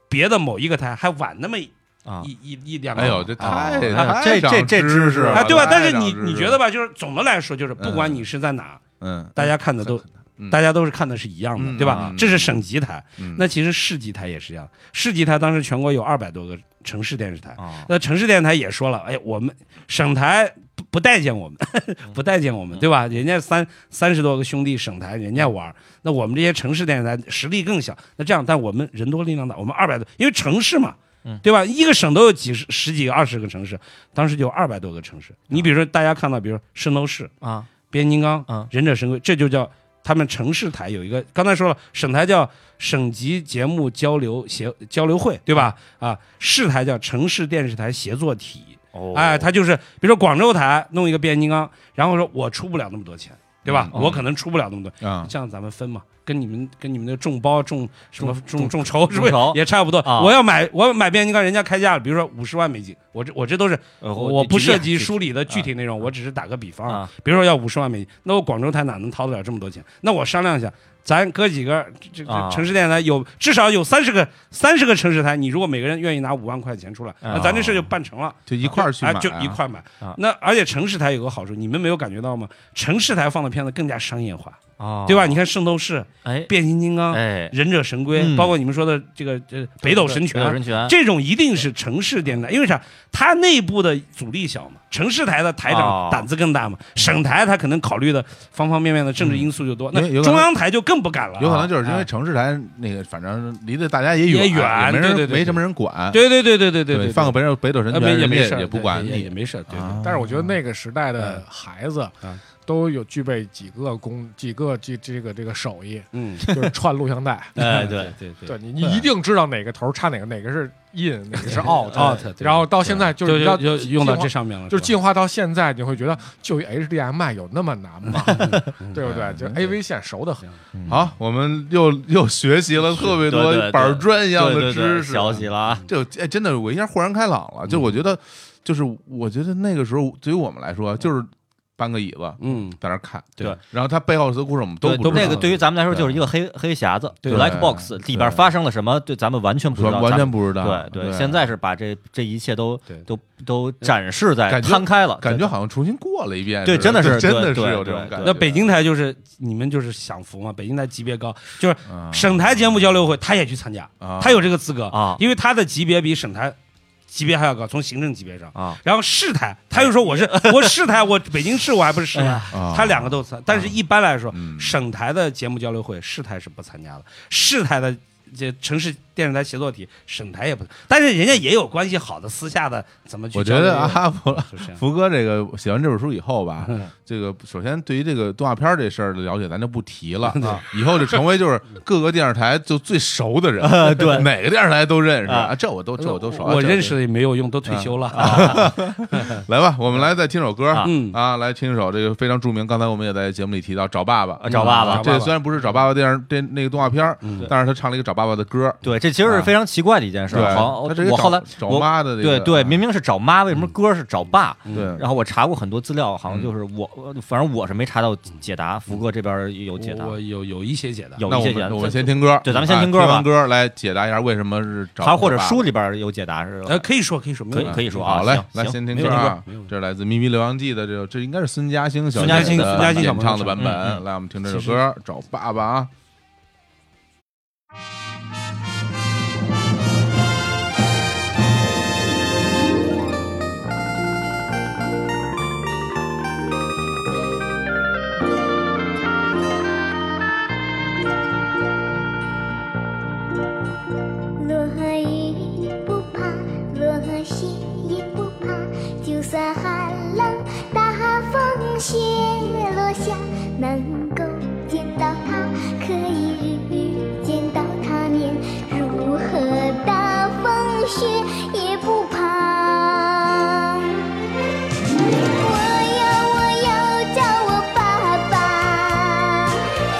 Speaker 4: 别的某一个台还晚那么一
Speaker 2: 啊
Speaker 4: 一一一两
Speaker 1: 哎呦，
Speaker 4: 秒。
Speaker 1: 这
Speaker 2: 啊
Speaker 1: 太
Speaker 5: 这
Speaker 1: 太
Speaker 5: 这
Speaker 1: 长
Speaker 5: 这知
Speaker 1: 知
Speaker 5: 识
Speaker 1: 了
Speaker 5: 啊
Speaker 4: 哎，对吧？
Speaker 1: 太
Speaker 4: 但是
Speaker 1: 长
Speaker 4: 你
Speaker 1: 知识
Speaker 4: 你觉得吧，就是总的来说，就是不管你是在哪，
Speaker 1: 嗯，
Speaker 4: 大家看的都
Speaker 1: 嗯
Speaker 4: 大家都是看的是一样的，
Speaker 1: 嗯
Speaker 4: 对吧
Speaker 1: 嗯？
Speaker 4: 这是省级台，
Speaker 1: 嗯
Speaker 4: 那其实市级台也是一样。市级台当时全国有二百多个城市电视台，
Speaker 2: 啊
Speaker 4: 那城市电台也说了，哎，我们省台不不待见我们， 不待见我们，对吧？人家三三十多个兄弟省台，人家玩儿，那我们这些城市电台实力更小。那这样，但我们人多力量大，我们二百多，因为城市嘛
Speaker 2: 嗯，
Speaker 4: 对吧？一个省都有几十、十几个、二十个城市，当时就二百多个城市。你比如说，大家看到，比如说圣斗士、
Speaker 2: 啊
Speaker 4: 变形金刚、
Speaker 2: 嗯
Speaker 4: 忍者神龟，这就叫他们城市台有一个，刚才说了，省台叫省级节目交流协交流会，对吧？
Speaker 2: 嗯
Speaker 4: 啊，市台叫城市电视台协作体。
Speaker 2: 哦，
Speaker 4: 哎，他就是比如说广州台弄一个变形金刚，然后说我出不了那么多钱，对吧？
Speaker 2: 嗯
Speaker 4: 我可能出不了那么多，
Speaker 1: 啊，
Speaker 4: 这样咱们分嘛，跟你们跟你们那众包众什么
Speaker 2: 众
Speaker 4: 众众筹是不
Speaker 2: 众
Speaker 4: 是
Speaker 2: 筹
Speaker 4: 也差不多？
Speaker 2: 啊
Speaker 4: 我要买我要买变形金刚，人家开价了，比如说五十万美金，我这我这都是
Speaker 2: 呃
Speaker 4: 我不涉及
Speaker 2: 书
Speaker 4: 书里的具
Speaker 2: 嗯
Speaker 4: 体内容，我只是打个比方，
Speaker 2: 啊
Speaker 4: 比如说要五十万美金，那我广州台哪能掏得了这么多钱？那我商量一下，咱哥几个这这
Speaker 2: 啊
Speaker 4: 这城市电台有至少有三十个三十个城市台，你如果每个人愿意拿五万块钱出来，那咱这事就办成了。
Speaker 1: 就一块儿去
Speaker 4: 哎
Speaker 1: 买，
Speaker 4: 就一块儿买
Speaker 2: 啊。
Speaker 4: 那而且城市台有个好处，你们没有感觉到吗？城市台放的片子更加商业化，
Speaker 2: 啊，
Speaker 4: 对吧？你看《圣斗士》《
Speaker 2: 哎
Speaker 4: 变形金刚》《
Speaker 2: 哎，
Speaker 4: 忍者神龟》，
Speaker 1: 嗯
Speaker 4: 包括你们说的这个呃《北斗神拳
Speaker 2: 有》，人
Speaker 1: 啊
Speaker 2: 权
Speaker 4: 这种一定是城市电视台，因为啥？它内部的阻力小嘛，城市台的台
Speaker 2: 哦。
Speaker 4: 长胆子更大嘛，省台他可能考虑的方方面面的政治因素就多，那
Speaker 1: 有有可能
Speaker 4: 中央台就更不敢了。
Speaker 1: 有可能就是因
Speaker 4: 哎
Speaker 1: 为城市台那个，反正离得大家也
Speaker 4: 也
Speaker 1: 远，
Speaker 4: 远
Speaker 1: 没
Speaker 4: 对
Speaker 1: 人
Speaker 4: 对对
Speaker 1: 没什么人管，
Speaker 4: 啊对对对对对对对，
Speaker 1: 放个北斗北斗神
Speaker 4: 呃没
Speaker 1: 拳
Speaker 4: 也没
Speaker 1: 人
Speaker 4: 事
Speaker 1: 家
Speaker 4: 儿
Speaker 1: 也不管
Speaker 4: 对对也
Speaker 1: 你，
Speaker 4: 没事儿，对对。
Speaker 1: 啊
Speaker 3: 但是我觉得那个时代的孩子
Speaker 4: 嗯
Speaker 3: 都有具备几个工几个这这个这个手艺，
Speaker 4: 嗯，
Speaker 3: 就是串录像带
Speaker 2: 哎对
Speaker 4: 对对
Speaker 3: 对你，你一定知道哪个头插哪个，哪个是 in，哪个是 out。嗯
Speaker 4: out，对
Speaker 3: 然后到现在就
Speaker 4: 就是
Speaker 3: 要
Speaker 4: 就就用到
Speaker 3: 进化
Speaker 4: 这上面了，
Speaker 3: 就是是
Speaker 4: 吧
Speaker 3: 进化到现在，你会觉得就一 HDMI 有那么难 吗？
Speaker 4: 嗯
Speaker 3: 对不对？就 AV 线熟的很。
Speaker 1: 好，我们又又学习了特别
Speaker 2: 对对对
Speaker 1: 多板儿砖一样的知识，
Speaker 2: 消息了啊，
Speaker 1: 这哎，真的我一下豁然开朗了。就我觉得，就是我觉得那个时候对于我们来说，啊就是搬个椅子
Speaker 4: 嗯，
Speaker 1: 在那儿看，
Speaker 2: 对，
Speaker 1: 然后他背后的故事我们都
Speaker 2: 对
Speaker 1: 不知道，
Speaker 2: 那个对于咱们来说就是一个黑黑匣子
Speaker 4: 对
Speaker 2: ，black box 里边发生了什么，对咱们完全不知道，
Speaker 1: 完
Speaker 2: 咱
Speaker 1: 全
Speaker 2: 们
Speaker 1: 不知道。
Speaker 2: 对
Speaker 1: 对，
Speaker 2: 现在是把这这一切都
Speaker 4: 对
Speaker 2: 都都展示在
Speaker 1: 感觉
Speaker 2: 摊开了，
Speaker 1: 感觉
Speaker 2: 对
Speaker 1: 好像重新过了一遍似，
Speaker 2: 对真的是
Speaker 1: 就真的
Speaker 2: 对
Speaker 1: 是
Speaker 2: 对
Speaker 1: 有这种
Speaker 2: 对
Speaker 1: 感觉。
Speaker 4: 那北京台就是你们就是享福嘛，北京台级别高，就是
Speaker 1: 啊
Speaker 4: 省台节目交流会，他也去参加，
Speaker 1: 啊
Speaker 4: 他有这个资格
Speaker 2: 啊
Speaker 4: 因为他的级别比省台级别还要高，从行政级别上。
Speaker 2: 啊，
Speaker 4: 然后市台，他又说我是我市台，我北京市我还不是市
Speaker 2: 哎
Speaker 4: 台
Speaker 2: 呀，
Speaker 1: 啊
Speaker 4: 他两个都参，但是一般来说，
Speaker 1: 嗯
Speaker 4: 省台的节目交流会，市台是不参加的，市台的这城市电视台协作体，省台也不，但是人家也有关系好的私下的怎么去
Speaker 1: 我
Speaker 4: 交
Speaker 1: 觉
Speaker 4: 流？
Speaker 1: 得啊，哈 佛
Speaker 4: 就是这样。
Speaker 1: 福哥这个写完这本书以后吧，
Speaker 2: 嗯
Speaker 1: 这个首先对于这个动画片儿这事儿的了解咱就不提了，
Speaker 2: 嗯
Speaker 1: 啊 以后就成为就是各个电视台就最熟的人， 对，哪个电视台都认识
Speaker 2: 嗯啊
Speaker 1: 啊，这我都 这我都熟，啊
Speaker 4: 我
Speaker 1: 这
Speaker 4: 认识的也没有用，都退休了。
Speaker 1: 来吧，我们来再听首歌
Speaker 2: 啊
Speaker 4: 嗯
Speaker 1: 啊，来听一首这个非常著名，刚才我们也在节目里提到《找爸爸》
Speaker 2: 啊找爸爸
Speaker 1: 啊这虽然不是《找爸爸》电视这那个动画片儿，但是他唱了一个《找爸爸》的歌儿，
Speaker 2: 对，这其实是非常奇怪的一件事。
Speaker 1: 啊对
Speaker 2: 好，
Speaker 1: 他直接
Speaker 2: 我
Speaker 1: 找
Speaker 2: 后来
Speaker 1: 找
Speaker 2: 我
Speaker 1: 妈的这
Speaker 2: 对
Speaker 1: 个
Speaker 2: 对，
Speaker 1: 啊
Speaker 2: 明明是找妈，为什么歌是找爸？
Speaker 1: 对，嗯
Speaker 2: 然后我查过很多资料，好像就是我，呃反正我是没查到解答，福哥这边有解答，
Speaker 4: 我有有一些解答，
Speaker 2: 有
Speaker 1: 那
Speaker 2: 一
Speaker 1: 我
Speaker 2: 些解答。
Speaker 1: 们我们
Speaker 2: 这
Speaker 1: 先听歌，
Speaker 2: 对咱们先
Speaker 1: 啊
Speaker 2: 听歌吧
Speaker 1: 完歌来解答一下为什么是找
Speaker 2: 还或者
Speaker 1: 爸爸嗯
Speaker 2: 书里边有解答是吧
Speaker 4: 呃，？可以说可以说，没
Speaker 2: 可
Speaker 4: 有
Speaker 2: 以
Speaker 4: 问题
Speaker 2: 可以说啊，
Speaker 1: 好嘞
Speaker 2: 行，
Speaker 1: 来
Speaker 2: 行
Speaker 1: 先听
Speaker 2: 没
Speaker 1: 歌
Speaker 2: 问题
Speaker 1: 啊
Speaker 4: 没有问，题
Speaker 1: 这是来自《咪咪流浪记》的这首，这应该是孙嘉欣小
Speaker 4: 孙嘉欣
Speaker 1: 姐的
Speaker 4: 孙嘉欣小
Speaker 1: 演
Speaker 4: 朋友
Speaker 1: 唱的版
Speaker 4: 唱的
Speaker 1: 本。来，我们听这首歌《找爸爸》啊。
Speaker 8: 落下雨不怕，落下雪也不怕，就算寒冷大风雪落下，能够见到他，可以遇见到他面，如何大风雪也不怕。我要我要找我爸爸，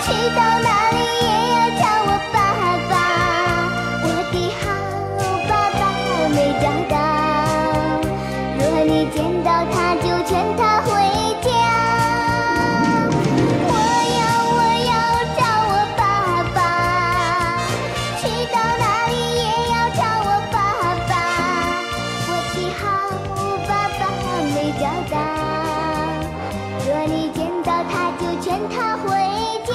Speaker 8: 去到哪里也要找我爸爸，我的好爸爸没找到。若你见到他，就劝他回家。我要我要找我爸爸，去到哪里也要找我爸爸。我的好爸爸没找到，若你见到他，就劝他回家。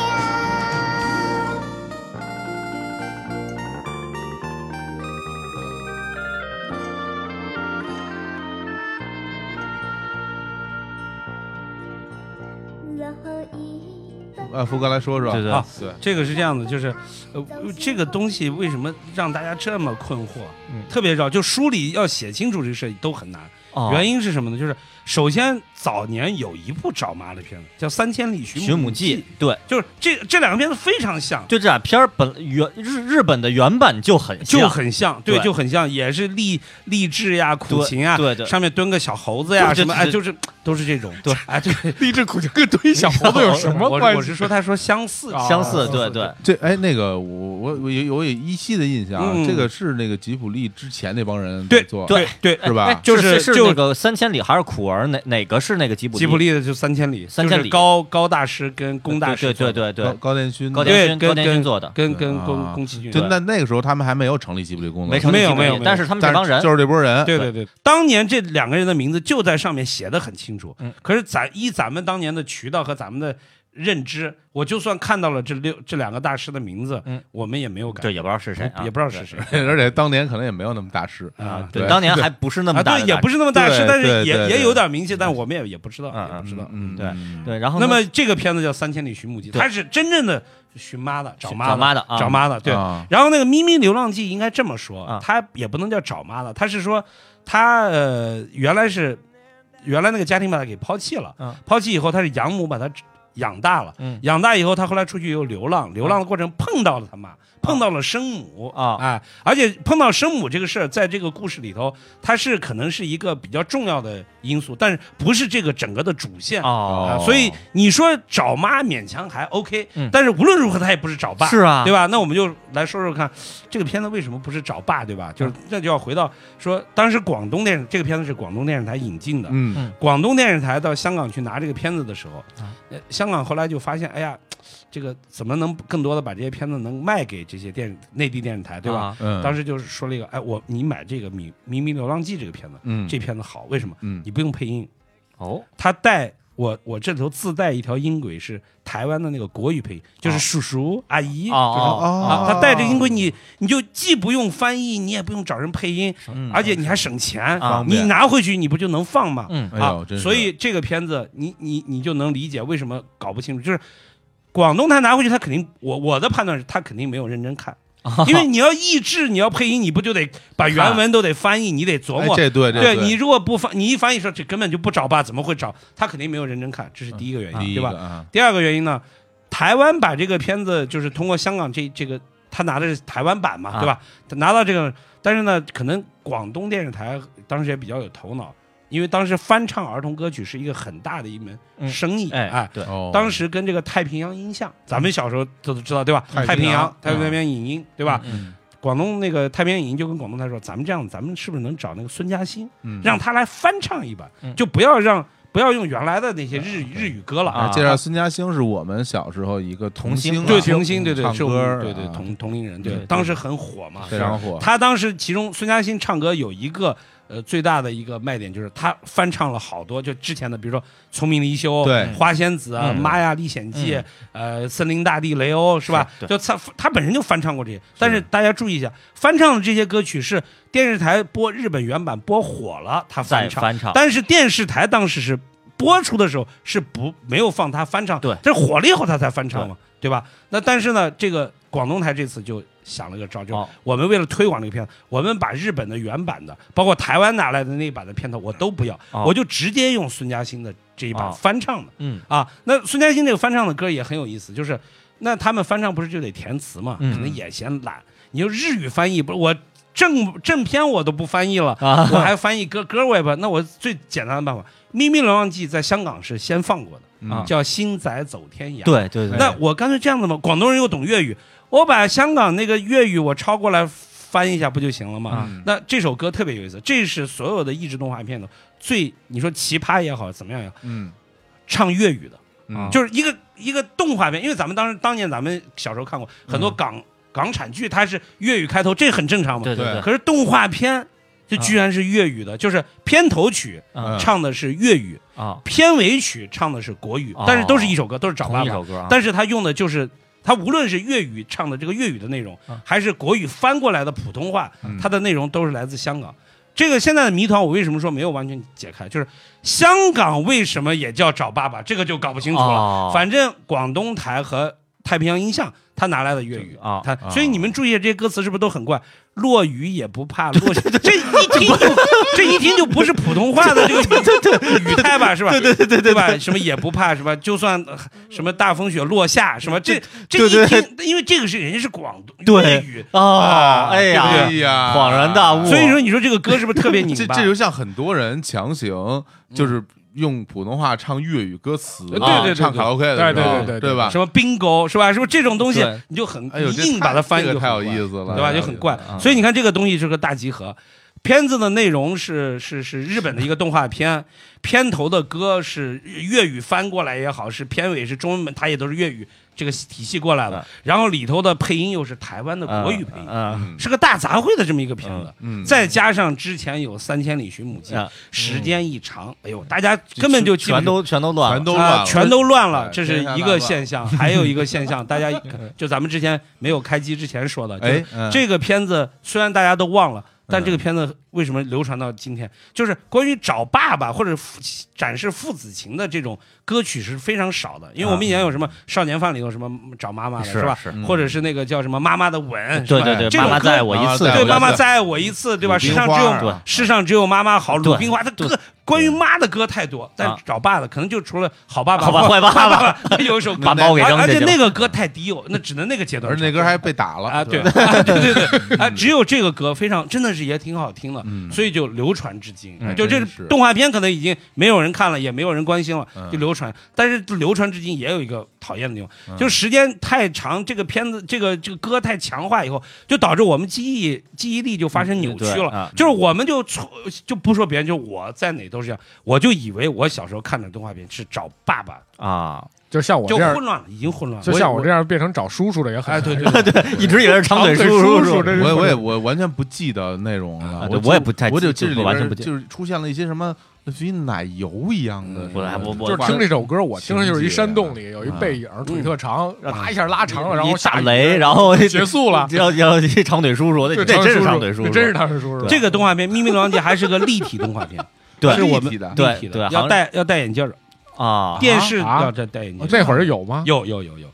Speaker 8: 然后一个
Speaker 1: 呃，福哥来说说，
Speaker 2: 对对
Speaker 4: 啊
Speaker 1: 对，
Speaker 4: 这个是这样的，就是，呃，这个东西为什么让大家这么困惑？
Speaker 2: 嗯
Speaker 4: 特别绕，就书里要写清楚这个事都很难。
Speaker 2: 哦
Speaker 4: 原因是什么呢？就是首先早年有一部找妈的片子叫《三千里寻
Speaker 2: 寻母
Speaker 4: 母记》
Speaker 2: 记，对，
Speaker 4: 就是这这两个片子非常像，
Speaker 2: 对这俩片儿本原日日本的原版就很
Speaker 4: 就
Speaker 2: 像
Speaker 4: 很像，对，
Speaker 2: 对
Speaker 4: 就很像，也是励励志呀、苦情啊，
Speaker 2: 对对对
Speaker 4: 上面蹲个小猴子呀
Speaker 2: 对对
Speaker 4: 什么，哎，
Speaker 2: 对
Speaker 4: 就是都是这种，
Speaker 2: 对，
Speaker 4: 哎，对，
Speaker 3: 励志苦情跟堆小猴子有什么
Speaker 4: 我
Speaker 3: 关系？
Speaker 4: 我是说，他说相似，
Speaker 3: 啊
Speaker 2: 相似，
Speaker 3: 相
Speaker 2: 对
Speaker 3: 似
Speaker 2: 对，
Speaker 1: 这哎，那个我我我有我有依稀的印象啊
Speaker 4: 嗯，
Speaker 1: 这个是那个吉普力之前那帮人
Speaker 4: 对
Speaker 1: 做，
Speaker 4: 对对，
Speaker 1: 是吧
Speaker 2: 哎
Speaker 4: 就是是
Speaker 2: 是
Speaker 4: 就
Speaker 2: 那个三千里还是苦儿哪哪个是那个吉卜
Speaker 4: 吉卜力的就三千里，
Speaker 2: 三千里
Speaker 4: 就是高高大师跟宫大哦师
Speaker 2: 对
Speaker 4: 做
Speaker 2: 对
Speaker 4: 的，
Speaker 2: 对对
Speaker 1: 高
Speaker 2: 对，
Speaker 1: 高田勋的，
Speaker 2: 高
Speaker 4: 对
Speaker 2: 田勋
Speaker 4: 跟
Speaker 2: 高田勋
Speaker 4: 跟
Speaker 2: 做的，
Speaker 4: 跟跟
Speaker 1: 啊
Speaker 4: 宫宫崎骏
Speaker 1: 就
Speaker 4: 对
Speaker 1: 那那个时候他们还没有成立吉普力工作
Speaker 2: 没
Speaker 1: 室，
Speaker 2: 成立
Speaker 4: 没有
Speaker 2: 吉卜
Speaker 4: 没有
Speaker 2: 力
Speaker 4: 没有
Speaker 2: 但是他们
Speaker 1: 但
Speaker 2: 这
Speaker 1: 是
Speaker 2: 帮人
Speaker 1: 就是这波人，
Speaker 4: 对对对，当年这两个人的名字就在上面写的很清楚
Speaker 2: 嗯。
Speaker 4: 可是咱依咱们当年的渠道和咱们的认知，我就算看到了这六这两个大师的名字
Speaker 2: 嗯，
Speaker 4: 我们也没有感
Speaker 2: 对，也不知道是谁啊，
Speaker 4: 也不知道是谁
Speaker 1: 而且当年可能也没有那么大师，
Speaker 4: 啊。
Speaker 2: 对，
Speaker 1: 对
Speaker 2: 当年还不是那么
Speaker 4: 啊，
Speaker 2: 大的
Speaker 4: 对，
Speaker 2: 大，
Speaker 4: 也不是那么大师，
Speaker 1: 对
Speaker 4: 但是
Speaker 1: 对
Speaker 4: 也
Speaker 1: 对
Speaker 4: 也
Speaker 1: 对
Speaker 4: 有点名气，但我们也也不知道，
Speaker 2: 嗯嗯
Speaker 4: 也不知道。
Speaker 1: 嗯，
Speaker 2: 对
Speaker 1: 嗯
Speaker 2: 对，然后
Speaker 4: 那
Speaker 2: 呢
Speaker 4: 么这个片子叫《三千里寻母记》，
Speaker 2: 对
Speaker 4: 它是真正的寻妈的，找妈
Speaker 2: 找妈的啊
Speaker 4: 找妈的，对。
Speaker 1: 啊
Speaker 4: 然后那个《咪咪流浪记》应该这么说
Speaker 2: 啊，
Speaker 4: 它也不能叫找妈了，它是说它呃原来是原来那个家庭把它给抛弃了
Speaker 2: 嗯，
Speaker 4: 抛弃以后它是养母把它养大了
Speaker 2: 嗯，
Speaker 4: 养大以后它后来出去又流浪，流浪的过程碰到了他妈，碰到了生母
Speaker 2: 啊
Speaker 4: 哎，而且碰到生母这个事儿，在这个故事里头，它是可能是一个比较重要的因素，但是不是这个整个的主线。
Speaker 2: 哦
Speaker 4: 啊，所以你说找妈勉强还 OK，、
Speaker 2: 嗯
Speaker 4: 但是无论如何他也不是找爸，
Speaker 2: 是啊
Speaker 4: 哦对吧？那我们就来说说看，这个片子为什么不是找爸，对吧？
Speaker 2: 嗯
Speaker 4: 就是那就要回到说，当时广东电视这个片子是广东电视台引进的，
Speaker 1: 嗯
Speaker 4: 广东电视台到香港去拿这个片子的时候，
Speaker 2: 啊
Speaker 4: 呃香港后来就发现，哎呀，这个怎么能更多的把这些片子能卖给这些电内地电视台，对吧？
Speaker 2: 啊
Speaker 1: 嗯，
Speaker 4: 当
Speaker 1: 时
Speaker 4: 时就是说了一个，哎，我你买这个《迷迷迷流浪记》这个片子，
Speaker 1: 嗯
Speaker 4: 这片子好，为什么？
Speaker 1: 嗯
Speaker 4: 你不用配音，
Speaker 2: 哦
Speaker 4: 他带我我这里头自带一条音轨是台湾的那个国语配音，就是叔叔、阿姨，
Speaker 2: 哦哦
Speaker 4: 就是
Speaker 1: 啊
Speaker 4: 啊，他带着音轨你你就既不用翻译，你也不用找人配音，
Speaker 1: 嗯
Speaker 4: 而且你还省钱
Speaker 2: 啊
Speaker 4: 你拿回去你不就能放吗？
Speaker 2: 嗯
Speaker 1: 哎
Speaker 4: 啊
Speaker 1: 呦，真，是
Speaker 4: 所以这个片子你你你就能理解为什 么搞不清楚，就是广东台拿回去他肯定我我的判断是他肯定没有认真看。因为你要译制，你要配音，你不就得把原文都得翻译，你得琢
Speaker 1: 哎，
Speaker 4: 磨。
Speaker 1: 这 对
Speaker 4: 对
Speaker 1: 对
Speaker 4: 你如果不翻，你一翻译说这根本就不找吧，怎么会找？他肯定没有认真看，
Speaker 1: 嗯
Speaker 4: 这是第一个原因，
Speaker 1: 第一
Speaker 4: 对
Speaker 1: 个
Speaker 4: 吧？
Speaker 1: 啊，
Speaker 4: 第二个原因呢，台湾把这个片子就是通过香港这这个，他拿的是台湾版嘛，
Speaker 2: 啊
Speaker 4: 对吧？他拿到这个，但是呢，可能广东电视台当时也比较有头脑，因为当时翻唱儿童歌曲是一个很大的一门
Speaker 2: 嗯
Speaker 4: 生意，
Speaker 2: 哎，嗯对，
Speaker 1: 哦，
Speaker 4: 当时跟这个太平洋音像，咱们小时候都知道对吧？
Speaker 1: 太
Speaker 4: 太平
Speaker 1: 平
Speaker 4: 洋
Speaker 1: 洋、
Speaker 4: 太平洋影音，对吧？
Speaker 2: 嗯
Speaker 4: 广东那个太平洋影音就跟广东台说，咱们这样，咱们是不是能找那个孙嘉欣，
Speaker 1: 嗯
Speaker 4: 让他来翻唱一版，
Speaker 2: 嗯
Speaker 4: 就不要让不要用原来的那些日语日语歌了
Speaker 1: 啊
Speaker 2: 啊
Speaker 1: 介绍孙嘉欣是我们小时候一个童星啊，
Speaker 4: 对童星，对对，
Speaker 1: 唱
Speaker 4: 是我们
Speaker 1: 歌
Speaker 4: 对对
Speaker 1: 啊
Speaker 4: 同同龄人，对
Speaker 2: 对，
Speaker 4: 当时很火嘛。
Speaker 1: 非常火，
Speaker 4: 他当时其中孙嘉欣唱歌有一个呃最大的一个卖点就是他翻唱了好多就之前的，比如说《聪明的一休》、
Speaker 1: 对
Speaker 4: 《花仙子》啊、
Speaker 2: 嗯
Speaker 4: 《玛雅历险记》
Speaker 2: 嗯
Speaker 4: 呃，《森林大地雷欧》是吧？
Speaker 2: 是对
Speaker 4: 就他他本身就翻唱过这些，但是大家注意一下，翻唱的这些歌曲是电视台播日本原版播火了，他
Speaker 2: 再
Speaker 4: 翻唱，
Speaker 2: 翻唱，
Speaker 4: 但是电视台当时是播出的时候是不没有放他翻唱，
Speaker 2: 对
Speaker 4: 这火了以后他才翻唱嘛，对吧？那但是呢，这个广东台这次就想了个招，就
Speaker 2: 哦
Speaker 4: 我们为了推广这个片子，我们把日本的原版的，包括台湾拿来的那版的片头我都不要，
Speaker 2: 哦
Speaker 4: 我就直接用孙嘉欣的这一版
Speaker 2: 哦
Speaker 4: 翻唱的、
Speaker 2: 嗯
Speaker 4: 啊。那孙嘉欣这个翻唱的歌也很有意思，就是那他们翻唱不是就得填词嘛，
Speaker 2: 嗯
Speaker 4: 可能也嫌懒，你就日语翻译不是我。正正片我都不翻译了，
Speaker 2: 啊
Speaker 4: 我还翻译歌歌我也不，那我最简单的办法，《秘密流浪记》在香港是先放过
Speaker 1: 嗯
Speaker 4: 的，
Speaker 2: 啊
Speaker 4: 叫《星仔走天涯》。，
Speaker 2: 对对对，
Speaker 4: 那我干脆这样子嘛，广东人又懂粤语，我把香港那个粤语我抄过来翻一下不就行了吗？
Speaker 2: 嗯
Speaker 4: 那这首歌特别有意思，这是所有的益智动画片的最，你说奇葩也好，怎么样也好，
Speaker 1: 嗯，
Speaker 4: 唱粤语的，
Speaker 1: 嗯
Speaker 4: 就是一个一个动画片，因为咱们当时当年咱们小时候看过很多港、港产剧，它是粤语开头，这很正常嘛。
Speaker 2: 对对对，
Speaker 4: 可是动画片就居然是粤语的，就是片头曲
Speaker 2: 嗯
Speaker 4: 唱的是粤语，
Speaker 2: 啊，
Speaker 4: 片尾曲唱的是国语
Speaker 2: 哦，
Speaker 4: 但是都是一首歌，都是找
Speaker 2: 同
Speaker 4: 爸
Speaker 2: 一
Speaker 4: 爸。
Speaker 2: 首歌啊，
Speaker 4: 但是他用的就是他无论是粤语唱的这个粤语的内容
Speaker 2: 啊，
Speaker 4: 还是国语翻过来的普通话
Speaker 1: 嗯，
Speaker 4: 它的内容都是来自香港。这个现在的谜团，我为什么说没有完全解开？就是香港为什么也叫找爸爸，这个就搞不清楚了。
Speaker 2: 哦
Speaker 4: 反正广东台和太平洋音像，他拿来的粤语
Speaker 2: 啊
Speaker 4: 他
Speaker 1: 啊
Speaker 4: 所以你们注意这些歌词是不是都很怪？落雨也不怕落雪，这一听 就这一听就不是普通话的这个语语态吧，是吧？对对对对对吧？什么也不怕是吧？就算呃什么大风雪落下什么，这这一听，因为这个是人家是广东粤
Speaker 2: 对
Speaker 4: 语，
Speaker 2: 哦
Speaker 4: 啊，
Speaker 2: 哎
Speaker 4: 对不
Speaker 2: 呀
Speaker 1: 哎
Speaker 4: 对，
Speaker 1: 呀，
Speaker 2: 恍然大悟，
Speaker 4: 所以说你说这个歌是不是特别拧
Speaker 1: 这
Speaker 4: 巴？
Speaker 1: 这就像很多人强行就是用普通话唱粤语歌词，啊
Speaker 4: 对对对
Speaker 1: 唱卡拉 OK 的时候，
Speaker 3: 对对对对对
Speaker 1: 对吧？
Speaker 4: 什么冰沟是吧？是不是这种东西
Speaker 2: 对
Speaker 4: 你就很
Speaker 1: 哎呦，
Speaker 4: 你
Speaker 1: 这
Speaker 4: 硬
Speaker 1: 太
Speaker 4: 把它翻译
Speaker 1: 这个
Speaker 4: 就
Speaker 1: 太
Speaker 4: 很
Speaker 1: 有
Speaker 4: 怪
Speaker 1: 意思了，啊
Speaker 4: 对吧？就很怪。所以你看这个东西是个大集合，片子的内容是是是日本的一个动画片，片头的歌是粤语翻过来也好，是片尾是中文本，它也都是粤语这个体系过来的
Speaker 1: 啊
Speaker 2: 嗯。
Speaker 4: 然后里头的配音又是台湾的国语配音，
Speaker 2: 嗯，
Speaker 1: 嗯
Speaker 4: 是个大杂烩的这么一个片子。
Speaker 1: 嗯，啊
Speaker 4: 再加上之前有《三千里寻母记》
Speaker 2: 嗯，
Speaker 4: 时间一长，哎呦，大家根本就基本
Speaker 2: 全都全都乱了，
Speaker 1: 全都乱
Speaker 4: 啊，
Speaker 1: 了，
Speaker 4: 全都乱了，
Speaker 1: 对
Speaker 4: 这是一个 现象。还有一个现象，大家 就咱们之前没有开机之前说 的，就是
Speaker 1: 哎，嗯
Speaker 4: 这个片子虽然大家都忘了，但
Speaker 1: 嗯
Speaker 4: 这个片子为什么流传到今天？就是关于找爸爸或者父展示父子情的这种歌曲是非常少的，因为我们以前有什么《少年犯》里头什么找妈妈的
Speaker 2: 啊是啊
Speaker 4: 吧？
Speaker 2: 是
Speaker 1: 嗯
Speaker 4: 或者是那个叫什么妈妈的吻，
Speaker 2: 对
Speaker 4: 是吧
Speaker 2: 对
Speaker 4: 这
Speaker 2: 对，妈
Speaker 4: 种
Speaker 2: 妈
Speaker 4: 歌
Speaker 2: 再爱我一次，
Speaker 1: 啊
Speaker 4: 对
Speaker 1: 对
Speaker 4: 妈妈
Speaker 1: 对
Speaker 4: 再爱我一次，对吧？
Speaker 1: 鲁
Speaker 4: 世
Speaker 1: 冰
Speaker 4: 上
Speaker 1: 花
Speaker 4: 只有
Speaker 1: 儿啊
Speaker 4: 世上只有妈妈好，鲁
Speaker 2: 对
Speaker 4: 冰花，他
Speaker 2: 对
Speaker 4: 各关于妈的歌太多，但
Speaker 2: 啊
Speaker 4: 找爸的可能就除了好爸爸、
Speaker 2: 好吧
Speaker 4: 坏
Speaker 2: 坏爸爸
Speaker 4: 爸，那有一首歌，
Speaker 2: 把猫给扔
Speaker 4: 而而且
Speaker 2: 进去
Speaker 4: 那
Speaker 2: 了
Speaker 4: 个歌太低幼，那只能那个阶段
Speaker 1: 而
Speaker 4: 唱。
Speaker 1: 那歌还被打了
Speaker 4: 啊，对
Speaker 1: 是吧
Speaker 4: 啊对对对，啊，只有这个歌非常，真的是也挺好听的，
Speaker 1: 嗯
Speaker 4: 所以就流传至今。
Speaker 2: 嗯
Speaker 4: 就这
Speaker 1: 真是
Speaker 4: 动画片可能已经没有人看了，也没有人关心了，
Speaker 1: 嗯
Speaker 4: 就流传。但是流传至今也有一个讨厌的地方，
Speaker 1: 嗯
Speaker 4: 就是时间太长，这个片子这个这个歌太强化以后，就导致我们记忆记忆力就发生扭曲
Speaker 2: 对
Speaker 4: 了。
Speaker 2: 啊
Speaker 4: 就是我们就错就不说别人，就我在哪都是这样，我就以为我小时候看的动画片是找爸爸，
Speaker 2: 啊，
Speaker 3: 就像我
Speaker 4: 就
Speaker 3: 这样
Speaker 4: 混，乱了，已经混乱了。
Speaker 3: 就像我这
Speaker 4: 样，
Speaker 3: 样变成找叔叔的也很
Speaker 4: 哎，
Speaker 3: 难
Speaker 4: 对对 对，
Speaker 2: 一直以为是长腿
Speaker 3: 长腿
Speaker 2: 叔
Speaker 3: 叔叔这是
Speaker 1: 我我也我完全不记得内容了
Speaker 2: 啊，对
Speaker 1: 我
Speaker 2: 我也
Speaker 1: 就
Speaker 2: 不太
Speaker 1: 我就
Speaker 2: 记
Speaker 1: 这里
Speaker 2: 我完全不
Speaker 1: 边
Speaker 2: 记
Speaker 1: 就是出现了一些什么类似于奶油一样的
Speaker 2: 嗯，我来我我
Speaker 3: 就是听这首歌，我听着就是
Speaker 1: 情
Speaker 3: 一
Speaker 1: 节啊
Speaker 3: 山洞
Speaker 4: 嗯
Speaker 3: 里有一背影，腿特长，
Speaker 2: 让
Speaker 3: 啪一下拉长了，然后
Speaker 2: 一
Speaker 3: 下
Speaker 2: 打
Speaker 3: 雨
Speaker 2: 雷，然后
Speaker 3: 结束了
Speaker 2: 要要一长腿叔叔，那
Speaker 3: 对
Speaker 2: 那
Speaker 3: 长
Speaker 2: 真是
Speaker 3: 腿叔
Speaker 2: 长腿叔
Speaker 3: 那
Speaker 2: 叔，
Speaker 3: 真是他是叔叔。
Speaker 4: 这个动画片《秘密流浪记》还是个立体动画片。
Speaker 2: 对
Speaker 4: 是我
Speaker 1: 立体的
Speaker 4: 们
Speaker 2: 对
Speaker 4: 立体的
Speaker 2: 对好
Speaker 4: 要
Speaker 2: 像
Speaker 4: 戴要戴眼镜儿，
Speaker 2: 啊，
Speaker 4: 电视
Speaker 1: 哦
Speaker 3: 啊
Speaker 4: 要戴戴眼镜儿。
Speaker 3: 那会儿就有吗？
Speaker 4: 有有有有，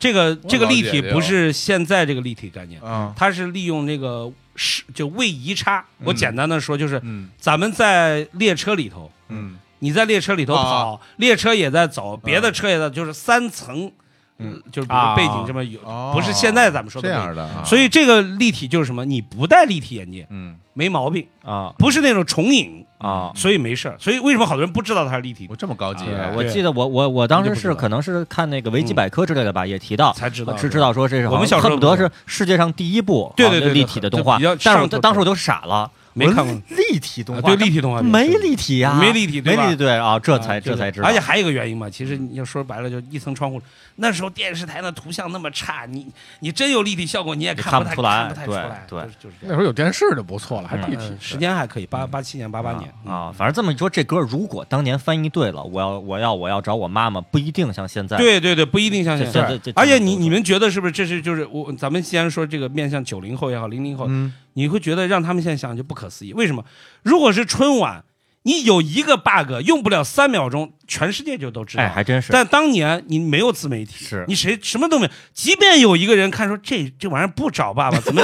Speaker 4: 这个这个
Speaker 1: 了解
Speaker 4: 立体
Speaker 1: 这个
Speaker 4: 不是现在这个立体概念，
Speaker 1: 啊，
Speaker 4: 它是利用这个是就位移差。我
Speaker 1: 嗯
Speaker 4: 简单的说，就是
Speaker 1: 嗯
Speaker 4: 咱们在列车里头，
Speaker 1: 嗯，
Speaker 4: 你在列车里头
Speaker 1: 啊
Speaker 4: 跑，列车也在走，别的车也在，就是三层，
Speaker 1: 嗯
Speaker 4: 嗯，就是比如背景这么有，
Speaker 1: 哦
Speaker 4: 不是现在咱们说的
Speaker 1: 这
Speaker 4: 背景
Speaker 1: 样的啊，
Speaker 4: 所以这个立体就是什么？你不戴立体眼镜
Speaker 1: 嗯，
Speaker 4: 没毛病，
Speaker 2: 啊
Speaker 4: 不是那种重影，
Speaker 2: 啊！
Speaker 4: 所以没事儿。所以为什么好多人不知道它是立体
Speaker 1: 我这么高级
Speaker 2: 对，
Speaker 1: 哎
Speaker 2: 我记得我我我当时
Speaker 4: 你就不知
Speaker 2: 是
Speaker 4: 道
Speaker 2: 可能是看那个维基百科之类的吧，也提到
Speaker 4: 嗯才知道？
Speaker 2: 是知道说这是
Speaker 4: 我们小时候
Speaker 2: 恨不得是世界上第一部
Speaker 4: 对对对
Speaker 2: 啊
Speaker 4: 对
Speaker 2: 立体的动画
Speaker 4: 就比较，
Speaker 2: 但是我
Speaker 4: 上头
Speaker 2: 当时我都傻了，
Speaker 4: 没看过
Speaker 2: 我说立体动
Speaker 4: 啊
Speaker 2: 画，
Speaker 4: 对立体动画片
Speaker 2: 没立体呀，
Speaker 4: 没立体对
Speaker 2: 没
Speaker 4: 吧
Speaker 2: 立体对啊，这才
Speaker 4: 啊
Speaker 2: 这才知道，
Speaker 4: 而且还有一个原因嘛，其实你要说白了，就一层窗户。那时候电视台的图像那么差，你你真有立体效果，你也
Speaker 2: 你
Speaker 4: 看
Speaker 2: 看
Speaker 4: 太
Speaker 2: 不出来
Speaker 4: 看不太出
Speaker 2: 对
Speaker 4: 来，
Speaker 2: 对
Speaker 4: 就是就是这
Speaker 3: 那
Speaker 4: 样。
Speaker 3: 时候有电视就不错了，还立体
Speaker 4: 嗯，。时间还可以，八八七年、八八年嗯
Speaker 2: 啊，啊，反正这么一说，这歌如果当年翻译对了，我要我要我要找我妈妈，不一定像现在。
Speaker 4: 对对对，不一定像现
Speaker 2: 啊这
Speaker 4: 在
Speaker 2: 这这。这
Speaker 4: 而且你
Speaker 2: 这
Speaker 4: 你们觉得是不是？这是就是我咱们既然说这个面向九零后也好，零零后，你会觉得让他们现在想就不可思议。为什么？如果是春晚，你有一个 bug 用不了三秒钟，全世界就都知道。
Speaker 2: 哎，还真是。
Speaker 4: 但当年你没有自媒体，
Speaker 2: 是
Speaker 4: 你谁什么都没有。即便有一个人看说这这玩意儿不找爸爸，怎么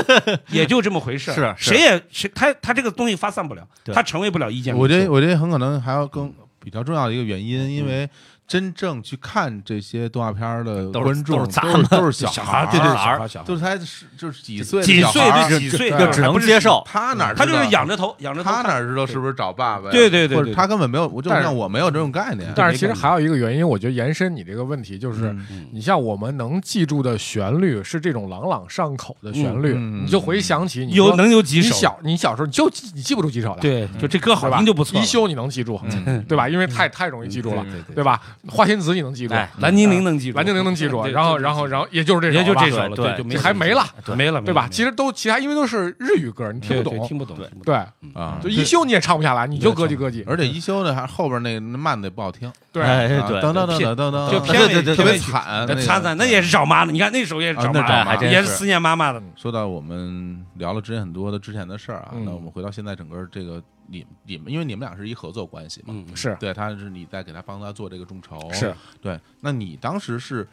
Speaker 4: 也就这么回事儿。
Speaker 2: 是是
Speaker 4: 谁也谁他他这个东西发散不了，
Speaker 2: 对
Speaker 4: 他成为不了意见领袖。
Speaker 1: 我觉得，我觉得很可能还要更比较重要的一个原因，因为真正去看这些动画片儿的
Speaker 2: 都是
Speaker 1: 观众
Speaker 2: 都是咱
Speaker 1: 都是都是
Speaker 4: 小
Speaker 1: 小孩
Speaker 4: 孩儿
Speaker 1: 儿，
Speaker 4: 对对小孩
Speaker 2: 孩
Speaker 4: 儿小孩
Speaker 1: 就
Speaker 4: 儿，
Speaker 1: 是才十就是几岁的
Speaker 4: 几
Speaker 1: 小
Speaker 4: 岁
Speaker 1: 孩儿
Speaker 4: 就几岁，
Speaker 1: 对
Speaker 2: 就只能接受
Speaker 1: 他哪
Speaker 4: 他就
Speaker 1: 知
Speaker 4: 是
Speaker 1: 道啊
Speaker 4: 仰着头仰着头
Speaker 1: 他
Speaker 4: 看。
Speaker 1: 哪知道是不是找爸爸呀？
Speaker 4: 对对对
Speaker 1: 或
Speaker 4: 对
Speaker 1: 者他根本没有，我就
Speaker 3: 但是
Speaker 1: 像我没有这种概 念。
Speaker 3: 但是其实还有一个原因，我觉得延伸你这个问题就是，
Speaker 4: 嗯
Speaker 1: 嗯
Speaker 3: 你像我们能记住的旋律是这种朗朗上口的旋律，
Speaker 1: 嗯嗯
Speaker 3: 你就回想起你
Speaker 4: 有
Speaker 3: 说
Speaker 4: 能有几
Speaker 3: 你
Speaker 4: 首？
Speaker 3: 小你小时候你就记你记不住几首来，
Speaker 4: 对，就这歌好
Speaker 3: 对吧？
Speaker 4: 听就不错了嗯
Speaker 3: 一。休你能记住，
Speaker 1: 嗯
Speaker 3: 对吧？因为太太容易记住了
Speaker 4: 对对，对
Speaker 3: 对吧？花仙子你能记住，
Speaker 2: 哎
Speaker 4: 蓝精灵能记住，
Speaker 3: 蓝精灵能记住，
Speaker 4: 对
Speaker 3: 然后
Speaker 4: 对
Speaker 3: 然后然后也就是这首
Speaker 4: 也
Speaker 3: 了吧，
Speaker 4: 就这首了，
Speaker 2: 对
Speaker 4: 对，就没
Speaker 3: 这还没了
Speaker 4: 对没了，
Speaker 3: 对吧？其
Speaker 4: 实
Speaker 3: 实都其他因为都是日语歌，你听不懂，
Speaker 4: 听不懂，
Speaker 2: 对
Speaker 4: 听不懂嗯
Speaker 3: 对，
Speaker 1: 啊
Speaker 3: 就，一休你也唱不下来，你就咯叽咯叽，
Speaker 1: 而且一休呢，还后边那个慢的也不好听，
Speaker 3: 对。
Speaker 2: 哎
Speaker 1: 啊
Speaker 2: 对，
Speaker 1: 噔噔噔
Speaker 4: 片
Speaker 1: 噔噔噔，
Speaker 4: 就片
Speaker 2: 对
Speaker 4: 尾
Speaker 2: 对对
Speaker 1: 特
Speaker 4: 片尾
Speaker 1: 别
Speaker 4: 曲
Speaker 1: 惨，啊
Speaker 4: 那
Speaker 1: 个
Speaker 4: 惨惨，那也是找妈的。你看那首也是
Speaker 1: 啊
Speaker 4: 找
Speaker 1: 那
Speaker 4: 妈
Speaker 1: 找
Speaker 4: 的，
Speaker 1: 妈
Speaker 4: 也
Speaker 2: 真是
Speaker 4: 思念妈妈的。
Speaker 1: 说到我们聊了之前很多的之前的事儿啊，
Speaker 3: 嗯
Speaker 1: 那我们回到现在整个这个你你们，因为你们俩是一合作关系嘛，
Speaker 4: 嗯，
Speaker 3: 是
Speaker 1: 对，他是你在给他帮他做这个众筹，
Speaker 3: 是
Speaker 1: 对。那你当时是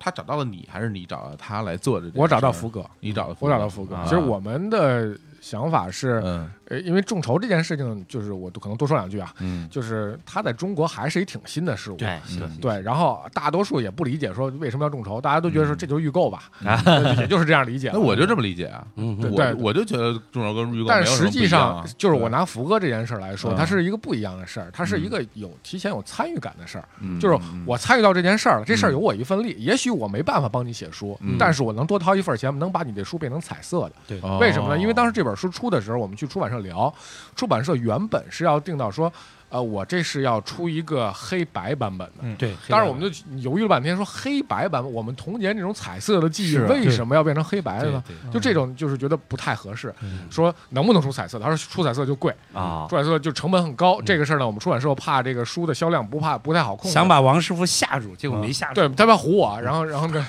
Speaker 1: 他找到了你，还是你找到他来做的这个事儿？
Speaker 3: 我找到福哥，
Speaker 1: 你找到福哥
Speaker 3: 我找到福哥。
Speaker 1: 啊
Speaker 3: 其实我们的想法是，
Speaker 1: 嗯
Speaker 3: 呃，因为众筹这件事情，就是我可能多说两句啊，
Speaker 1: 嗯
Speaker 3: 就是它在中国还是一挺新的事物。
Speaker 2: 哎是的
Speaker 1: 嗯
Speaker 3: 对，然后大多数也不理解说为什么要众筹，大家都觉得说这就是预购吧，呃
Speaker 2: 啊
Speaker 3: 也就是这样理解。
Speaker 1: 嗯 那我就这么理解啊，
Speaker 4: 嗯
Speaker 3: 对
Speaker 1: 我我就觉得众筹跟预购没
Speaker 3: 但
Speaker 1: 有什
Speaker 3: 实
Speaker 1: 么不一
Speaker 3: 际
Speaker 1: 样
Speaker 3: 上
Speaker 1: 啊，
Speaker 3: 就是我拿福哥这件事儿来说，
Speaker 1: 嗯
Speaker 3: 它是一个不一样的事儿，它是一个有提前有参与感的事儿。
Speaker 1: 嗯
Speaker 3: 就是
Speaker 1: 嗯
Speaker 3: 我参与到这件事儿了，这事儿有我一份力，也许我没办法帮你写书
Speaker 1: 嗯，
Speaker 3: 但是我能多掏一份钱，能把你这书变成彩色的。
Speaker 1: 哦
Speaker 3: 为什么呢？因为当时这本书出的时候，我们去出版社聊，出版社原本是要定到说，呃，我这是要出一个黑白版本的。
Speaker 4: 嗯对，
Speaker 2: 嗯
Speaker 3: 当时我们就犹豫了半天，说黑白版本，我们童年这种彩色的记忆
Speaker 4: 是啊
Speaker 3: 为什么要变成黑白的
Speaker 4: 对
Speaker 3: 呢？
Speaker 4: 对
Speaker 3: 就这种就是觉得不太合适
Speaker 4: 嗯，
Speaker 3: 说能不能出彩色？他说出彩色就贵，
Speaker 2: 啊
Speaker 3: 出彩色就成本很
Speaker 4: 嗯
Speaker 3: 高。这个事儿呢，我们出版社怕这个书的销量不怕不太好控制，
Speaker 4: 想把王师傅吓住，结果没吓住。
Speaker 3: 啊对，他们要唬我，然后然后 呢，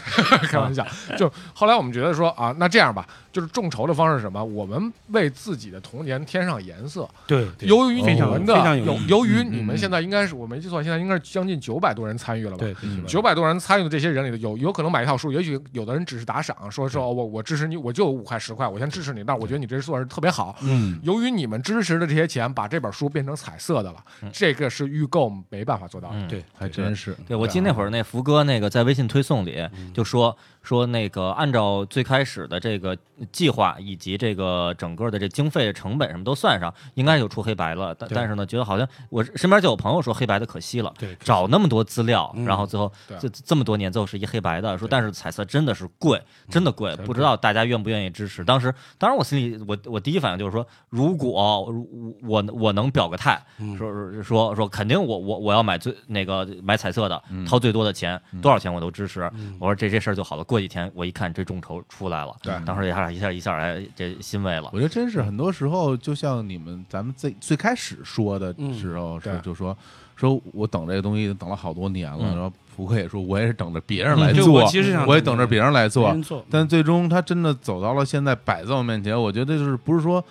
Speaker 3: 开玩笑。就后来我们觉得说啊，那这样吧，就是众筹的方式是什么？我们为自己的童年添上颜色。
Speaker 4: 对，
Speaker 3: 由于
Speaker 4: 非
Speaker 3: 你
Speaker 4: 常
Speaker 3: 们
Speaker 4: 非常
Speaker 3: 的
Speaker 4: 有
Speaker 3: 由
Speaker 4: 意义
Speaker 3: 由于
Speaker 1: 嗯
Speaker 3: 你
Speaker 1: 嗯
Speaker 3: 们现在应该是我没记错，现在应该是将近九百多人参与了吧？
Speaker 4: 对，对
Speaker 1: 嗯
Speaker 3: 九百多人参与的这些人里头，有有可能买一套书，也许有的人只是打赏，说说哦我我支持你，我就五块十块，我先支持你，但是我觉得你这做的特别好。
Speaker 4: 嗯，
Speaker 3: 由于你们支持的这些钱，把这本书变成彩色的了，
Speaker 4: 嗯
Speaker 3: 这个是预购没办法做到的。
Speaker 2: 嗯
Speaker 4: 对，
Speaker 1: 还真是
Speaker 2: 对，我记得那会儿那福哥那个在微信推送里就说说那个按照最开始的这个计划以及这个整个的这经费成本什么都算上，应该有出黑白了。但但是呢，觉得好像我身边就有朋友说黑白的可惜了，
Speaker 4: 对可惜
Speaker 2: 找那么多资料，
Speaker 4: 嗯
Speaker 2: 然后最后
Speaker 3: 对
Speaker 2: 这这么多年最后是一黑白的，说但是彩色真的是贵，
Speaker 4: 嗯
Speaker 2: 真的贵，不知道大家愿不愿意支持。当时当时我心里我我第一反应就是说，如果如我我能表个态，
Speaker 4: 嗯
Speaker 2: 说说说说肯定我我我要买最那个买彩色的，
Speaker 4: 嗯
Speaker 2: 掏最多的钱，多少钱我都支持。我说这这事儿就好了。过几天我一看这众筹出来了，
Speaker 3: 对
Speaker 2: 当时一下一下一下哎这欣慰了
Speaker 1: 我。觉得真是很多时候，就像你们咱们最最开始说的时候，
Speaker 3: 嗯对
Speaker 1: 是就说说我等这个东西等了好多年了，
Speaker 2: 嗯
Speaker 1: 然后福克也说我也是等着别人来
Speaker 4: 嗯对
Speaker 1: 做，
Speaker 4: 我其实想
Speaker 1: 也等着别人来做，
Speaker 4: 没人做
Speaker 1: 但最终他真的走到了现在摆在我面前，我觉得就是不是说。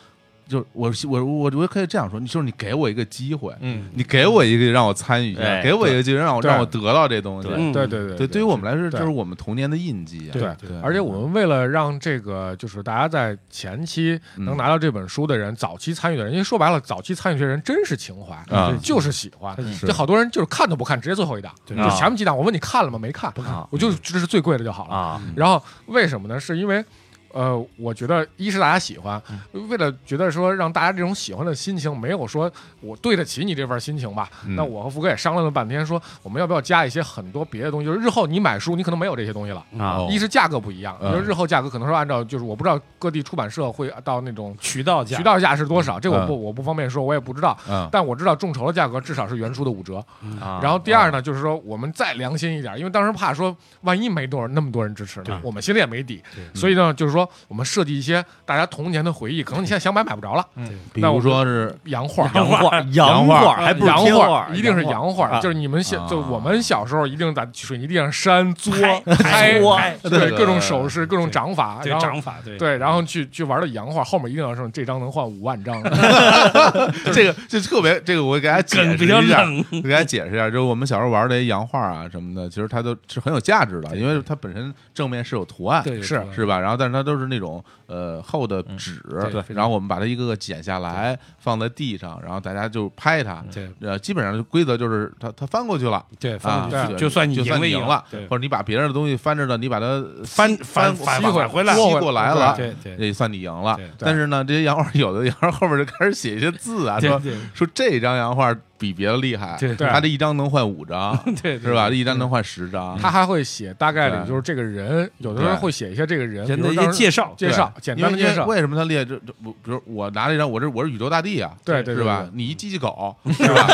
Speaker 1: 就是我我我我可以这样说，你就是你给我一个机会，
Speaker 2: 嗯，
Speaker 1: 你给我一个让我参与一下，
Speaker 2: 哎
Speaker 1: 给我一个机会让我
Speaker 3: 对
Speaker 1: 让我得到这东西。
Speaker 2: 对
Speaker 4: 嗯
Speaker 3: 对对对
Speaker 1: 对，对于我们来说，
Speaker 3: 对
Speaker 1: 就是我们童年的印记啊。
Speaker 3: 对
Speaker 1: 对，
Speaker 3: 而且我们为了让这个就是大家在前期
Speaker 1: 嗯
Speaker 3: 能拿到这本书的人，早期参与的人，因为说白了，早期参与的人真是情怀
Speaker 1: 啊
Speaker 3: 对就是喜欢。
Speaker 1: 是啊
Speaker 3: 就好多人就是看都不看，直接最后一档，就
Speaker 2: 对
Speaker 3: 是前面几档。我问你看了嗯吗？没看，不
Speaker 2: 看
Speaker 3: 我就
Speaker 1: 嗯
Speaker 3: 这是最贵的就好了。
Speaker 2: 啊，
Speaker 3: 然后为什么呢？是因为。呃，我觉得一是大家喜欢，
Speaker 1: 嗯
Speaker 3: 呃为了觉得说让大家这种喜欢的心情，没有说我对得起你这份心情吧。
Speaker 1: 嗯
Speaker 3: 那我和福哥也商量了半天，说我们要不要加一些很多别的东西，就是日后你买书，你可能没有这些东西了。
Speaker 2: 啊
Speaker 1: 哦
Speaker 3: 一是价格不一样，
Speaker 1: 嗯
Speaker 3: 就是日后价格可能是按照就是我不知道各地出版社会啊到那种
Speaker 4: 渠道价，
Speaker 3: 渠道价是多少，这个我
Speaker 1: 嗯
Speaker 3: 不我不方便说，我也不知道。
Speaker 1: 嗯
Speaker 3: 但我知道众筹的价格至少是原书的五折。
Speaker 2: 啊，
Speaker 3: 然后第二呢，就是说我们再良心一点，因为当时怕说万一没多少那么多人支持
Speaker 4: 对
Speaker 3: 呢，我们心里也没底。所以呢，就是说我们设计一些大家童年的回忆，可能你现在想买买不着了。
Speaker 1: 比
Speaker 3: 那我
Speaker 1: 如说是
Speaker 3: 洋画儿，
Speaker 2: 洋画
Speaker 1: 洋画
Speaker 2: 画还不是
Speaker 3: 呃洋
Speaker 2: 天
Speaker 3: 画儿一定是
Speaker 2: 洋
Speaker 3: 洋画
Speaker 2: 啊
Speaker 3: 儿，就是你们小，就
Speaker 1: 啊
Speaker 3: 我们小时候一定在水泥地上扇、作、
Speaker 2: 拍
Speaker 3: 拍、
Speaker 2: 拍
Speaker 1: 这
Speaker 3: 对
Speaker 1: 个
Speaker 3: 各种手势、各种
Speaker 4: 对
Speaker 3: 掌法，
Speaker 4: 对
Speaker 3: 然后
Speaker 4: 掌法，对
Speaker 3: 对，然后去去玩的洋画，后面一定要说这张能换五万张，
Speaker 1: 这个就特别这个，我给大家解
Speaker 4: 梗
Speaker 1: 释
Speaker 4: 比较
Speaker 1: 一下，
Speaker 4: 冷，
Speaker 1: 我给大家解释一下，就是我们小时候玩的这些洋画啊什么的，其实它都是很有价值的，因为它本身正面是有图案，
Speaker 4: 对
Speaker 3: 是
Speaker 1: 是吧？然后但是它都是那种呃厚的纸，
Speaker 4: 对
Speaker 1: 然后我们把它一个个剪下来放在地上，然后大家就拍它。
Speaker 4: 嗯对
Speaker 1: 呃，基本上规则就是它它翻过去了，
Speaker 4: 对，
Speaker 1: 啊
Speaker 4: 反正
Speaker 3: 对
Speaker 4: 就算你
Speaker 1: 就算
Speaker 4: 了
Speaker 1: 你赢了
Speaker 4: 对，
Speaker 1: 或者你把别人的东西翻着的，你把它
Speaker 4: 翻
Speaker 1: 翻
Speaker 4: 反
Speaker 3: 吸回
Speaker 4: 回来，
Speaker 1: 吸
Speaker 3: 过
Speaker 1: 过来了，
Speaker 4: 对对对
Speaker 1: 也算你赢了
Speaker 4: 对对。
Speaker 1: 但是呢，这些洋画有的洋画后面就开始写一些字啊，
Speaker 4: 对
Speaker 1: 说
Speaker 4: 对
Speaker 1: 说这张洋画比别的厉害，
Speaker 4: 对对
Speaker 1: 他这一张能换五 张，
Speaker 4: 对，
Speaker 1: 是吧？这一张能换十张，
Speaker 3: 他还会写大概的，
Speaker 1: 对
Speaker 3: 就是这个人，有的
Speaker 1: 对
Speaker 3: 人会写一些这个人，
Speaker 4: 人
Speaker 3: 比
Speaker 4: 的
Speaker 3: 如
Speaker 4: 一
Speaker 3: 当时
Speaker 4: 些介绍，
Speaker 3: 介绍，简单的
Speaker 1: 因为
Speaker 3: 介
Speaker 1: 因为
Speaker 3: 绍，
Speaker 1: 为什么他列这这不，比如我拿了一张，我这我是宇宙大帝啊，
Speaker 3: 对对
Speaker 1: 是
Speaker 3: 对
Speaker 1: 吧？？你一机器 狗，是吧？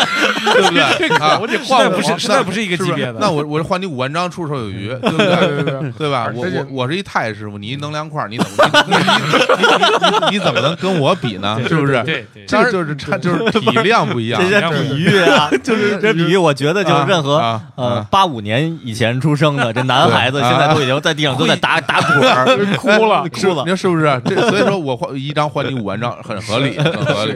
Speaker 1: 对不对？啊，
Speaker 4: 我得换，不是
Speaker 1: 我
Speaker 4: 实在不是一个
Speaker 1: 是
Speaker 4: 级
Speaker 1: 不
Speaker 4: 别
Speaker 1: 是
Speaker 4: 的，
Speaker 1: 那我我换你五万张出手有余，对不
Speaker 3: 对
Speaker 1: 对？
Speaker 3: 对对对，
Speaker 1: 对吧？我
Speaker 3: 而且嗯
Speaker 1: 我我是一太师傅，你一能量块，你怎么你你你你你怎么能跟我比呢？是不是？
Speaker 4: 对对，
Speaker 1: 这就是差，就是体量不一样
Speaker 2: 这。些比喻啊， 就是这比喻，我觉得就是任何
Speaker 1: 啊啊
Speaker 2: 呃
Speaker 1: 啊
Speaker 2: 八五年以前出生的这男孩子，
Speaker 1: 对啊
Speaker 2: 现在都已经在地上都在打打滚儿，
Speaker 1: 哎
Speaker 2: 哭了
Speaker 1: 是
Speaker 2: 哭了
Speaker 1: 你，说是不是？这所以说我换一张换你五万张，很合理，很合理。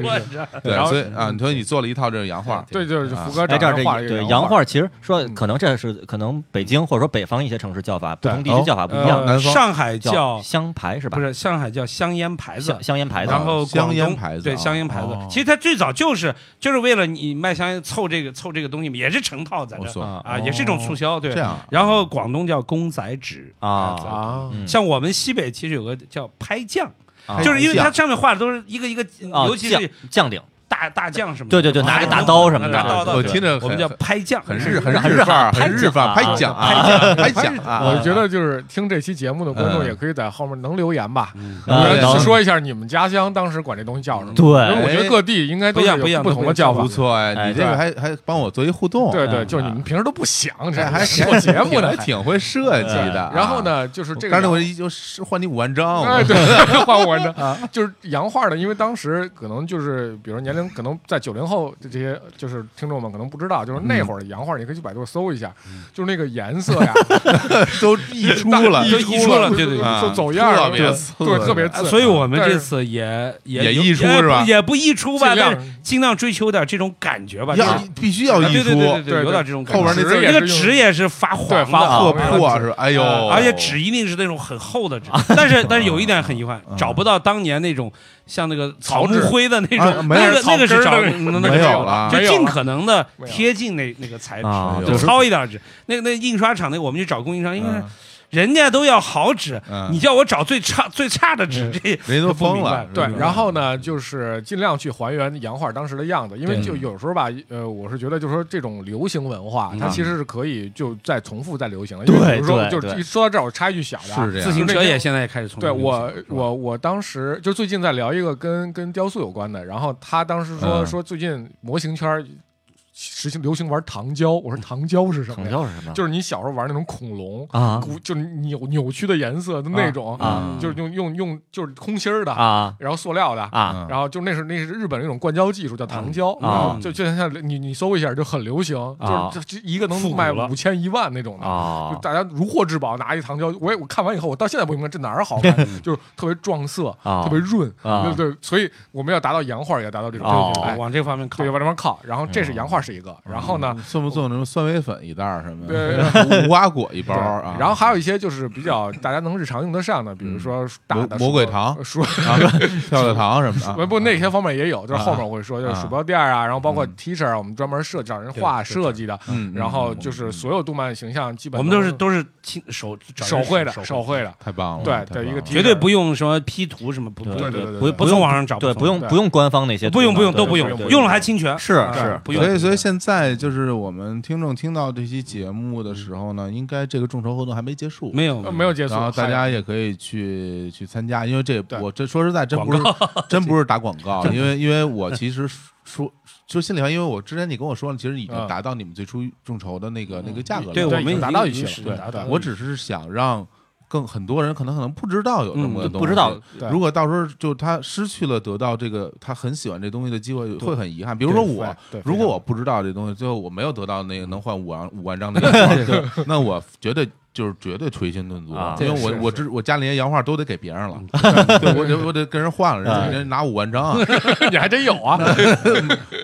Speaker 1: 对
Speaker 3: 然，后
Speaker 1: 所以啊，你说你做了一套这种洋画，
Speaker 3: 对，就是福哥
Speaker 2: 哎，
Speaker 3: 长
Speaker 2: 这样
Speaker 3: 得画了
Speaker 2: 这
Speaker 3: 一
Speaker 2: 对
Speaker 3: 个
Speaker 2: 洋
Speaker 3: 画
Speaker 2: 画，其实说可能这是可能北京或者说北方一些城市叫法，不同地区叫法不一
Speaker 3: 哦
Speaker 2: 样，
Speaker 1: 南方
Speaker 4: 上海呃叫
Speaker 2: 香牌是吧
Speaker 4: 不？是上海叫香烟牌子
Speaker 2: 香，香烟牌子
Speaker 4: 然后广
Speaker 1: 香烟
Speaker 4: 东
Speaker 1: 牌子
Speaker 4: 对
Speaker 1: 啊
Speaker 4: 香烟牌子
Speaker 1: 哦，
Speaker 4: 其实它最早就是就是为了你卖香烟凑这个凑这个东西，也是成套在
Speaker 1: 我
Speaker 4: 这
Speaker 1: 说
Speaker 2: 啊
Speaker 4: 啊，也是一种促销，对
Speaker 1: 这。样啊
Speaker 4: 然后广东叫公仔纸
Speaker 2: 啊
Speaker 3: 啊，
Speaker 2: 嗯
Speaker 4: 像我们西北其实有个叫拍酱，
Speaker 2: 啊
Speaker 4: 就是因为
Speaker 1: 酱
Speaker 4: 它上面画的都是一个一个，
Speaker 2: 啊
Speaker 4: 尤其
Speaker 2: 酱
Speaker 4: 是
Speaker 2: 酱领
Speaker 4: 大大酱什么
Speaker 2: 对
Speaker 4: 的，
Speaker 2: 对对拿
Speaker 4: 个
Speaker 2: 个大刀什么的
Speaker 4: 拿大刀，
Speaker 1: 我
Speaker 2: 对
Speaker 1: 听着
Speaker 4: 我们
Speaker 1: 很
Speaker 4: 叫拍酱，
Speaker 1: 很日
Speaker 2: 很
Speaker 1: 很
Speaker 2: 日
Speaker 1: 范儿，
Speaker 2: 韩
Speaker 1: 很日范儿，
Speaker 2: 拍
Speaker 1: 拍
Speaker 2: 奖
Speaker 1: 奖啊，拍奖啊！
Speaker 3: 我觉得就是听这期节目的观众也可以在后面能留言吧，
Speaker 2: 啊
Speaker 1: 对
Speaker 3: 能
Speaker 2: 能
Speaker 3: 说一下你们家乡当时管这东西叫什么？因为
Speaker 2: 对
Speaker 3: 我觉得各地应该都
Speaker 4: 不一样
Speaker 3: 有
Speaker 4: 不一样
Speaker 3: 不同的叫法
Speaker 1: 不，错哎，
Speaker 2: 哎
Speaker 1: 你这个还还帮我做一互动，
Speaker 3: 对
Speaker 2: 啊
Speaker 3: 对，就是你们平时都不想，这
Speaker 1: 这还
Speaker 3: 做节目呢
Speaker 1: 还，挺会设计的。啊
Speaker 3: 然后，呢，就是这个
Speaker 1: 刚
Speaker 3: 洋。
Speaker 1: 才我一就是换你五万张，
Speaker 3: 哎，
Speaker 1: 我
Speaker 3: 对， 换我呢，就是洋画的，因为当时可能就是，比如年龄可能在九零后的这些就是听众们可能不知道，就是那会儿的洋画，你可以去百度搜一下，就是那个颜色呀，
Speaker 1: 都溢出了，
Speaker 4: 都溢出了
Speaker 3: 就
Speaker 4: 对对
Speaker 1: 对
Speaker 3: 就走样
Speaker 1: 特
Speaker 3: 了，
Speaker 1: 别
Speaker 3: 对
Speaker 1: 刺
Speaker 3: 对，特别
Speaker 4: 啊
Speaker 3: 刺。
Speaker 4: 所以我们
Speaker 3: 但
Speaker 4: 这
Speaker 3: 是
Speaker 4: 次也
Speaker 1: 也
Speaker 4: 有
Speaker 1: 溢出
Speaker 4: 也
Speaker 1: 是吧
Speaker 4: 不也不溢出吧，
Speaker 3: 尽量
Speaker 4: 但是尽量追求点这种感觉吧，
Speaker 1: 要
Speaker 4: 就是啊
Speaker 1: 必须要溢
Speaker 4: 对对对
Speaker 1: 出，
Speaker 4: 对，
Speaker 3: 啊对
Speaker 4: 有
Speaker 3: 对
Speaker 4: 点这种感
Speaker 1: 后边
Speaker 4: 觉。
Speaker 1: 那字
Speaker 3: 纸
Speaker 1: 儿
Speaker 3: 也
Speaker 4: 那
Speaker 3: 是
Speaker 4: 个
Speaker 3: 用
Speaker 4: 纸也是发黄的，
Speaker 3: 对发黄
Speaker 1: 特破是，哎呦，
Speaker 3: 啊
Speaker 4: 而且纸一定是那种很厚的纸，
Speaker 3: 哦
Speaker 4: 但是但是有一点很遗憾，找不到当年那种像那个草木灰的那
Speaker 1: 啊
Speaker 4: 种，
Speaker 1: 没
Speaker 4: 那
Speaker 1: 有
Speaker 4: 个那个是
Speaker 3: 草
Speaker 4: 找
Speaker 3: 根儿
Speaker 4: 那个
Speaker 1: 没
Speaker 4: 是
Speaker 1: 有
Speaker 4: 找
Speaker 1: 了，
Speaker 4: 就
Speaker 3: 没有
Speaker 4: 尽可能的
Speaker 3: 没有
Speaker 4: 贴近那那个材质，
Speaker 2: 啊，
Speaker 1: 有
Speaker 4: 就
Speaker 2: 就是
Speaker 4: 糙一点的纸。那那印刷厂那个，我们去找供应商，因为
Speaker 1: 嗯
Speaker 4: 人家都要好纸，
Speaker 1: 嗯
Speaker 4: 你叫我找最差最差的纸，这
Speaker 1: 人家都
Speaker 4: 这不
Speaker 1: 疯
Speaker 4: 明白
Speaker 1: 了，
Speaker 3: 嗯
Speaker 1: 嗯
Speaker 3: 对
Speaker 1: 是，吧
Speaker 3: 然后呢，就是尽量去还原洋画当时的样子，因为
Speaker 1: 对
Speaker 3: 就有时候吧，呃，我是觉得就是说这种流行文化，它其实是可以就再重复再流行的。因为
Speaker 2: 对
Speaker 3: 比如说，
Speaker 2: 对
Speaker 3: 就是
Speaker 2: 对
Speaker 3: 一说到这儿，我插一句小的啊，
Speaker 1: 是这样，
Speaker 4: 自行车也现在也开始从
Speaker 3: 对我，我我当时就最近在聊一个跟跟雕塑有关的，然后他当时
Speaker 1: 嗯
Speaker 3: 说、说最近模型圈儿实行流行玩糖胶。我说糖胶是什么
Speaker 2: 成
Speaker 3: 呀？
Speaker 2: 就是什么？
Speaker 3: 就是你小时候玩那种恐龙，
Speaker 2: 啊
Speaker 3: 鼓就是扭扭曲的颜色的那种，
Speaker 2: 啊
Speaker 3: 就是用用用就是空心儿的，
Speaker 2: 啊
Speaker 3: 然后塑料的。
Speaker 1: 嗯
Speaker 2: 啊
Speaker 3: 然后就那是那是日本那种灌胶技术叫糖胶，
Speaker 2: 啊
Speaker 3: 就就像你你搜一下就很流行，
Speaker 2: 啊
Speaker 3: 就是这这一个
Speaker 4: 复古
Speaker 3: 能卖
Speaker 4: 了
Speaker 3: 五千一万那种的，就
Speaker 2: 啊
Speaker 3: 大家如获至宝，拿一糖胶，我也我看完以后，我到现在不明白这哪 儿好看，就是特别撞色，
Speaker 2: 啊
Speaker 3: 特别润，
Speaker 2: 啊
Speaker 3: 对对，所以我们要达到洋画，也要达到这种
Speaker 2: 哦嗯
Speaker 3: 哎
Speaker 4: 往这方面靠
Speaker 3: 对，。往这边靠。然后这是洋画是一个，然后呢，
Speaker 1: 送不送什么酸梅粉一袋儿什么
Speaker 3: 对
Speaker 1: 的，无花果一包
Speaker 3: 对
Speaker 1: 儿啊，
Speaker 3: 然后还有一些就是比较大家能日常用得上的，比
Speaker 2: 嗯
Speaker 3: 如说大的呃
Speaker 1: 魔魔鬼糖
Speaker 3: 鼠标，
Speaker 1: 啊 跳跳糖什么的啊
Speaker 3: 鼠，不不那些方面也有，就是
Speaker 1: 啊
Speaker 3: 后面我会说，就是
Speaker 1: 啊
Speaker 3: 鼠标垫儿啊，然后包括
Speaker 1: 嗯
Speaker 3: T 恤儿，我们专门设计找人画设计的，
Speaker 1: 嗯，嗯
Speaker 3: 然后就是所有动漫形象基本
Speaker 4: 我们都是都是亲手找人
Speaker 3: 手绘的，
Speaker 4: 手
Speaker 3: 手绘的，
Speaker 1: 太棒了，
Speaker 3: 对
Speaker 1: 太棒
Speaker 3: 对一个
Speaker 1: 了
Speaker 3: 体
Speaker 4: 绝对不用什么 P 图什么，不
Speaker 2: 对
Speaker 4: 不
Speaker 3: 对对对
Speaker 4: 不
Speaker 3: 对
Speaker 4: 不从网上找，
Speaker 2: 对，
Speaker 4: 从
Speaker 2: 不用
Speaker 3: 对
Speaker 2: 不用官方那些图
Speaker 4: 不
Speaker 2: 嘛，
Speaker 4: 用不用都不
Speaker 2: 对
Speaker 4: 用
Speaker 3: 不，用
Speaker 4: 用了还侵权，
Speaker 2: 是是
Speaker 4: 不用
Speaker 1: 所以，所以现在就是我们听众听到这期节目的时候呢，应该这个众筹活动还没结束，
Speaker 4: 没有
Speaker 3: 呃没有结束
Speaker 1: 然后，大
Speaker 3: 还
Speaker 1: 家也可以去去参加，因为这
Speaker 3: 对
Speaker 1: 我这说实在真不是真不是打广告，因为因为我其实说说心里话，因为我之前你跟我说了，其实已经
Speaker 3: 嗯
Speaker 1: 达到你们最初众筹的那个那个价格了，
Speaker 4: 对我
Speaker 3: 对
Speaker 4: 们
Speaker 3: 已
Speaker 4: 已
Speaker 3: 经
Speaker 4: 经
Speaker 3: 达到一
Speaker 4: 已经
Speaker 3: 些了
Speaker 4: 是
Speaker 3: 对
Speaker 4: 达到
Speaker 1: 我只是想让更很多人可能可能不知道有这么个
Speaker 4: 嗯
Speaker 1: 东西，
Speaker 2: 不知道
Speaker 3: 对
Speaker 1: 如果到时候就他失去了得到这个他很喜欢这东西的机会，会很遗憾。比如说我
Speaker 3: 对对，
Speaker 1: 如果我不知道这东西，最后我没有得到那个
Speaker 3: 嗯
Speaker 1: 能换五万五万张的洋画，对 那我绝对就是绝对捶心顿足
Speaker 2: 啊，嗯
Speaker 1: 因为
Speaker 3: 对
Speaker 1: 我
Speaker 3: 是
Speaker 1: 我
Speaker 3: 是
Speaker 1: 知我家里连洋画都得给别人了， 对我得我得跟人换了，人家拿五万张啊，
Speaker 3: 你还真有啊，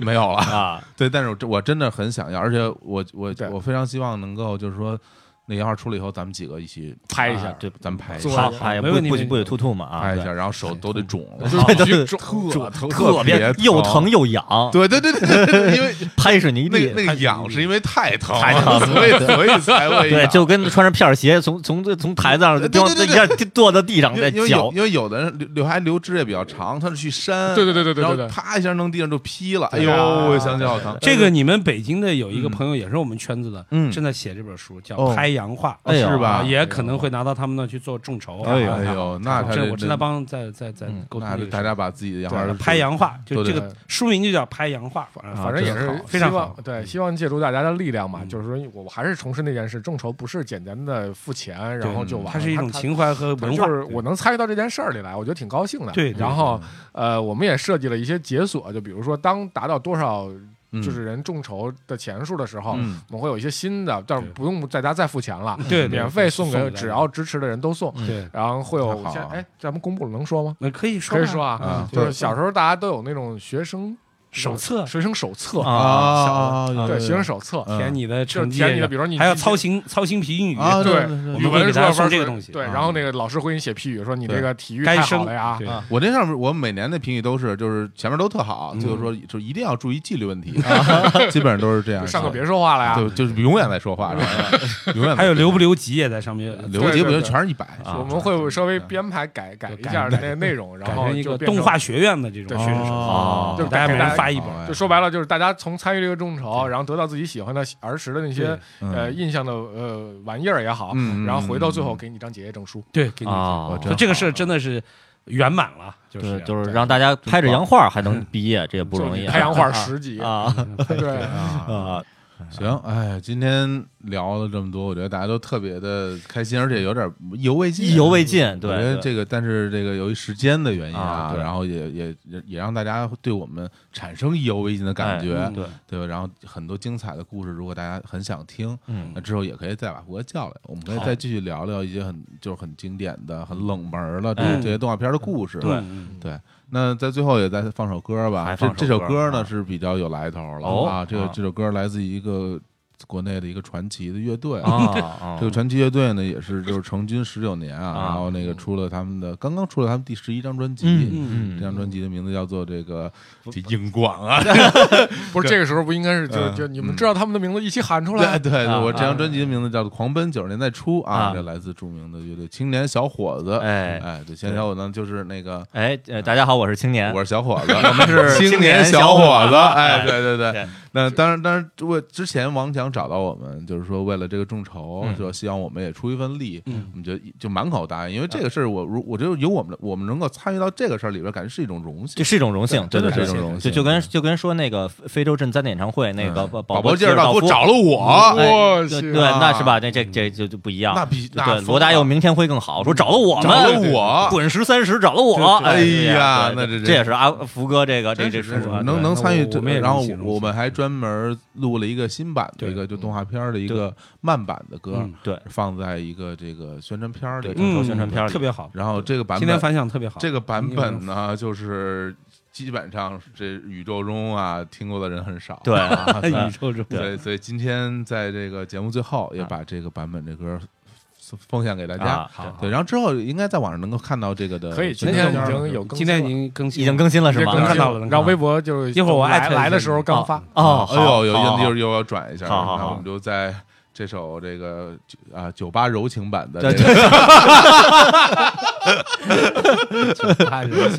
Speaker 1: 没有了。
Speaker 2: 啊
Speaker 1: 对，但是我真我真的很想要，而且我我
Speaker 3: 对
Speaker 1: 我非常希望能够就是说，那洋画出了以后，咱们几个一起
Speaker 3: 拍一下
Speaker 2: 啊，对，
Speaker 1: 咱们拍一
Speaker 3: 做
Speaker 1: 下，
Speaker 2: 好，
Speaker 3: 好
Speaker 2: 哎，
Speaker 4: 没
Speaker 2: 不不
Speaker 4: 问题没问题
Speaker 2: 不许突突嘛啊，
Speaker 1: 拍一
Speaker 2: 对
Speaker 1: 下，然后手都得肿了，
Speaker 2: 对
Speaker 3: 哎 就
Speaker 2: 对
Speaker 3: 是特特
Speaker 2: 特别又疼又痒，
Speaker 1: 对对对对对对，因 为
Speaker 2: 拍是你一
Speaker 1: 那
Speaker 2: 地
Speaker 1: 个那个痒是因为太疼了，
Speaker 2: 太疼了
Speaker 1: 所以所以才会
Speaker 2: 对，
Speaker 1: 痒
Speaker 2: 就跟穿着片儿鞋从从这从台子上
Speaker 1: 对
Speaker 2: 掉
Speaker 1: 对对
Speaker 2: 一下坐到地上
Speaker 1: 因为
Speaker 2: 再
Speaker 1: 因为有
Speaker 2: 搅
Speaker 1: 因为有的人刘海留指甲比较长，他是去扇，
Speaker 3: 对对对对对对
Speaker 1: 然后啪一下弄地上就劈了，哎
Speaker 3: 对
Speaker 1: 呦，
Speaker 3: 啊
Speaker 1: 我想起好疼。
Speaker 4: 这个你们北京的有一个
Speaker 1: 嗯
Speaker 4: 朋友也是我们圈子的，
Speaker 1: 嗯
Speaker 4: 正在写这本书叫
Speaker 1: 哦
Speaker 4: 《拍洋画》，
Speaker 2: 哎呦
Speaker 1: 是吧
Speaker 4: 啊也可能会拿到他们那去做众筹。
Speaker 2: 哎呦
Speaker 4: 啊
Speaker 1: 哎呦，那他
Speaker 4: 这我正在帮在在在
Speaker 2: 嗯
Speaker 4: 沟
Speaker 1: 那
Speaker 4: 通这
Speaker 1: 就
Speaker 4: 个
Speaker 1: 大
Speaker 4: 事
Speaker 1: 家把自己的洋
Speaker 4: 对啊
Speaker 1: 画都
Speaker 4: 拍洋画，就
Speaker 1: 都得
Speaker 4: 这个书名就叫《拍洋画》，
Speaker 3: 反正也
Speaker 1: 真
Speaker 3: 是
Speaker 1: 好
Speaker 4: 非常
Speaker 3: 希望
Speaker 4: 啊好
Speaker 3: 对，希望借助大家的力量嘛，
Speaker 4: 嗯
Speaker 3: 就是说我我还是重申那件事，众筹不是简单的付钱然后就完了，
Speaker 4: 它是一种
Speaker 3: 它
Speaker 4: 情怀和
Speaker 3: 它
Speaker 4: 文
Speaker 3: 就
Speaker 4: 化。
Speaker 3: 是我能参与到这件事儿里来，我觉得挺高兴的。
Speaker 4: 对对
Speaker 3: 然后呃，我们也设计了一些解锁，就比如说当达到多少
Speaker 1: 嗯
Speaker 3: 就是人众筹的钱数的时候，
Speaker 1: 嗯
Speaker 3: 我们会有一些新的，但是
Speaker 4: 对嗯
Speaker 3: 不用大家再付钱了，
Speaker 4: 对对
Speaker 3: 免费送
Speaker 4: 送
Speaker 3: 给
Speaker 4: 给大家嗯
Speaker 3: 只要支持的人都送。
Speaker 4: 对，
Speaker 3: 然后会有
Speaker 1: 太好
Speaker 3: 现
Speaker 1: 了
Speaker 3: 哎，咱们公布了能说吗？
Speaker 4: 那可以说
Speaker 3: 可以
Speaker 4: 吧
Speaker 3: 说啊
Speaker 4: 嗯
Speaker 1: 啊，
Speaker 3: 就是
Speaker 1: 对
Speaker 3: 小时候大家都有那种学生
Speaker 4: 手册
Speaker 3: 学生手册
Speaker 2: 啊
Speaker 1: 啊，有
Speaker 3: 对，
Speaker 1: 有
Speaker 3: 学
Speaker 1: 有
Speaker 3: 生手册，
Speaker 1: 嗯
Speaker 4: 填你的成绩，
Speaker 3: 就是填你的比如说你
Speaker 4: 还要操行操行皮英语，
Speaker 1: 啊，
Speaker 3: 对
Speaker 4: 我
Speaker 3: 语
Speaker 4: 们会
Speaker 3: 文说
Speaker 4: 给大家
Speaker 3: 要
Speaker 4: 送
Speaker 3: 分
Speaker 4: 这个
Speaker 3: 数
Speaker 4: 东西。
Speaker 3: 对，
Speaker 4: 啊
Speaker 3: 然后那个老师会给你写批语，说你
Speaker 1: 对
Speaker 3: 这个体育
Speaker 4: 该
Speaker 3: 太
Speaker 4: 生
Speaker 3: 好了呀，
Speaker 4: 对
Speaker 1: 我那上面我每年的评语都是，就是前面都特好，就是说就一定要注意纪律问题，基本上都是这样。
Speaker 3: 上课别说话了呀，
Speaker 1: 就就是永远在说话，
Speaker 3: 嗯
Speaker 1: 永远在
Speaker 4: 还有留不留级也在上面，
Speaker 1: 留级不
Speaker 3: 对
Speaker 1: 行，
Speaker 3: 对对
Speaker 1: 全是一百
Speaker 2: 啊
Speaker 3: 我们会稍微编排改改一下那个内 容，
Speaker 4: 改
Speaker 3: 然后
Speaker 4: 成一哎
Speaker 3: 就
Speaker 4: 个
Speaker 3: 变
Speaker 4: 动
Speaker 3: 成
Speaker 4: 画学院的这种
Speaker 3: 对
Speaker 4: 学生手册，
Speaker 1: 哦
Speaker 2: 啊
Speaker 3: 就
Speaker 4: 给大家每人发一本。
Speaker 1: 本
Speaker 3: 就说白了，就是大家从参与这个众筹，然后得到自己喜欢的儿时的那些
Speaker 1: 嗯
Speaker 3: 呃印象的呃玩意儿也好
Speaker 1: 嗯嗯，
Speaker 3: 然后回到最后给你一张结业证书。
Speaker 4: 对，给你
Speaker 2: 啊，
Speaker 4: 说哦这个事儿真的是圆满了，就是
Speaker 2: 对，就是让大家拍着洋画还能毕业，这也不容易啊。
Speaker 3: 开洋画十级，
Speaker 2: 啊
Speaker 3: 对，
Speaker 2: 啊，
Speaker 1: 行，哎，今天聊了这么多，我觉得大家都特别的开心，而且有点意犹未尽，
Speaker 2: 意犹未。尽，
Speaker 1: 我觉得
Speaker 2: 对，
Speaker 1: 这个，但是这个由于时间的原因
Speaker 2: 啊对
Speaker 1: 然后也也也也让大家对我们产生意犹未尽的感
Speaker 4: 嗯
Speaker 1: 觉，
Speaker 2: 哎对，
Speaker 1: 对吧？然后很多精彩的故事，如果大家很想听，
Speaker 2: 嗯
Speaker 1: 那之后也可以再把胡哥叫来，我们可以
Speaker 2: 好
Speaker 1: 再继续聊聊一些很就是很经典的、很冷门儿的这
Speaker 2: 哎
Speaker 1: 这些动画片的故事。
Speaker 2: 对
Speaker 1: 对，那在最后也再放首歌吧
Speaker 2: 还。
Speaker 1: 这
Speaker 2: 放
Speaker 1: 这首
Speaker 2: 首歌
Speaker 1: 歌呢
Speaker 2: 啊
Speaker 1: 是比较有来头了
Speaker 2: 哦
Speaker 1: 啊，这个
Speaker 2: 啊
Speaker 1: 这首歌来自一个国内的一个传奇的乐队。
Speaker 2: 啊，
Speaker 1: 这个传奇乐队呢，也是就是成军十九年啊，
Speaker 2: 啊
Speaker 1: 然后那个出了他们的刚刚出了他们第十一张专辑，
Speaker 2: 嗯嗯
Speaker 1: 这张专辑的名字叫做这个这硬广啊，
Speaker 3: 不是这个时候不应该是就
Speaker 1: 嗯
Speaker 3: 就你们知道他们的名字一起喊出
Speaker 1: 对
Speaker 3: 来，
Speaker 1: 对对，
Speaker 2: 啊
Speaker 1: 我这张专辑的名字叫做《狂奔九十年代初》啊，
Speaker 2: 啊
Speaker 1: 这来自著名的乐队青年小伙子。
Speaker 2: 哎
Speaker 1: 哎，对，青年小伙子呢就是那个。
Speaker 2: 哎，呃大家好，我是青年，
Speaker 1: 我是小伙 子，我们是
Speaker 2: 青
Speaker 1: 年
Speaker 2: 年
Speaker 1: 小
Speaker 2: 小
Speaker 1: 伙
Speaker 2: 伙
Speaker 1: 子。
Speaker 2: 子
Speaker 1: 哎，
Speaker 2: 哎
Speaker 1: 对对对
Speaker 2: 对，
Speaker 1: 那当然，当然，我之前王强想找到我们，就是说为了这个众筹，
Speaker 2: 嗯
Speaker 1: 就希望我们也出一份力，
Speaker 4: 嗯
Speaker 1: 我们就就满口答应，因为
Speaker 2: 嗯
Speaker 1: 这个事儿，我如我觉得有我们的，我们能够参与到这个事儿里边，感觉是一种荣幸
Speaker 2: 这。是一种荣幸，对
Speaker 1: 真的
Speaker 2: 对
Speaker 1: 是一
Speaker 2: 对，
Speaker 1: 种荣幸
Speaker 2: 就就跟就跟说那个非非洲镇三点演唱会那个宝
Speaker 1: 嗯宝
Speaker 2: 宝
Speaker 1: 吉尔道
Speaker 2: 道
Speaker 1: 夫找了我，
Speaker 2: 哎
Speaker 3: 我
Speaker 2: 对
Speaker 3: 去
Speaker 2: 对，
Speaker 1: 啊
Speaker 2: 那是吧？那这这就就不一样。
Speaker 1: 那必那
Speaker 2: 对
Speaker 1: 疯
Speaker 2: 罗大
Speaker 1: 了
Speaker 2: 佑明天会更好，说找了我们，
Speaker 1: 找了我
Speaker 2: 滚石三十找了我。
Speaker 1: 哎
Speaker 2: 对
Speaker 1: 呀
Speaker 2: 对
Speaker 1: 那
Speaker 2: 对
Speaker 1: 这
Speaker 2: 这也是阿福哥这个这
Speaker 1: 真
Speaker 2: 这
Speaker 1: 是真
Speaker 2: 说
Speaker 1: 是
Speaker 2: 法
Speaker 1: 能
Speaker 2: 对
Speaker 1: 能参与
Speaker 4: 啊那我
Speaker 1: 这
Speaker 4: 我们也，
Speaker 1: 然后
Speaker 4: 荣幸荣
Speaker 1: 我们还专门录了一个新版的
Speaker 4: 嗯对嗯
Speaker 1: 一个就动画片儿的一
Speaker 4: 对
Speaker 1: 个慢版的歌
Speaker 4: 嗯，
Speaker 2: 对
Speaker 1: 放在一个这个宣传片儿里
Speaker 2: 对
Speaker 1: 边。
Speaker 2: 嗯宣传片儿里
Speaker 4: 特别好，
Speaker 1: 然后这个版
Speaker 4: 今天
Speaker 1: 本，
Speaker 4: 反响特别好。
Speaker 1: 这个版本呢，就是基本上这宇宙中啊听过的人很少，
Speaker 2: 对
Speaker 1: 啊
Speaker 4: 宇宙中
Speaker 1: 所以所以今天在这个节目最后
Speaker 4: 啊
Speaker 1: 也把这个版本这歌奉奉献给大家。
Speaker 2: 啊，好
Speaker 1: 对，然后之后应该在网上能够看到这个的，
Speaker 3: 可以，今
Speaker 1: 宣
Speaker 3: 天
Speaker 1: 传
Speaker 3: 已
Speaker 1: 片儿
Speaker 3: 经有更
Speaker 4: 今
Speaker 3: 新
Speaker 4: 天
Speaker 3: 了
Speaker 4: 已经更新了，
Speaker 2: 已经更新了
Speaker 3: 已经
Speaker 2: 是吗？
Speaker 3: 更新
Speaker 4: 看到了能看到
Speaker 3: 然后微博就是
Speaker 4: 一会儿我艾
Speaker 3: 来
Speaker 4: 特一下
Speaker 3: 来的时候刚
Speaker 2: 哦
Speaker 3: 发，
Speaker 2: 哦，
Speaker 1: 哎呦，有
Speaker 2: 好
Speaker 1: 印
Speaker 2: 好
Speaker 1: 又又要转一下，
Speaker 2: 好好
Speaker 1: 那
Speaker 2: 好
Speaker 1: 我们就在这首这个九啊酒吧柔情版的
Speaker 2: 对
Speaker 1: 这个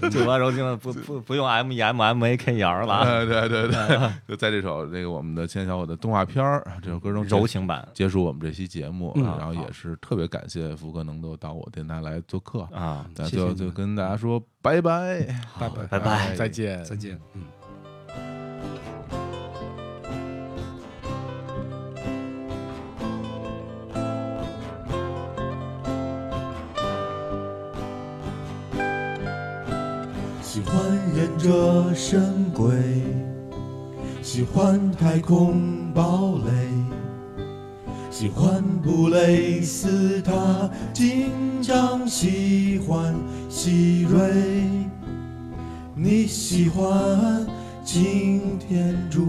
Speaker 2: 九八柔情了，不不不用 M E M M A K E R 了啊，
Speaker 1: 呃 对对对，就在这首这个我们的千小伙的动画片儿这首歌中
Speaker 2: 柔情版
Speaker 1: 结束我们这期节目，
Speaker 4: 嗯
Speaker 1: 然后也是特别感谢福哥能够到我电台来做客，
Speaker 2: 啊，
Speaker 1: 那
Speaker 4: 谢谢
Speaker 1: 就
Speaker 4: 你们
Speaker 1: 就跟大家说拜拜。
Speaker 4: 拜拜
Speaker 2: 拜拜。
Speaker 3: 再见。
Speaker 4: 再见，嗯。
Speaker 9: 喜欢沿着深轨，喜欢太空堡垒，喜欢布雷斯塔紧张，喜欢希瑞，你喜欢擎天柱，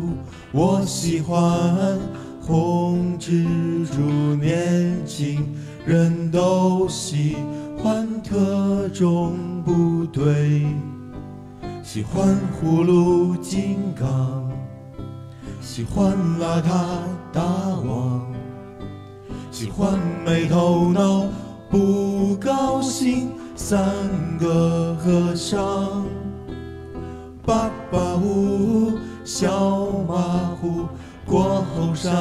Speaker 9: 我喜欢红蜘蛛，年轻人都喜欢特种部队。喜欢葫芦金刚，喜欢邋遢大王，喜欢没头脑不高兴三个和尚，八八五小马虎过后山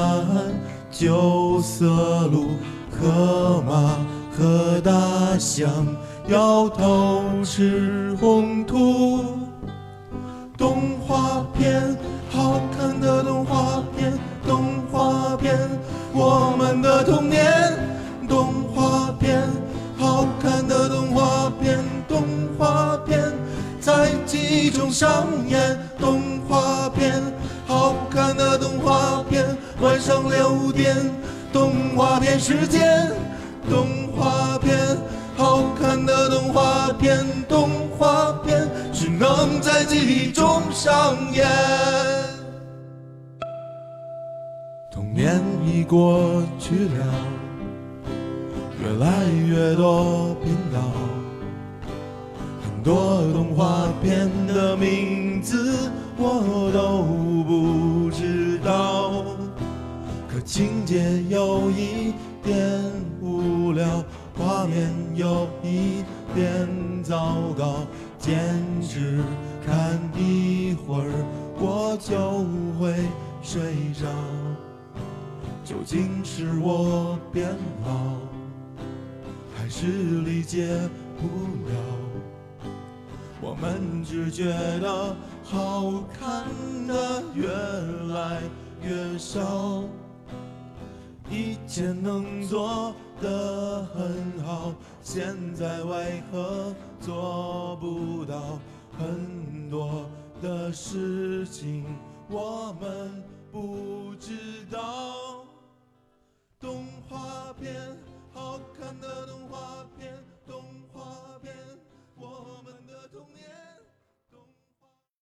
Speaker 9: 九色鹿河马和大象摇头吃红土。动画片，好看的动画片，动画片，我们的童年。动画片，好看的动画片，动画片，在记忆中上演。动画片，好看的动画片，晚上六点，动画片时间。动画片，好看的动画片，动画片只能在记忆中上演。童年已过去了，越来越多频道，很多动画片的名字我都不知道。可情节有一点无聊，画面有一点糟糕，坚持看一会儿我就会睡着。究竟是我变老，还是理解不了？我们只觉得好看的越来越少，以前能做得很好，现在为何做不到？很多的事情我们不知道。